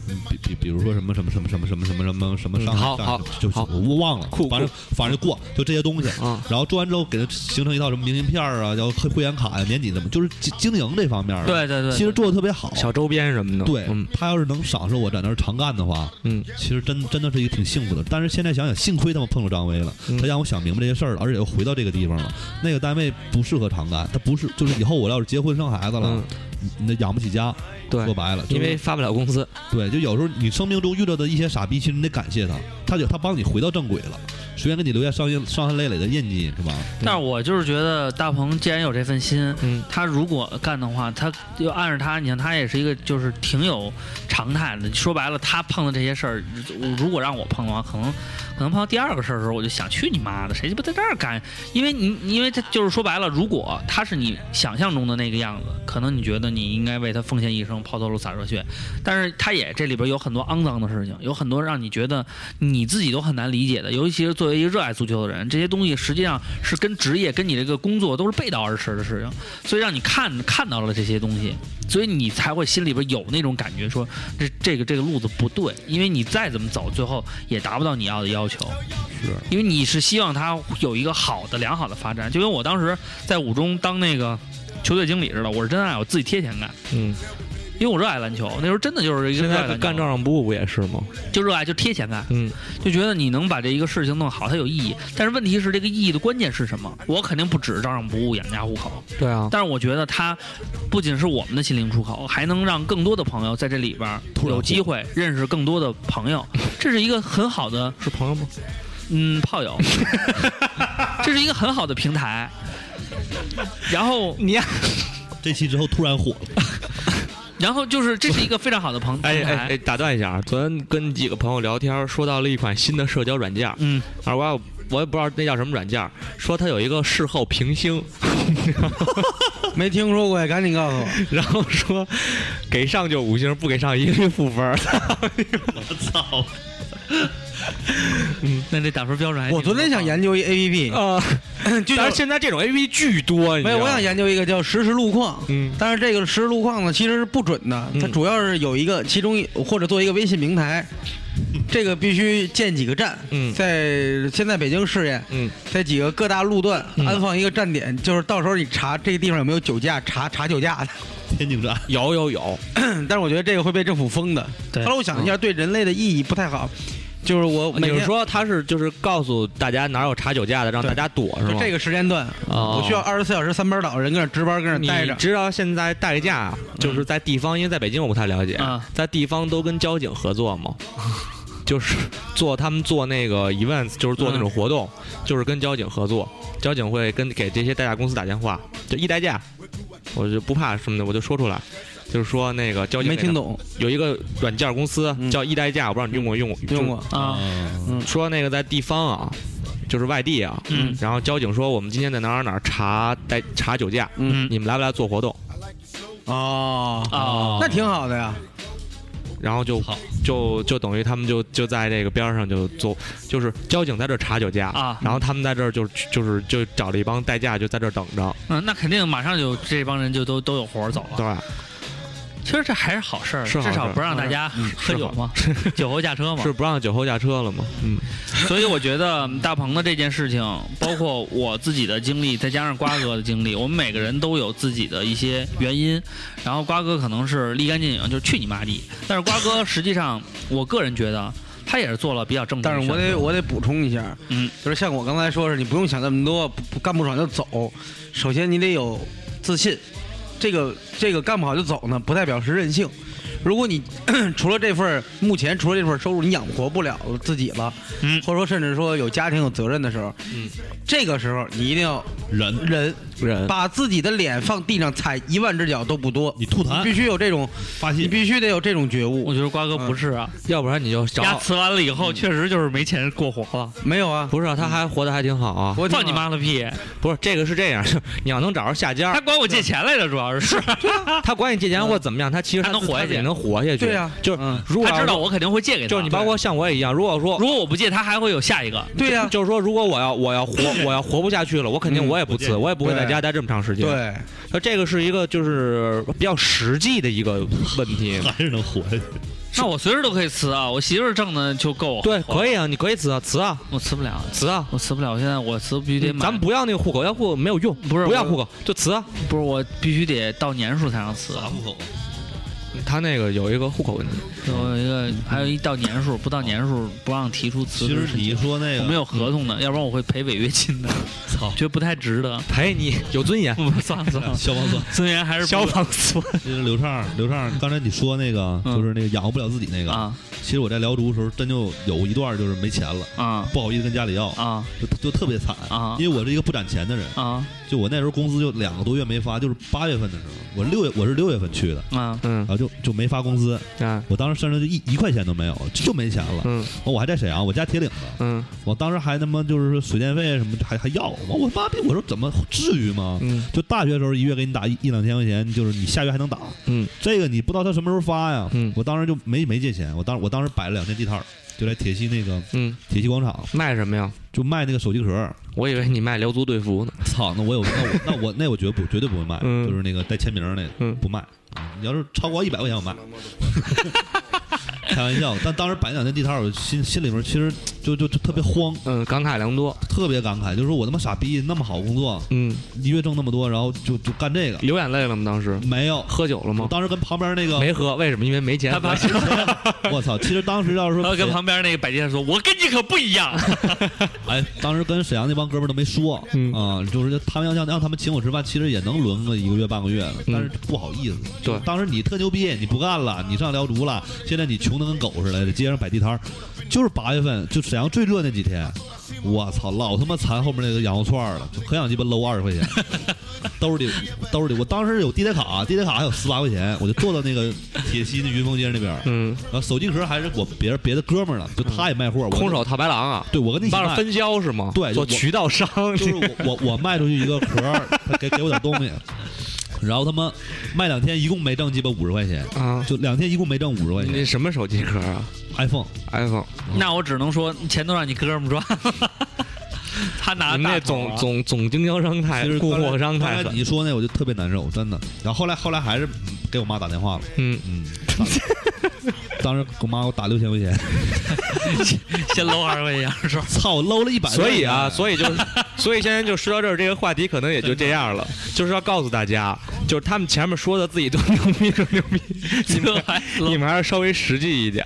Speaker 4: 嗯比比比如说什么什么什么什么什么什么什么什么
Speaker 2: 嗯
Speaker 4: 上海
Speaker 2: 好
Speaker 4: 上
Speaker 2: 好
Speaker 4: 海就
Speaker 2: 好
Speaker 4: 我忘了
Speaker 2: 酷，
Speaker 4: 反正反正过就这些东西，
Speaker 2: 啊，
Speaker 4: 然后做完之后给他形成一套什么明信片儿啊，叫会会员卡呀、年底怎么就是经经营这方面儿，，
Speaker 1: 对对对，
Speaker 4: 其实做的特别好。
Speaker 2: 小周边什么的，
Speaker 4: 对
Speaker 2: 嗯
Speaker 4: 他要是能赏识我在那儿常干的话，
Speaker 2: 嗯，
Speaker 4: 其实真真的是一个挺幸福的。但是现在想想，幸亏他们碰着张威了，
Speaker 2: 嗯
Speaker 4: 他让我想明白这些事儿了，而且又回到这个地方了。那个单位不适合常干，他不是就是以后我要是结婚生孩子了
Speaker 2: 嗯，
Speaker 4: 那养不起家，
Speaker 2: 对
Speaker 4: 说，白了，就是
Speaker 2: 因为发不了工资，
Speaker 4: 对，就有时候你生命中遇到的一些傻逼，其实你得感谢他，他就他帮你回到正轨了，虽然给你留下伤心伤痕累累的印记，是吧？
Speaker 1: 但是我就是觉得大鹏既然有这份心，
Speaker 2: 嗯
Speaker 1: 他如果干的话，他就按着他，你像他也是一个就是挺有常态的。说白了，他碰的这些事儿，如果让我碰的话，可能可能碰到第二个事儿的时候，我就想去你妈的，谁鸡巴在这儿干？因为你因为他就是说白了，如果他是你想象中的那个样子，可能你觉得你应该为他奉献一生，抛头颅洒热血，但是他也这里边有很多肮脏的事情，有很多让你觉得你自己都很难理解的，尤其是作为一个热爱足球的人，这些东西实际上是跟职业、跟你这个工作都是背道而驰的事情，所以让你看看到了这些东西，所以你才会心里边有那种感觉说，这这个这个路子不对，因为你再怎么走，最后也达不到你要的要求，
Speaker 4: 是
Speaker 1: 因为你是希望他有一个好的、良好的发展，就跟我当时在五中当那个球队经理似的，我是真爱，我自己贴钱干，
Speaker 2: 嗯，
Speaker 1: 因为我热爱篮球，那时候真的就是一个
Speaker 2: 现
Speaker 1: 热爱
Speaker 2: 在
Speaker 1: 篮
Speaker 2: 干
Speaker 1: 球
Speaker 2: 照账部不也是吗？
Speaker 1: 就热爱就贴钱干。
Speaker 2: 嗯，
Speaker 1: 就觉得你能把这一个事情弄好，它有意义。但是问题是，这个意义的关键是什么？我肯定不止照样不误、养家糊口，
Speaker 2: 对啊，
Speaker 1: 但是我觉得它不仅是我们的心灵出口，还能让更多的朋友在这里边儿
Speaker 4: 突然
Speaker 1: 有机会认识更多的朋 友，这是一个很好的
Speaker 2: 是朋友吗？
Speaker 1: 嗯炮 友，这是一个很好的平台。然后，
Speaker 2: 你呀，
Speaker 4: 这期之后突然火了，
Speaker 1: 然后就是这是一个非常好的朋
Speaker 2: 哎
Speaker 1: 平
Speaker 2: 哎哎，
Speaker 1: 台。
Speaker 2: 打断一下啊，昨天跟几个朋友聊天，说到了一款新的社交软件儿，
Speaker 1: 嗯，
Speaker 2: 二瓜我也不知道那叫什么软件儿，说它有一个事后评星，
Speaker 5: 没听说过，赶紧告诉我。
Speaker 2: 然后说给上就五星，不给上一律负分 儿。
Speaker 1: 我操！嗯，那这打分标准还
Speaker 2: 哎
Speaker 1: 挺
Speaker 5: 我昨天想研究一 A P P，
Speaker 2: 啊，
Speaker 5: 就
Speaker 2: 但
Speaker 5: 叫
Speaker 2: 是现在这种 A P P 巨多，你知
Speaker 5: 没有，
Speaker 2: 道
Speaker 5: 我
Speaker 2: 吗
Speaker 5: 想研究一个叫实时路况。
Speaker 2: 啊嗯
Speaker 5: 但是这个实时路况呢，其实是不准的，它
Speaker 2: 嗯
Speaker 5: 主要是有一个，其中一或者做一个微信平台，这个必须建几个站，
Speaker 2: 嗯
Speaker 5: 在先在北京试验，
Speaker 2: 嗯
Speaker 5: 在几个各大路段
Speaker 2: 嗯
Speaker 5: 安放一个站点，就是到时候你查这个地方有没有酒驾，查查酒驾的。
Speaker 4: 天津站
Speaker 2: 有有有，
Speaker 5: 但是我觉得这个会被政府封的。
Speaker 1: 对
Speaker 5: 后来我想了一下，对人类的意义不太好，就是我
Speaker 2: 你
Speaker 5: 每
Speaker 2: 嗯是
Speaker 5: 天
Speaker 2: 说它是就是告诉大家哪有查酒驾的，让
Speaker 5: 对
Speaker 2: 大家躲是
Speaker 5: 就
Speaker 2: 吗？
Speaker 5: 这
Speaker 2: 个
Speaker 5: 个时间段，
Speaker 2: 哦
Speaker 5: 我需要二十四小时三班倒，人搁那值班，搁那
Speaker 2: 你
Speaker 5: 待着。嗯
Speaker 2: 知道现在代驾就是在地方，因为在北京我不太了解
Speaker 1: 嗯，
Speaker 2: 在地方都跟交警合作 嘛，就是做他们做那个 events，就是做那
Speaker 5: 嗯
Speaker 2: 种活动，就是跟交警合作，交警会跟给这些代驾公司打电话，就一代驾，我就不怕什么的，我就说出来，就是说那个交警
Speaker 5: 没
Speaker 2: 给
Speaker 5: 听
Speaker 2: 他，
Speaker 5: 懂，
Speaker 2: 有一个软件公司
Speaker 5: 嗯
Speaker 2: 叫一代驾，我不知道你用过用过
Speaker 5: 用过。
Speaker 1: 啊，
Speaker 2: 说那个在地方啊，就是外地啊，
Speaker 1: 嗯
Speaker 2: 然后交警说我们今天在哪儿哪儿查代查酒驾，
Speaker 5: 嗯
Speaker 2: 你们来不来做活动？
Speaker 5: 哦，
Speaker 1: 啊，
Speaker 5: 那挺好的呀。
Speaker 2: 嗯然后就
Speaker 4: 好
Speaker 2: 就就等于他们就就在这个边儿上就做，就是交警在这儿查酒驾
Speaker 1: 啊
Speaker 2: 然后他们在这儿就就是就找了一帮代驾就在这儿等着，
Speaker 1: 嗯，那肯定马上就这帮人就都都有活儿走了。
Speaker 2: 对吧？
Speaker 1: 其实这还是好事儿，
Speaker 2: 是好
Speaker 1: 至少
Speaker 2: 事儿嗯
Speaker 1: 不让大家喝酒嘛，酒后驾车嘛。
Speaker 2: 是不让酒后驾车了吗？嗯，
Speaker 1: 所以我觉得大鹏的这件事情，包括我自己的经历，再加上瓜哥的经历，我们每个人都有自己的一些原因。然后瓜哥可能是立竿见影，就是去你妈的！但是瓜哥实际上，我个人觉得他也是做了比较正确的
Speaker 5: 但
Speaker 1: 选
Speaker 5: 是
Speaker 1: 择。
Speaker 5: 我得我得补充一下，
Speaker 1: 嗯，
Speaker 5: 就是像我刚才说是，你不用想那么多，不不干不爽就走。首先你得有自信，这个这个干不好就走呢，不代表是任性。如果你 除了这份儿目前除了这份儿收入，你养活不了自己了，
Speaker 1: 嗯
Speaker 5: 或者说甚至说有家庭有责任的时候，
Speaker 2: 嗯，
Speaker 5: 这个时候你一定要
Speaker 4: 人
Speaker 5: 忍，
Speaker 2: 人
Speaker 5: 把自己的脸放地上踩一万只脚都不多，
Speaker 4: 你吐痰
Speaker 5: 必须有这种，
Speaker 4: 发
Speaker 5: 你
Speaker 4: 现
Speaker 5: 必须得有这种觉悟
Speaker 1: 我。觉得瓜哥不是啊，
Speaker 2: 要不然你就
Speaker 1: 牙
Speaker 2: 嗯找
Speaker 1: 辞完了以后，确实就是没钱过活了。
Speaker 5: 没有啊，
Speaker 2: 不是啊他还活得还挺好啊，
Speaker 5: 我
Speaker 1: 放你妈了屁！
Speaker 2: 不是这个是这样， 你要能找着下 家
Speaker 1: 他，管我借钱来着，主要是。
Speaker 2: 他管你借钱或怎么样，他其实
Speaker 1: 还能活下去
Speaker 2: 去，能能活下去。
Speaker 5: 对呀
Speaker 2: 就是
Speaker 5: 嗯
Speaker 2: 如果
Speaker 1: 他
Speaker 2: 要
Speaker 1: 知道
Speaker 2: 说，
Speaker 1: 我肯定会借给他。
Speaker 2: 就是你包括像我也一样，如果说
Speaker 1: 如果我不借，他还会有下一个。
Speaker 5: 对呀、
Speaker 2: 就是说，如果我要我要活我要活不下去了，我肯定
Speaker 5: 嗯
Speaker 2: 我也不
Speaker 4: 我
Speaker 2: 辞，
Speaker 4: 建议
Speaker 2: 我也不会在
Speaker 5: 对
Speaker 2: 家待这么长时间。，
Speaker 5: 对，
Speaker 2: 那这个是一个就是比较实际的一个问 题。
Speaker 4: 还是能活下去。
Speaker 1: 那我随时都可以辞啊，我媳妇儿挣的就够。
Speaker 2: 对，可以啊，你可以辞啊，辞啊，
Speaker 1: 我辞不了，
Speaker 2: 辞啊。
Speaker 1: 我辞不了。现在我辞必须得买，
Speaker 2: 嗯咱们不要那个户口，要户口没有用，
Speaker 1: 不是
Speaker 2: 不要
Speaker 1: 我
Speaker 2: 户口就辞啊。
Speaker 1: 不是我必须得到年数才能辞。
Speaker 4: 户口，
Speaker 2: 他那个有一个户口问题，
Speaker 1: 有一个，还有一到年数，不到年数不让提出辞
Speaker 4: 其
Speaker 1: 职
Speaker 4: 实
Speaker 1: 申
Speaker 4: 你
Speaker 1: 请。
Speaker 4: 说那
Speaker 1: 我
Speaker 4: 个
Speaker 1: 们有合同的，要不然我会赔违约金的，
Speaker 4: 操，
Speaker 1: 觉得不太值得。
Speaker 2: 赔你有尊严。
Speaker 1: 不，算了算了，
Speaker 4: 消防栓。
Speaker 1: 尊严还是不
Speaker 2: 消防死，
Speaker 4: 其实刘畅，刘畅，刚才你说那个
Speaker 1: 嗯
Speaker 4: 就是那个养活不了自己那个，
Speaker 1: 啊
Speaker 4: 其实我在辽足的时候，真就有一段就是没钱了，
Speaker 1: 啊
Speaker 4: 不好意思跟家里要，
Speaker 1: 啊
Speaker 4: 就就特别惨
Speaker 1: 啊
Speaker 4: 因为我是一个不攒钱的人，
Speaker 1: 啊
Speaker 4: 就我那时候工资就两个多月没发，就是八月份的时候，我六月我是六月份去的，
Speaker 1: 啊！
Speaker 2: 嗯
Speaker 4: 然后就就没发工资，
Speaker 2: 啊
Speaker 4: 我当时身上就一一块钱都没有，就就没钱了。哦
Speaker 2: 嗯
Speaker 4: 我还在沈阳，我家铁岭的，
Speaker 2: 嗯
Speaker 4: 我当时还他妈就是说水电费什么还还要，我我妈逼，我说怎么至于吗？
Speaker 2: 嗯
Speaker 4: 就大学的时候一月给你打一一两千块钱，就是你下月还能打，
Speaker 2: 嗯
Speaker 4: 这个你不知道他什么时候发呀。
Speaker 2: 嗯
Speaker 4: 我当时就没没借钱，我当我当时摆了两间地摊儿，就在铁西那个
Speaker 2: 嗯，
Speaker 4: 铁西广场，
Speaker 2: 卖什么呀？
Speaker 4: 就卖那个手机壳儿。
Speaker 2: 我以为你卖辽足队服呢。
Speaker 4: 操，那我有那我那我那我绝不绝对不会卖，
Speaker 2: 嗯
Speaker 4: 就是那个带签名儿那个
Speaker 2: 嗯
Speaker 4: 不卖。你要是超过一百块钱我卖，开玩笑。但当时摆两间地摊儿，我心心里面其实就就就特别慌，
Speaker 2: 嗯，感慨良多。
Speaker 4: 特别感慨，就是说我他妈傻逼，那么好工作，
Speaker 2: 嗯，
Speaker 4: 一月挣那么多，然后就就干这个，
Speaker 2: 流眼泪了吗？当时
Speaker 4: 没有。
Speaker 2: 喝酒了
Speaker 4: 我
Speaker 2: 吗？
Speaker 4: 当时跟旁边那个，
Speaker 2: 没喝，为什么？因为没钱
Speaker 1: 他。把
Speaker 4: 我操！其实当时要是
Speaker 1: 他
Speaker 4: 说
Speaker 1: 啊跟旁边那个摆地摊说：“我跟你可不一样。
Speaker 4: 哎，当时跟沈阳那帮哥们儿都没说，啊、
Speaker 2: 嗯
Speaker 4: 就是他们要让让他们请我吃饭，其实也能轮个一个月半个月的，但是不好意思。就
Speaker 2: 嗯对
Speaker 4: 当时你特牛逼，你不干了，你上辽足了，现在你穷的跟狗似的，在街上摆地摊儿，就是八月份，就沈阳最热那几天，我操，老他妈馋后面那个羊肉串儿了，就很想鸡巴搂二 十块钱，兜里兜里，我当时有地铁卡，地铁卡还有十八块钱，我就坐到那个铁西那云峰街那边儿，
Speaker 2: 嗯，
Speaker 4: 然后手机壳还是我别人别的哥们儿了，就他也卖货，我
Speaker 2: 空手套白狼啊，
Speaker 4: 对我跟他一起
Speaker 2: 帮
Speaker 4: 卖
Speaker 2: 着。分销是吗？
Speaker 4: 对
Speaker 2: 做
Speaker 4: 就我
Speaker 2: 渠道商。
Speaker 4: 就是我我我卖出去一个壳儿，他给给我点东西，然后他妈卖两天一共没挣鸡巴五十块钱，
Speaker 2: 啊，
Speaker 4: 就两天一共没挣五十块
Speaker 2: 你
Speaker 4: 钱
Speaker 2: 这什么手机壳啊
Speaker 4: ，iPhone。
Speaker 2: ？iPhone。”
Speaker 1: 那我只能说，钱都让你哥们赚。 他拿
Speaker 2: 你们
Speaker 1: 大
Speaker 2: 那
Speaker 1: 头啊
Speaker 2: 总总总经销商太
Speaker 4: 其实
Speaker 2: 哎供
Speaker 4: 刚才
Speaker 2: 货商太
Speaker 4: 刚才
Speaker 2: 狠。
Speaker 4: 你说那我就特别难受，真的。然后后来后来还是嗯给我妈打电话了，
Speaker 2: 嗯，
Speaker 4: 嗯，打了当时我妈给我打六千块钱，
Speaker 1: 先搂二十块钱是吧？
Speaker 4: 操，我搂了一百。
Speaker 2: 所以 啊，所以就，所以现在就说到这儿，这个话题可能也就这样了。就是要告诉大家，就是他们前面说的自己多牛逼，多牛逼， 你们
Speaker 1: 还
Speaker 2: 你们还是稍微实际一点。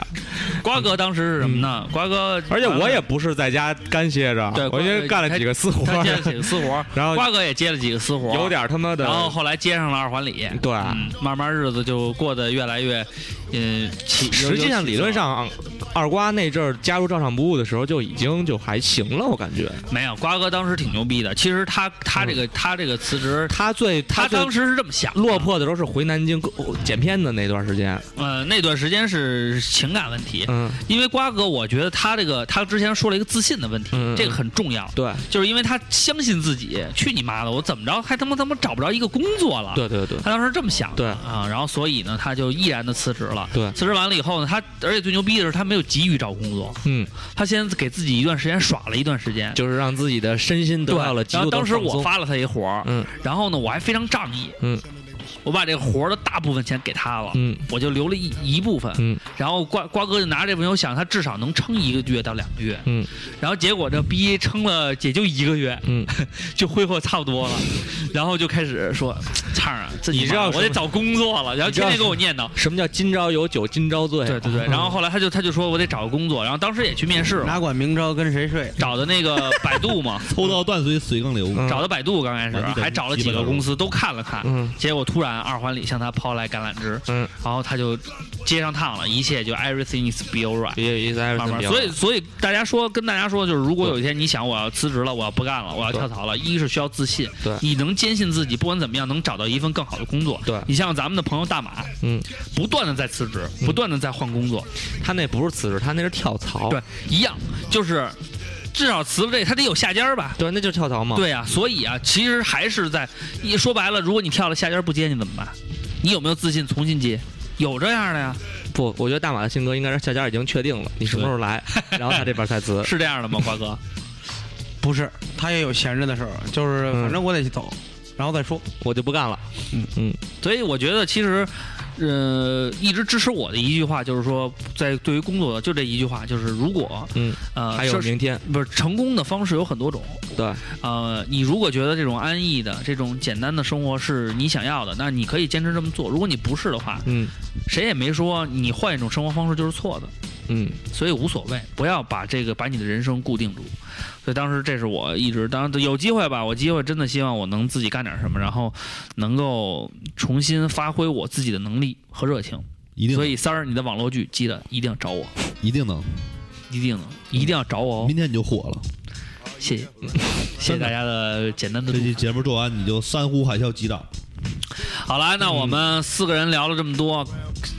Speaker 1: 瓜哥当时是什么呢？嗯瓜哥，
Speaker 2: 而且我也不是在家干歇着
Speaker 1: 对，
Speaker 2: 我因为干了几个私 活，
Speaker 1: 他接了几个私活儿，
Speaker 2: 然后
Speaker 1: 瓜哥也接了几个私活儿，
Speaker 2: 有点他妈的，
Speaker 1: 然后后来接上了二环里，
Speaker 2: 对
Speaker 1: 嗯，慢慢日子就过得越来越，嗯，起
Speaker 2: 实际上理论上，二瓜那阵儿加入照常不误的时候就已经就还行了，我感觉
Speaker 1: 没有瓜哥当时挺牛逼的。其实他他这个他这个辞职，
Speaker 2: 嗯他最
Speaker 1: 他
Speaker 2: 最
Speaker 1: 当时是这么想的，
Speaker 2: 落魄的时候是回南京呃
Speaker 1: 嗯
Speaker 2: 剪片子那段时间，
Speaker 1: 呃那段时间是情感问题，
Speaker 2: 嗯
Speaker 1: 因为瓜哥我觉得他这个他之前说了一个自信的问题，
Speaker 2: 嗯嗯
Speaker 1: 这个很重要，
Speaker 2: 对
Speaker 1: 就是因为他相信自己，去你妈的，我怎么着还他妈他妈找不着一个工作了，
Speaker 2: 对对对
Speaker 1: 他当时这么想的，
Speaker 2: 对
Speaker 1: 啊，然后所以呢，他就毅然的辞职了。
Speaker 2: 对
Speaker 1: 辞职完了以后呢，他而且最牛逼的是他没有急于找工作，
Speaker 2: 嗯，
Speaker 1: 他先给自己一段时间耍了一段时间。
Speaker 2: 就是让自己的身心得
Speaker 1: 对，
Speaker 2: 到了极
Speaker 1: 然后
Speaker 2: 度的
Speaker 1: 当
Speaker 2: 放
Speaker 1: 时
Speaker 2: 松。
Speaker 1: 我发了他一活儿，
Speaker 2: 嗯
Speaker 1: 然后呢，我还非常仗义，
Speaker 2: 嗯，
Speaker 1: 我把这个活儿的大部分钱给他了，
Speaker 2: 嗯
Speaker 1: 我就留了一一部分，
Speaker 2: 嗯
Speaker 1: 然后瓜瓜哥就拿这份，我想他至少能撑一个月到两个月，
Speaker 2: 嗯
Speaker 1: 然后结果这逼撑了也就一个月，
Speaker 2: 嗯，
Speaker 1: 就挥霍差不多了，然后就开始说，畅儿啊，自己
Speaker 2: 你知道
Speaker 1: 我
Speaker 2: 什
Speaker 1: 得
Speaker 2: 么
Speaker 1: 找工作了，然后
Speaker 2: 你知
Speaker 1: 天
Speaker 2: 道
Speaker 1: 天
Speaker 2: 什
Speaker 1: 给我念叨，
Speaker 2: 什么叫今朝有酒今朝醉？
Speaker 1: 对对啊对，然后后来他就他就说我得找个工作，然后当时也去面试了，
Speaker 2: 嗯
Speaker 5: 哪管明朝跟谁睡？
Speaker 1: 找的那 个百度嘛，
Speaker 4: 抽刀断水水更流，
Speaker 2: 嗯
Speaker 1: 找的百度刚开始
Speaker 4: 嗯
Speaker 1: 还找了几个公司都看了看，
Speaker 2: 嗯
Speaker 1: 结果突然二环里向他抛来橄榄枝，
Speaker 2: 嗯，
Speaker 1: 然后他就接上趟了，一切就 everything is be alright。
Speaker 2: 别有意思，还是
Speaker 1: 慢慢，
Speaker 2: 挺
Speaker 1: 所以所以大家说跟大家说，就是如果有一天你想我要辞职了，我要不干了，我要跳槽了，一是需要自信，
Speaker 2: 对
Speaker 1: 你能坚信自己，不管怎么样能找到一份更好的工作，
Speaker 2: 对
Speaker 1: 你像咱们的朋友大马，
Speaker 2: 嗯，
Speaker 1: 不断的在辞职，不断的在换工作，
Speaker 2: 他那不是辞职，他那是跳槽。
Speaker 1: 对，一样，就是至少辞了这，他得有下家儿吧？
Speaker 2: 对，那就是跳槽嘛。
Speaker 1: 对呀、所以啊，其实还是在一说白了，如果你跳了下家儿不接你怎么办？你有没有自信重新接？有这样的呀？
Speaker 2: 不，我觉得大马的性格应该是夏家已经确定了，你什么时候来，然后他这边台 词
Speaker 1: 是这样的吗，瓜 哥？
Speaker 5: 不是，他也有闲着的时候，就是
Speaker 2: 嗯
Speaker 5: 反正我得走，然后再说。
Speaker 2: 我就不干
Speaker 1: 啊
Speaker 2: 了。
Speaker 1: 所以我觉得其实，呃，一直支持我的一句话就是说，在对于工作的就这一句话，就是如果
Speaker 2: 嗯，
Speaker 1: 呃
Speaker 2: 还有
Speaker 1: 是
Speaker 2: 明天，
Speaker 1: 不是成功的方式有很多种，
Speaker 2: 对，
Speaker 1: 呃，你如果觉得这种安逸的、这种简单的生活是你想要的，那你可以坚持这么做。如果你不是的话，
Speaker 2: 嗯
Speaker 1: 谁也没说你换一种生活方式就是错的，
Speaker 2: 嗯，
Speaker 1: 所以无所谓，不要把这个把你的人生固定住。所以当时这是我一直，当然有机会吧，我机会真的希望我能自己干点什么，然后能够重新发挥我自己的能力和热情。
Speaker 4: 一定
Speaker 1: 所
Speaker 4: 能
Speaker 1: 以三儿，你的网络剧记得一定要找我，
Speaker 4: 一定能，
Speaker 2: 哦
Speaker 1: 一定能，一定要找我哦
Speaker 4: 明！天你就火了。
Speaker 1: 谢谢，谢谢大家的简单的
Speaker 4: 这
Speaker 1: 祝福。
Speaker 4: 期节目做完你就山呼海啸击掌，
Speaker 1: 好了，那我们四个人聊了这么多，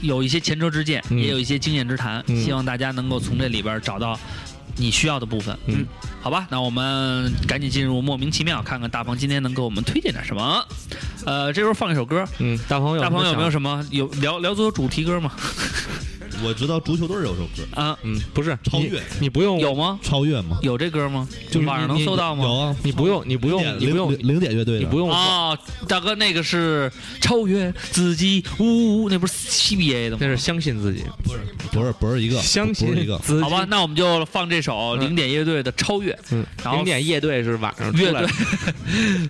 Speaker 1: 有一些前车之鉴，
Speaker 2: 嗯
Speaker 1: 也有一些经验之谈，
Speaker 2: 嗯
Speaker 1: 希望大家能够从这里边找到你需要的部分。
Speaker 2: 嗯，
Speaker 1: 好吧，那我们赶紧进入莫名其妙，看看大鹏今天能给我们推荐点什么。呃，这时候放一首歌，
Speaker 2: 嗯，大朋友，
Speaker 1: 大鹏有没有什么有聊聊足球主题歌吗？
Speaker 4: 我知道足球队有首歌
Speaker 1: 啊，
Speaker 2: 嗯，不是
Speaker 4: 超越
Speaker 2: 你，你不用
Speaker 1: 呃有吗？
Speaker 4: 超越吗？
Speaker 1: 有这歌吗？
Speaker 2: 就是
Speaker 1: 网上能
Speaker 2: 你
Speaker 1: 搜到
Speaker 4: 有
Speaker 1: 吗？
Speaker 4: 啊，
Speaker 2: 你不用，你不用，
Speaker 4: 零
Speaker 2: 你
Speaker 4: 点啊
Speaker 2: 不用，
Speaker 4: 零零点乐队
Speaker 2: 你
Speaker 4: 的，
Speaker 2: 不用，
Speaker 1: 哦，大哥，那个是超越自己，呜呜，那不是 CBA 的吗
Speaker 2: 那？是相信自己，
Speaker 4: 不是不是一个，
Speaker 2: 相信
Speaker 4: 不是一个。
Speaker 2: 自己。
Speaker 1: 好吧，，那我们就放这首零点乐队的《超越》，
Speaker 2: 嗯，
Speaker 1: 然后
Speaker 2: 零点夜队是晚上出
Speaker 1: 乐
Speaker 2: 来的，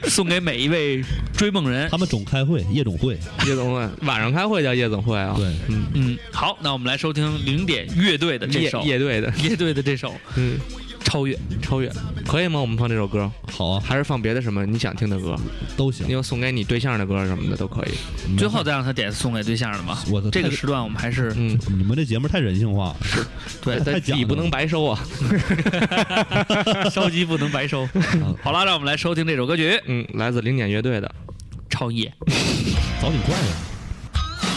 Speaker 1: 队 送给每一位追梦人
Speaker 4: 他。们总开会，夜总会，
Speaker 2: 夜总会晚上开会叫夜总会啊。
Speaker 4: 对，
Speaker 2: 嗯，
Speaker 1: 嗯，好，那我们来收听零点乐队的这
Speaker 2: 夜
Speaker 1: 首
Speaker 2: 夜队的，
Speaker 1: 乐队的这首《
Speaker 2: 嗯，
Speaker 1: 超越》。
Speaker 2: 超越可以吗？我们放这首歌，
Speaker 4: 好啊，
Speaker 2: 还是放别的什么你想听的歌？
Speaker 4: 都行
Speaker 2: 你。有送给你对象的歌什么的都可以。
Speaker 4: 你们
Speaker 1: 最后再让他点送给对象的吧。
Speaker 4: 我的
Speaker 1: 这个
Speaker 4: 太
Speaker 1: 时段我们还是
Speaker 2: 嗯，
Speaker 4: 你们这节目太人性化了，
Speaker 1: 对
Speaker 4: 太
Speaker 2: 但
Speaker 4: 讲
Speaker 2: 底
Speaker 4: 究
Speaker 2: 不
Speaker 4: 了
Speaker 2: 能白 收啊。
Speaker 1: 烧鸡不能白收。 好了，让我们来收听这首歌曲《
Speaker 2: 嗯，来自零点乐队的，
Speaker 1: 超越》。
Speaker 4: 早挺快呀。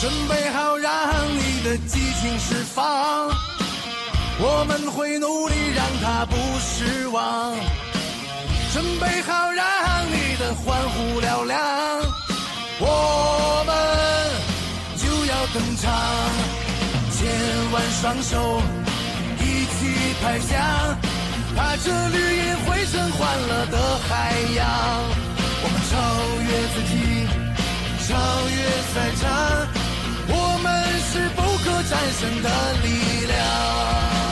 Speaker 8: 准备好让你的激情释放，我们会努力让它不失望。准备好让你的欢呼嘹亮，我们就要登场。千万双手一起拍响，把这绿叶汇成欢乐的海洋。我们超越自己，超越赛场，我们是不可战胜的力量。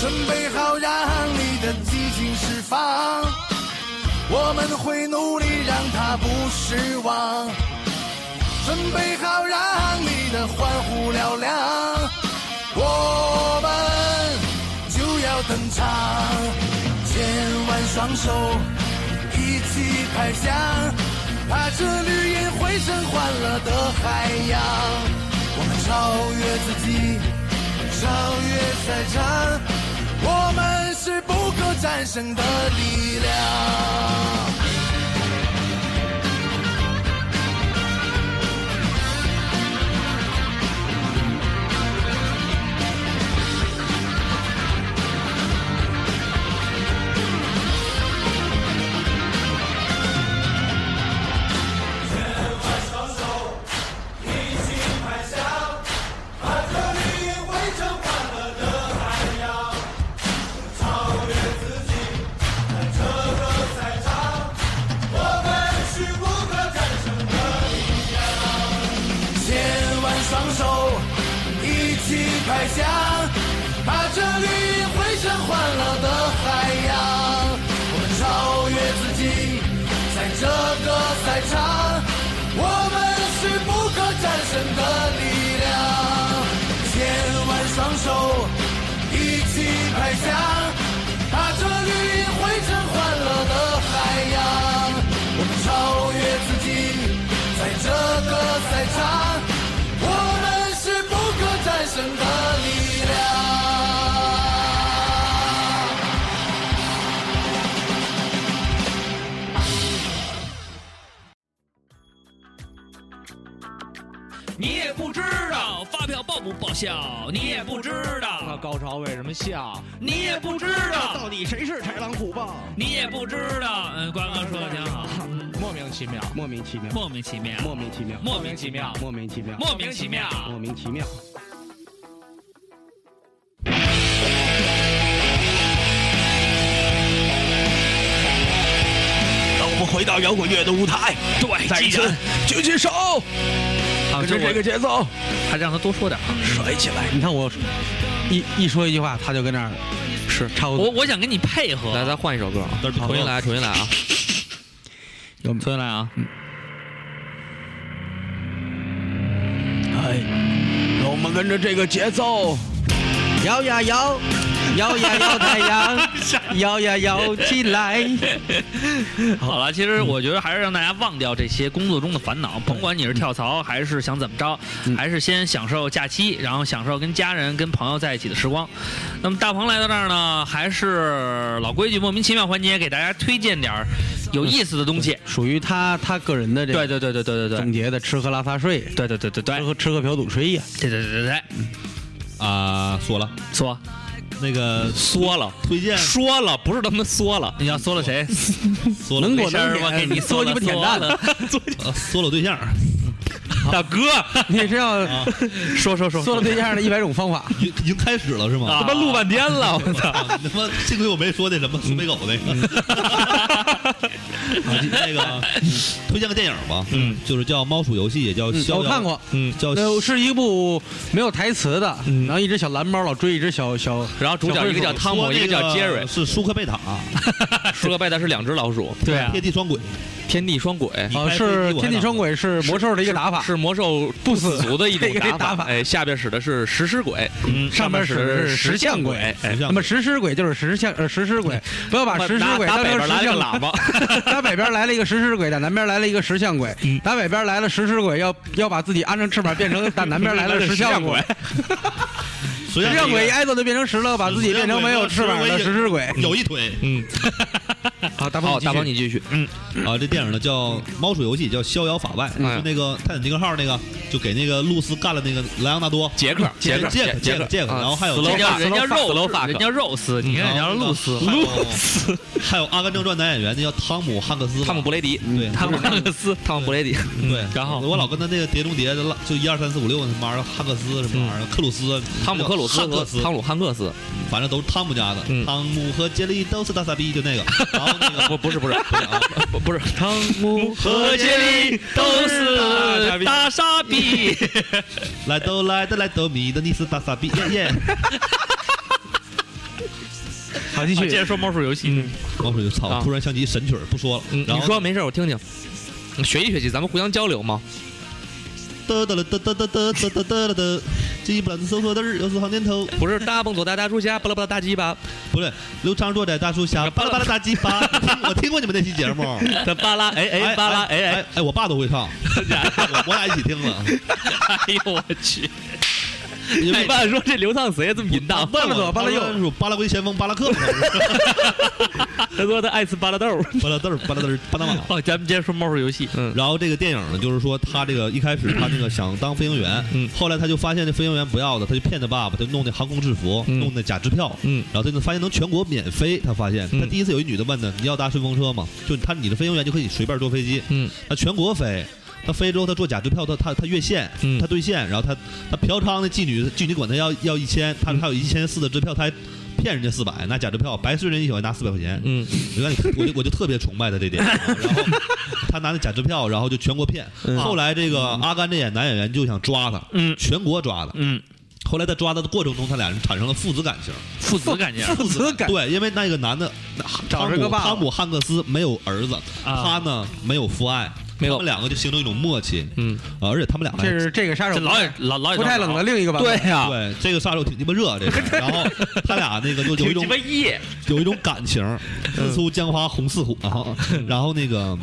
Speaker 8: 准备好让你的激情释放，我们会努力让它不失望。准备好让你的欢呼嘹亮，我们就要登场。千万双手一起拍响，把这绿叶汇成欢乐的海洋。我们超越自己，超越赛场，我们是不可战胜的力量。千万双手一起拍响，把这里汇成欢乐的海洋。我们超越自己，在这个赛场，我们是不可战胜的力量。千万双手一起拍响，把这里汇成欢乐的海洋。我们超越自己，在这个赛场，我们是不可战胜的力量。
Speaker 1: 你也不知道，发票报不爆笑，你也不知
Speaker 2: 那
Speaker 1: 道，
Speaker 2: 高潮为什么笑？
Speaker 1: 你也不知道，
Speaker 5: 底谁是豺狼虎豹？
Speaker 1: 你也不知道。嗯，瓜哥说的挺好，
Speaker 2: 莫名其妙，
Speaker 5: 莫名其妙，
Speaker 1: 莫名其妙，
Speaker 5: 莫名其妙，
Speaker 1: 莫名其妙，
Speaker 5: 莫名其妙，
Speaker 1: 莫名其妙。
Speaker 5: 莫名其妙。
Speaker 6: 让我们回到摇滚乐的舞台，
Speaker 1: 对，
Speaker 6: 再一
Speaker 1: 既
Speaker 6: 次
Speaker 1: 然
Speaker 6: 举起手，
Speaker 1: 啊，
Speaker 6: 跟
Speaker 1: 就
Speaker 6: 着这
Speaker 1: 我
Speaker 6: 个节奏
Speaker 1: 还让他多说点儿。啊
Speaker 6: 甩起来。
Speaker 5: 你看我一一说一句话，他就跟那儿是超
Speaker 6: 哦
Speaker 1: 我我想跟你配合，
Speaker 2: 来，咱换一首歌啊，
Speaker 4: 但是
Speaker 2: 重新来，重新来啊！
Speaker 1: 重新来啊！
Speaker 6: 哎，让我们跟着这个节奏，
Speaker 5: 摇呀摇，摇呀摇太 阳，摇呀摇起来。
Speaker 1: 好了，其实我觉得还是让大家忘掉这些工作中的烦恼，甭管你是跳槽还是想怎么着，还是先享受假期，然后享受跟家人、跟朋友在一起的时光。那么大鹏来到这儿呢，还是老规矩，莫名其妙环节给大家推荐点儿有意思的东西。
Speaker 5: 属于他他个人的这
Speaker 1: 对
Speaker 5: 个
Speaker 1: 对对对对对对
Speaker 5: 总结的吃喝拉撒睡，
Speaker 1: 对对对对对
Speaker 5: 吃喝吃喝嫖赌吹呀。
Speaker 1: 对对对对对，
Speaker 4: 啊，说了
Speaker 1: 说嗯
Speaker 4: 那个
Speaker 2: 缩了，
Speaker 4: 推荐
Speaker 2: 说了，不是他妈缩了，
Speaker 1: 你要说了谁？
Speaker 4: 说了
Speaker 5: 能
Speaker 1: 没
Speaker 5: 给
Speaker 1: 事儿， 我给你
Speaker 5: 说鸡
Speaker 1: 了
Speaker 5: 巴舔蛋
Speaker 1: 了。
Speaker 4: 呃说了我对象，
Speaker 1: 大哥，
Speaker 5: 你是要
Speaker 1: 说说说
Speaker 5: 做了对象的一百种方法。
Speaker 4: 已已经开始了是吗？
Speaker 1: 啊，他妈录半天了，我操！
Speaker 4: 啊你他妈幸亏我没说那什
Speaker 2: 嗯
Speaker 4: 么苏北狗那 个。啊那个推荐个电影吧，
Speaker 1: 嗯，
Speaker 4: 就是叫《猫鼠游戏》，也叫《逍遥》。
Speaker 5: 我看过，
Speaker 4: 嗯，叫
Speaker 5: 那是一部没有台词的，然后一只小蓝猫老追一只小小，呃
Speaker 2: 然后主角一个叫汤姆，
Speaker 4: 说
Speaker 2: 一个
Speaker 4: 那
Speaker 2: 叫杰瑞，
Speaker 4: 是舒克贝塔，
Speaker 2: 舒克贝塔是两只老鼠，
Speaker 1: 对啊
Speaker 4: 天，地双轨，
Speaker 2: 天地双轨。
Speaker 4: 你
Speaker 5: 呃
Speaker 4: 拍
Speaker 5: 是
Speaker 4: 飞机我还
Speaker 5: 天地
Speaker 4: 打
Speaker 5: 双轨是魔兽的一个打法，
Speaker 2: 是魔兽不死族的一种
Speaker 5: 这个打法
Speaker 2: 哎，下边使的是食尸鬼，
Speaker 1: 嗯
Speaker 5: 上边
Speaker 2: 边
Speaker 5: 使
Speaker 2: 使
Speaker 5: 的
Speaker 2: 的
Speaker 5: 是
Speaker 2: 石
Speaker 5: 像
Speaker 2: 鬼，
Speaker 4: 石像
Speaker 5: 那么食尸鬼就是石像呃食尸鬼，不要把食尸鬼
Speaker 2: 打打
Speaker 5: 当
Speaker 2: 北
Speaker 5: 成
Speaker 2: 边来
Speaker 5: 啊
Speaker 2: 了
Speaker 5: 石像
Speaker 2: 个喇叭，
Speaker 5: 打北边来了一个食尸鬼，打南边来了一个石像鬼，打北边来了食尸鬼，要要把自己安上翅膀变成打南边来了石像鬼，
Speaker 4: 实
Speaker 5: 石
Speaker 4: 际
Speaker 5: 像
Speaker 4: 上
Speaker 5: 鬼一挨揍就变成石头，把自己变成没有翅膀的食尸鬼。
Speaker 4: 有一腿
Speaker 2: 嗯，
Speaker 5: 好，大鹏
Speaker 2: 好，
Speaker 5: 继续
Speaker 2: 大鹏你继续，
Speaker 4: 啊！这电影呢叫《猫鼠游戏》，叫《逍遥法外》，
Speaker 2: 嗯
Speaker 4: 就那个泰坦尼克号那个，就给那个露丝干了那个莱昂纳多，
Speaker 2: 杰克，
Speaker 4: 杰
Speaker 2: 克，
Speaker 4: 杰
Speaker 2: 杰杰
Speaker 4: 克
Speaker 2: 克，啊
Speaker 4: 杰克，然后还有
Speaker 1: 人家人家肉
Speaker 2: 楼
Speaker 1: 人家肉丝，你看人家露
Speaker 2: 嗯
Speaker 1: 丝，
Speaker 4: 露丝，还有《阿甘正传》男演员，那叫汤姆汉克斯吧，
Speaker 2: 汤姆嗯布雷迪，
Speaker 4: 对
Speaker 1: 汤姆汉克斯，
Speaker 2: 汤姆布雷迪，
Speaker 4: 对，
Speaker 1: 然后
Speaker 4: 我老跟他那个《碟中谍》就拉就一二三四五六他妈的汉克斯什么玩意儿，克鲁斯，
Speaker 2: 嗯汤姆克鲁斯
Speaker 4: 汉
Speaker 2: 和
Speaker 4: 克斯，
Speaker 2: 汤姆汉克斯，
Speaker 4: 反正都是汤姆家的，
Speaker 2: 嗯
Speaker 4: 汤姆和杰利都是大傻逼，就那个，然后那 个
Speaker 2: 不不是不是
Speaker 4: 不是啊，
Speaker 2: 不不是汤姆
Speaker 1: 和杰利都
Speaker 2: 是
Speaker 1: 是大傻逼，
Speaker 4: 来都来的来都米的你是大傻逼，耶耶，
Speaker 5: 好继续。
Speaker 1: 说猫鼠游戏，
Speaker 4: 王水就操，
Speaker 2: 啊
Speaker 4: 突然想起一神曲儿，不说了，
Speaker 2: 嗯，
Speaker 4: 然
Speaker 2: 你
Speaker 4: 后
Speaker 2: 说没事，我听听。学习学习，咱们互相交流嘛。
Speaker 4: 得得了得得得得得得得了得，鸡巴子搜索的儿，又是好年头，
Speaker 2: 不是大蹦左大大叔家，巴拉巴拉大鸡巴，
Speaker 4: 不对，刘长坐在大树下，巴拉巴拉大鸡巴，我听过你们那期节目，
Speaker 2: 他巴拉哎哎巴拉哎哎，
Speaker 4: 哎哎，我爸都会唱， 我我俩一起听了，
Speaker 1: 哎呦我去，
Speaker 4: 因为
Speaker 2: 你爸说这流畅谁这么淫荡？
Speaker 4: 问
Speaker 5: 巴拉左
Speaker 4: 我
Speaker 5: 巴拉右
Speaker 4: 他说巴拉圭前锋巴拉克，
Speaker 2: 他说他爱吃巴拉豆。
Speaker 4: 巴拉豆儿巴拉豆儿巴拿马。
Speaker 1: 哦，咱们接着说猫鼠游戏，
Speaker 2: 嗯，
Speaker 4: 然后这个电影呢，就是说他这个一开始他那个想当飞行员，
Speaker 2: 嗯
Speaker 4: 后来他就发现这飞行员不要的，他就骗他爸爸，他就弄那航空制服，
Speaker 2: 嗯
Speaker 4: 弄那假支票，
Speaker 2: 嗯，
Speaker 4: 然后他就发现能全国免飞，他发现
Speaker 2: 嗯
Speaker 4: 他第一次有一女的问他，你要搭顺风车吗？就他你的飞行员就可以随便坐飞机，
Speaker 2: 嗯，
Speaker 4: 他全国飞。他飞之后，他坐假支票，他他他越线，
Speaker 2: 嗯
Speaker 4: 他兑现，然后他他嫖娼那妓女，妓女管他要要一千，他他有一千四的支票，他还骗人家四百，拿假支票白睡人一宿还拿四百块钱，
Speaker 2: 嗯，
Speaker 4: 我就我就我就特别崇拜他这点，啊然后他拿那假支票，然后就全国骗。后来这个阿甘这演男演员就想抓他，
Speaker 1: 嗯
Speaker 4: 全国抓他。
Speaker 1: 嗯，
Speaker 4: 后来在抓他的过程中，他俩人产生了父子感情。
Speaker 1: 父子感情
Speaker 5: 父子感，
Speaker 4: 对，因为那个男的那
Speaker 5: 找
Speaker 4: 汤
Speaker 5: 着个
Speaker 4: 姆
Speaker 5: 爸爸
Speaker 4: 汤姆汉克斯没有儿子，他
Speaker 1: 啊，
Speaker 4: 呢没有父爱，
Speaker 2: 没
Speaker 4: 他
Speaker 2: 有
Speaker 4: 们，两个就形成一种默契。
Speaker 2: 嗯，
Speaker 4: 啊而且他们俩还
Speaker 5: 这是这个杀手
Speaker 1: 这老也老老也
Speaker 5: 不太冷的另一个版本。
Speaker 2: 呀，
Speaker 4: 对这个杀手挺鸡巴热，这 个。然后他俩那个就有一种
Speaker 1: 夜，
Speaker 4: 有一种感情，自出江花红似火。啊然后那个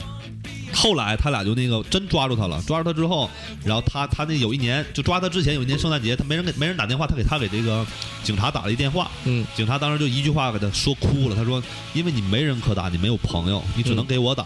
Speaker 4: 后来他俩就那个真抓住他了，抓住他之后，然后他他那有一年就抓他之前有一年圣诞节，他没人给没人打电话，他给他给这个警察打了一电话，
Speaker 2: 嗯，
Speaker 4: 警察当时就一句话给他说哭了，他说因为你没人可打，你没有朋友，你只能给我打。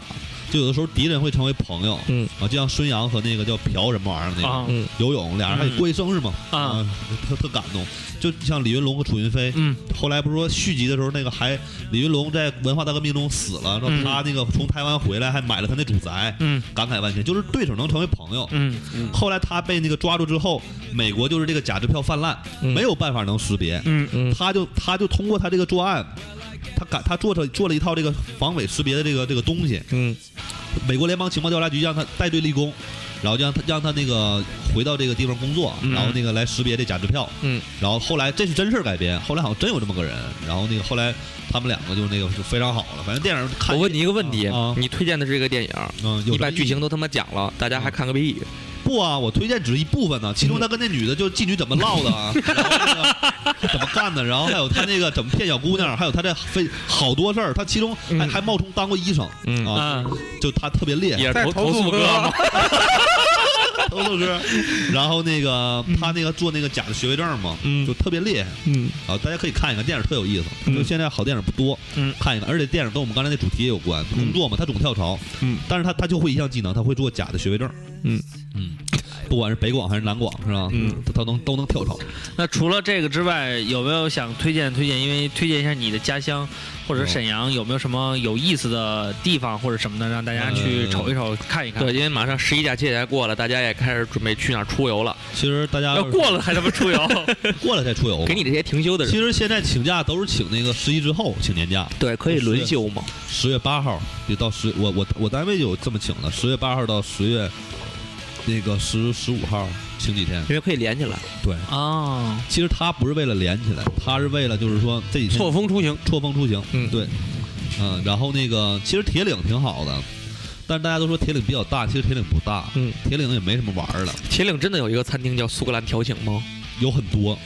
Speaker 4: 就有的时候敌人会成为朋友，
Speaker 2: 嗯
Speaker 4: 啊，就像孙杨和那个叫朴什么玩意儿那
Speaker 1: 啊
Speaker 4: 个
Speaker 2: 嗯
Speaker 4: 游泳，俩人还得过一生日嘛，
Speaker 1: 嗯啊，
Speaker 4: 特特感动。就像李云龙和楚云飞，
Speaker 1: 嗯，
Speaker 4: 后来不是说续集的时候，那个还李云龙在文化大革命中死了，然后
Speaker 1: 嗯
Speaker 4: 他那个从台湾回来还买了他那祖宅，
Speaker 1: 嗯
Speaker 4: 感慨万千，就是对手能成为朋友。
Speaker 1: 嗯
Speaker 4: 后来他被那个抓住之后，美国就是这个假支票泛滥，
Speaker 2: 嗯
Speaker 4: 没有办法能识别，
Speaker 1: 嗯
Speaker 2: 嗯
Speaker 4: 他就他就通过他这个作案，他敢他做着做了一套这个防伪识别的这个这个东西，
Speaker 2: 嗯
Speaker 4: 美国联邦情报调查局让他带队立功，然后就让他让他那个回到这个地方工作，
Speaker 2: 嗯
Speaker 4: 然后那个来识别这假支票，
Speaker 2: 嗯，
Speaker 4: 然后后来这是真事儿改编，后来好像真有这么个人，然后那个后来他们两个就那个就非常好了，反正电影看
Speaker 2: 我问你一个问题
Speaker 4: 啊，
Speaker 2: 你推荐的是这个电影，
Speaker 4: 嗯，有
Speaker 2: 你把
Speaker 4: 什么
Speaker 2: 剧
Speaker 4: 意
Speaker 2: 情
Speaker 4: 义
Speaker 2: 都他妈讲了，大家还看个屁！
Speaker 4: 不啊，我推荐只是一部分呢，其中他跟那女的就妓女怎么唠的啊， 然后那个怎么干的，然后还有他那个怎么骗小姑娘，还有他这非好多事儿，他其中还、
Speaker 2: 嗯
Speaker 4: 还冒充当过医生
Speaker 2: 嗯
Speaker 4: 啊，
Speaker 1: 啊，
Speaker 4: 就他特别厉害，
Speaker 2: 也是
Speaker 5: 在
Speaker 2: 投
Speaker 5: 投
Speaker 2: 诉
Speaker 5: 诉
Speaker 2: 哥
Speaker 5: 哥
Speaker 2: 吗？
Speaker 4: 都都是。 然后那个他那个做那个假的学位证嘛，
Speaker 2: 嗯
Speaker 4: 就特别厉害
Speaker 2: 嗯
Speaker 4: 啊，大家可以看一看，电影特有意思，
Speaker 2: 嗯
Speaker 4: 就现在好电影不多，
Speaker 1: 嗯
Speaker 4: 看一看，而且电影跟我们刚才那主题也有关，工作嘛，他总跳槽，
Speaker 2: 嗯，
Speaker 4: 但是他他就会一项技能，他会做假的学位证，
Speaker 2: 嗯
Speaker 4: 嗯，不管是北广还是南广是吧？
Speaker 2: 嗯，
Speaker 4: 他他能都能跳槽。
Speaker 1: 那除了这个之外，有没有想推荐推荐？因为推荐一下你的家乡或者沈阳有没有什么有意思的地方或者什么的，让大家去瞅一瞅、看一看。
Speaker 2: 呃对，因为马上十一假期也该过了，大家也开始准备去哪儿出游了。
Speaker 4: 其实大家
Speaker 1: 要
Speaker 4: 是
Speaker 1: 过了还他妈出 游，
Speaker 4: 过了再出游，
Speaker 2: 给。你这些停休的
Speaker 4: 其
Speaker 2: 人，
Speaker 4: 实现在请假都是请那个十一之后请年假，
Speaker 2: 对，可以轮休嘛。
Speaker 4: 十月八号就到十，我我我单位有这么请的，十月八号到十月那个十十五号请几天。
Speaker 2: 因为可以连起来。
Speaker 4: 对，
Speaker 1: 哦，
Speaker 4: 其实他不是为了连起来，他是为了就是说这几天
Speaker 5: 错峰出行，
Speaker 4: 错峰出行，
Speaker 2: 嗯
Speaker 4: 对，嗯，然后那个其实铁岭挺好的，但是大家都说铁岭比较大，其实铁岭不大，
Speaker 2: 嗯，
Speaker 4: 铁岭也没什么玩儿的，
Speaker 2: 铁岭真的有一个餐厅叫苏格兰调情吗？
Speaker 4: 有很多，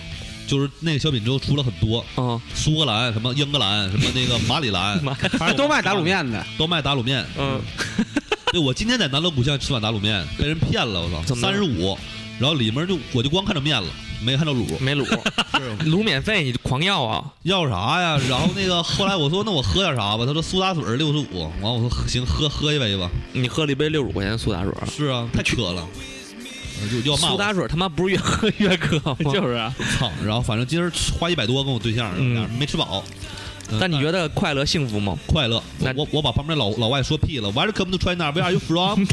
Speaker 4: 就是那个小品之后出了很多，
Speaker 2: 啊，
Speaker 4: 苏格兰、什么英格兰、什么那个马里兰，
Speaker 5: 反正都卖打卤面的，
Speaker 4: 都卖打卤面。
Speaker 2: 嗯，
Speaker 4: 对，我今天在南锣鼓巷吃碗打卤面，被人骗了，我操，
Speaker 2: 怎么
Speaker 4: 三
Speaker 2: 了
Speaker 4: 十五，然后里面就我就光看着面了，没看着卤，
Speaker 2: 没卤， 卤免费，你狂要啊！
Speaker 4: 要啥呀？然后那个后来我说那我喝点啥吧，他说苏打水六十五，完我说行，喝喝一杯吧。
Speaker 2: 你喝了一杯六十五块钱的苏打水，
Speaker 4: 是啊，太渴了，呃就要骂
Speaker 2: 苏
Speaker 4: 我
Speaker 2: 打水他妈不是 越喝越渴吗？
Speaker 1: 就是啊，
Speaker 4: 操。然后反正今儿花一百多跟我对象，
Speaker 2: 嗯
Speaker 4: 俩人没吃饱。嗯
Speaker 2: 但你觉得快乐幸福吗？
Speaker 4: 快乐。
Speaker 2: 那
Speaker 4: 我我我把旁边老老外说屁了，Welcome to China，Where are you from？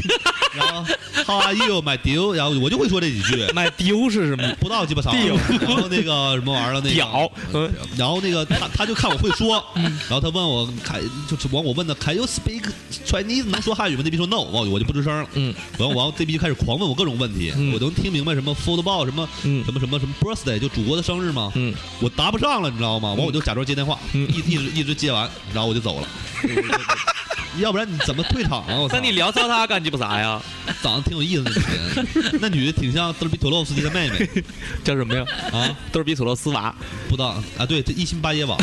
Speaker 4: 然后 How are you, my dear？然后我就会说这几句，
Speaker 2: 买丢是什么？
Speaker 4: 不知道鸡巴啥。然后那个什么玩意儿，那
Speaker 2: 屌
Speaker 4: 个，
Speaker 2: 嗯
Speaker 4: 然后那个他他就看我会 说，然后他问我凯，就是完我问他 Can you speak Chinese？能说汉语吗？那逼说 No，我我就不吱声了。
Speaker 2: 嗯
Speaker 4: 完完这逼就开始狂问我各种问题，
Speaker 2: 嗯
Speaker 4: 我都能听明白什么 football 什么。
Speaker 2: 嗯
Speaker 4: 什么什么什么 birthday，就祖国的生日吗？
Speaker 2: 嗯，
Speaker 4: 我答不上了，你知道吗？完我就假装接电话，
Speaker 2: 嗯
Speaker 4: 一一直一直接完，然后我就走 了。要不然你怎么退场啊？我操！
Speaker 2: 那你聊骚他干鸡巴啥呀？
Speaker 4: 长得挺有意思的那女人，那女的挺像德尔比托洛夫斯基的妹妹
Speaker 2: 叫什么呀？
Speaker 4: 啊，
Speaker 2: 都是比索洛斯娃。
Speaker 4: 不知道啊，对，这一心巴 耶网。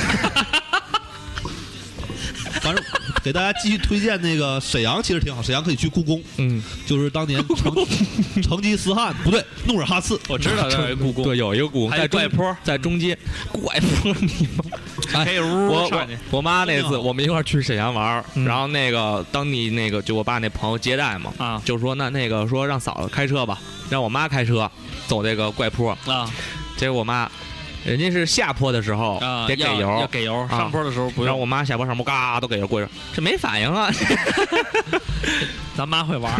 Speaker 4: 反正给大家继续推荐那个沈阳，其实挺好，沈阳可以去故宫，
Speaker 2: 嗯，
Speaker 4: 就是 当年成成吉思汗不对，努尔哈赤，
Speaker 1: 我知道这有一故宫，
Speaker 2: 对，有一个故宫
Speaker 1: 还有
Speaker 2: 在中
Speaker 1: 怪坡，
Speaker 2: 在中街。怪坡你妈！
Speaker 1: 可以呜
Speaker 2: 我
Speaker 1: 呜上
Speaker 2: 我
Speaker 1: 去。
Speaker 2: 我妈那次
Speaker 4: 嗯
Speaker 2: 我们一块儿去沈阳玩儿，
Speaker 1: 嗯
Speaker 2: 然后那个当地那个就我爸那朋友接待嘛，
Speaker 1: 啊
Speaker 2: 就说那那个说让嫂子开车吧，让我妈开车走这个怪坡，
Speaker 1: 啊
Speaker 2: 结果我妈人家是下坡的时候
Speaker 1: 啊！
Speaker 2: 得给
Speaker 1: 要要
Speaker 2: 油，啊
Speaker 1: 给油，上坡的时候不
Speaker 2: 然后
Speaker 1: 用。
Speaker 2: 我妈下坡上坡嘎都给油过去，这没反应 啊，
Speaker 1: 咱妈会玩。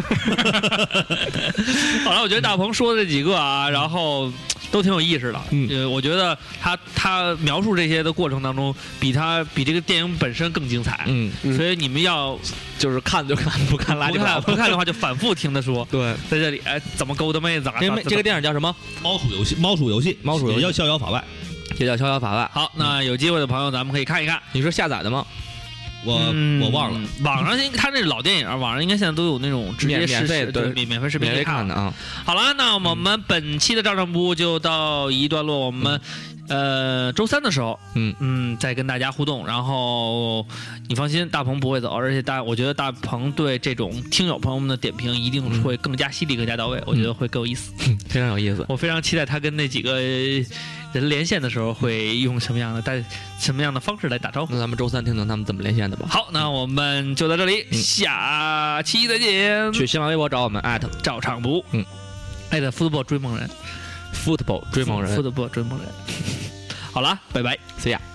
Speaker 1: 好了，我觉得大鹏说的这几个啊，然后都挺有意思的。
Speaker 2: 嗯
Speaker 1: 呃，我觉得他他描述这些的过程当中，比他比这个电影本身更精彩。
Speaker 2: 嗯，
Speaker 5: 嗯
Speaker 1: 所以你们要
Speaker 2: 就是看就看，不看拉
Speaker 1: 不
Speaker 2: 鸡巴
Speaker 1: 看
Speaker 2: 倒。
Speaker 1: 不看的话，就反复听他 说，
Speaker 2: 对，
Speaker 1: 在这里哎怎么勾搭妹子啊？
Speaker 2: 这个这个
Speaker 1: 电
Speaker 2: 电影叫什么？
Speaker 4: 猫鼠游戏，猫鼠游戏，
Speaker 2: 猫鼠游戏
Speaker 4: 也叫逍遥法外。
Speaker 2: 也叫《逍遥法外》。
Speaker 1: 好，那有机会的朋友咱们可以看一看。
Speaker 2: 你是下载的吗？
Speaker 4: 我
Speaker 1: 嗯
Speaker 4: 我忘了，，
Speaker 1: 网上应他那是老电影，网上应该现在都有那种直接
Speaker 2: 免免
Speaker 1: 视
Speaker 2: 费
Speaker 1: 视
Speaker 2: 对
Speaker 1: 免免费视频
Speaker 2: 免
Speaker 1: 可以
Speaker 2: 费
Speaker 1: 看
Speaker 2: 看的啊。
Speaker 1: 好了，那我们本期的照常不误就到一段落，我们、呃周三的时候，
Speaker 2: 嗯
Speaker 1: 嗯，再跟大家互动。然后你放心，大鹏不会走，而且大我觉得大鹏对这种听友朋友们的点评一定
Speaker 2: 嗯
Speaker 1: 会更加犀利、更加到位，我觉得会更有意思。
Speaker 2: 非常有意思。
Speaker 1: 我非常期待他跟那几个人连线的时候会用什么样的带什么样的方式来打招呼。
Speaker 2: 那咱们周三听听他们怎么连线的吧。
Speaker 1: 好，那我们就到这里，下期再见。
Speaker 2: 嗯去新浪微博找我们艾特
Speaker 1: 照常不误，哎
Speaker 2: 嗯，
Speaker 1: 艾特 football 追梦人，
Speaker 2: football 追梦人
Speaker 1: football 追梦人。好了，拜拜。
Speaker 2: ，see ya。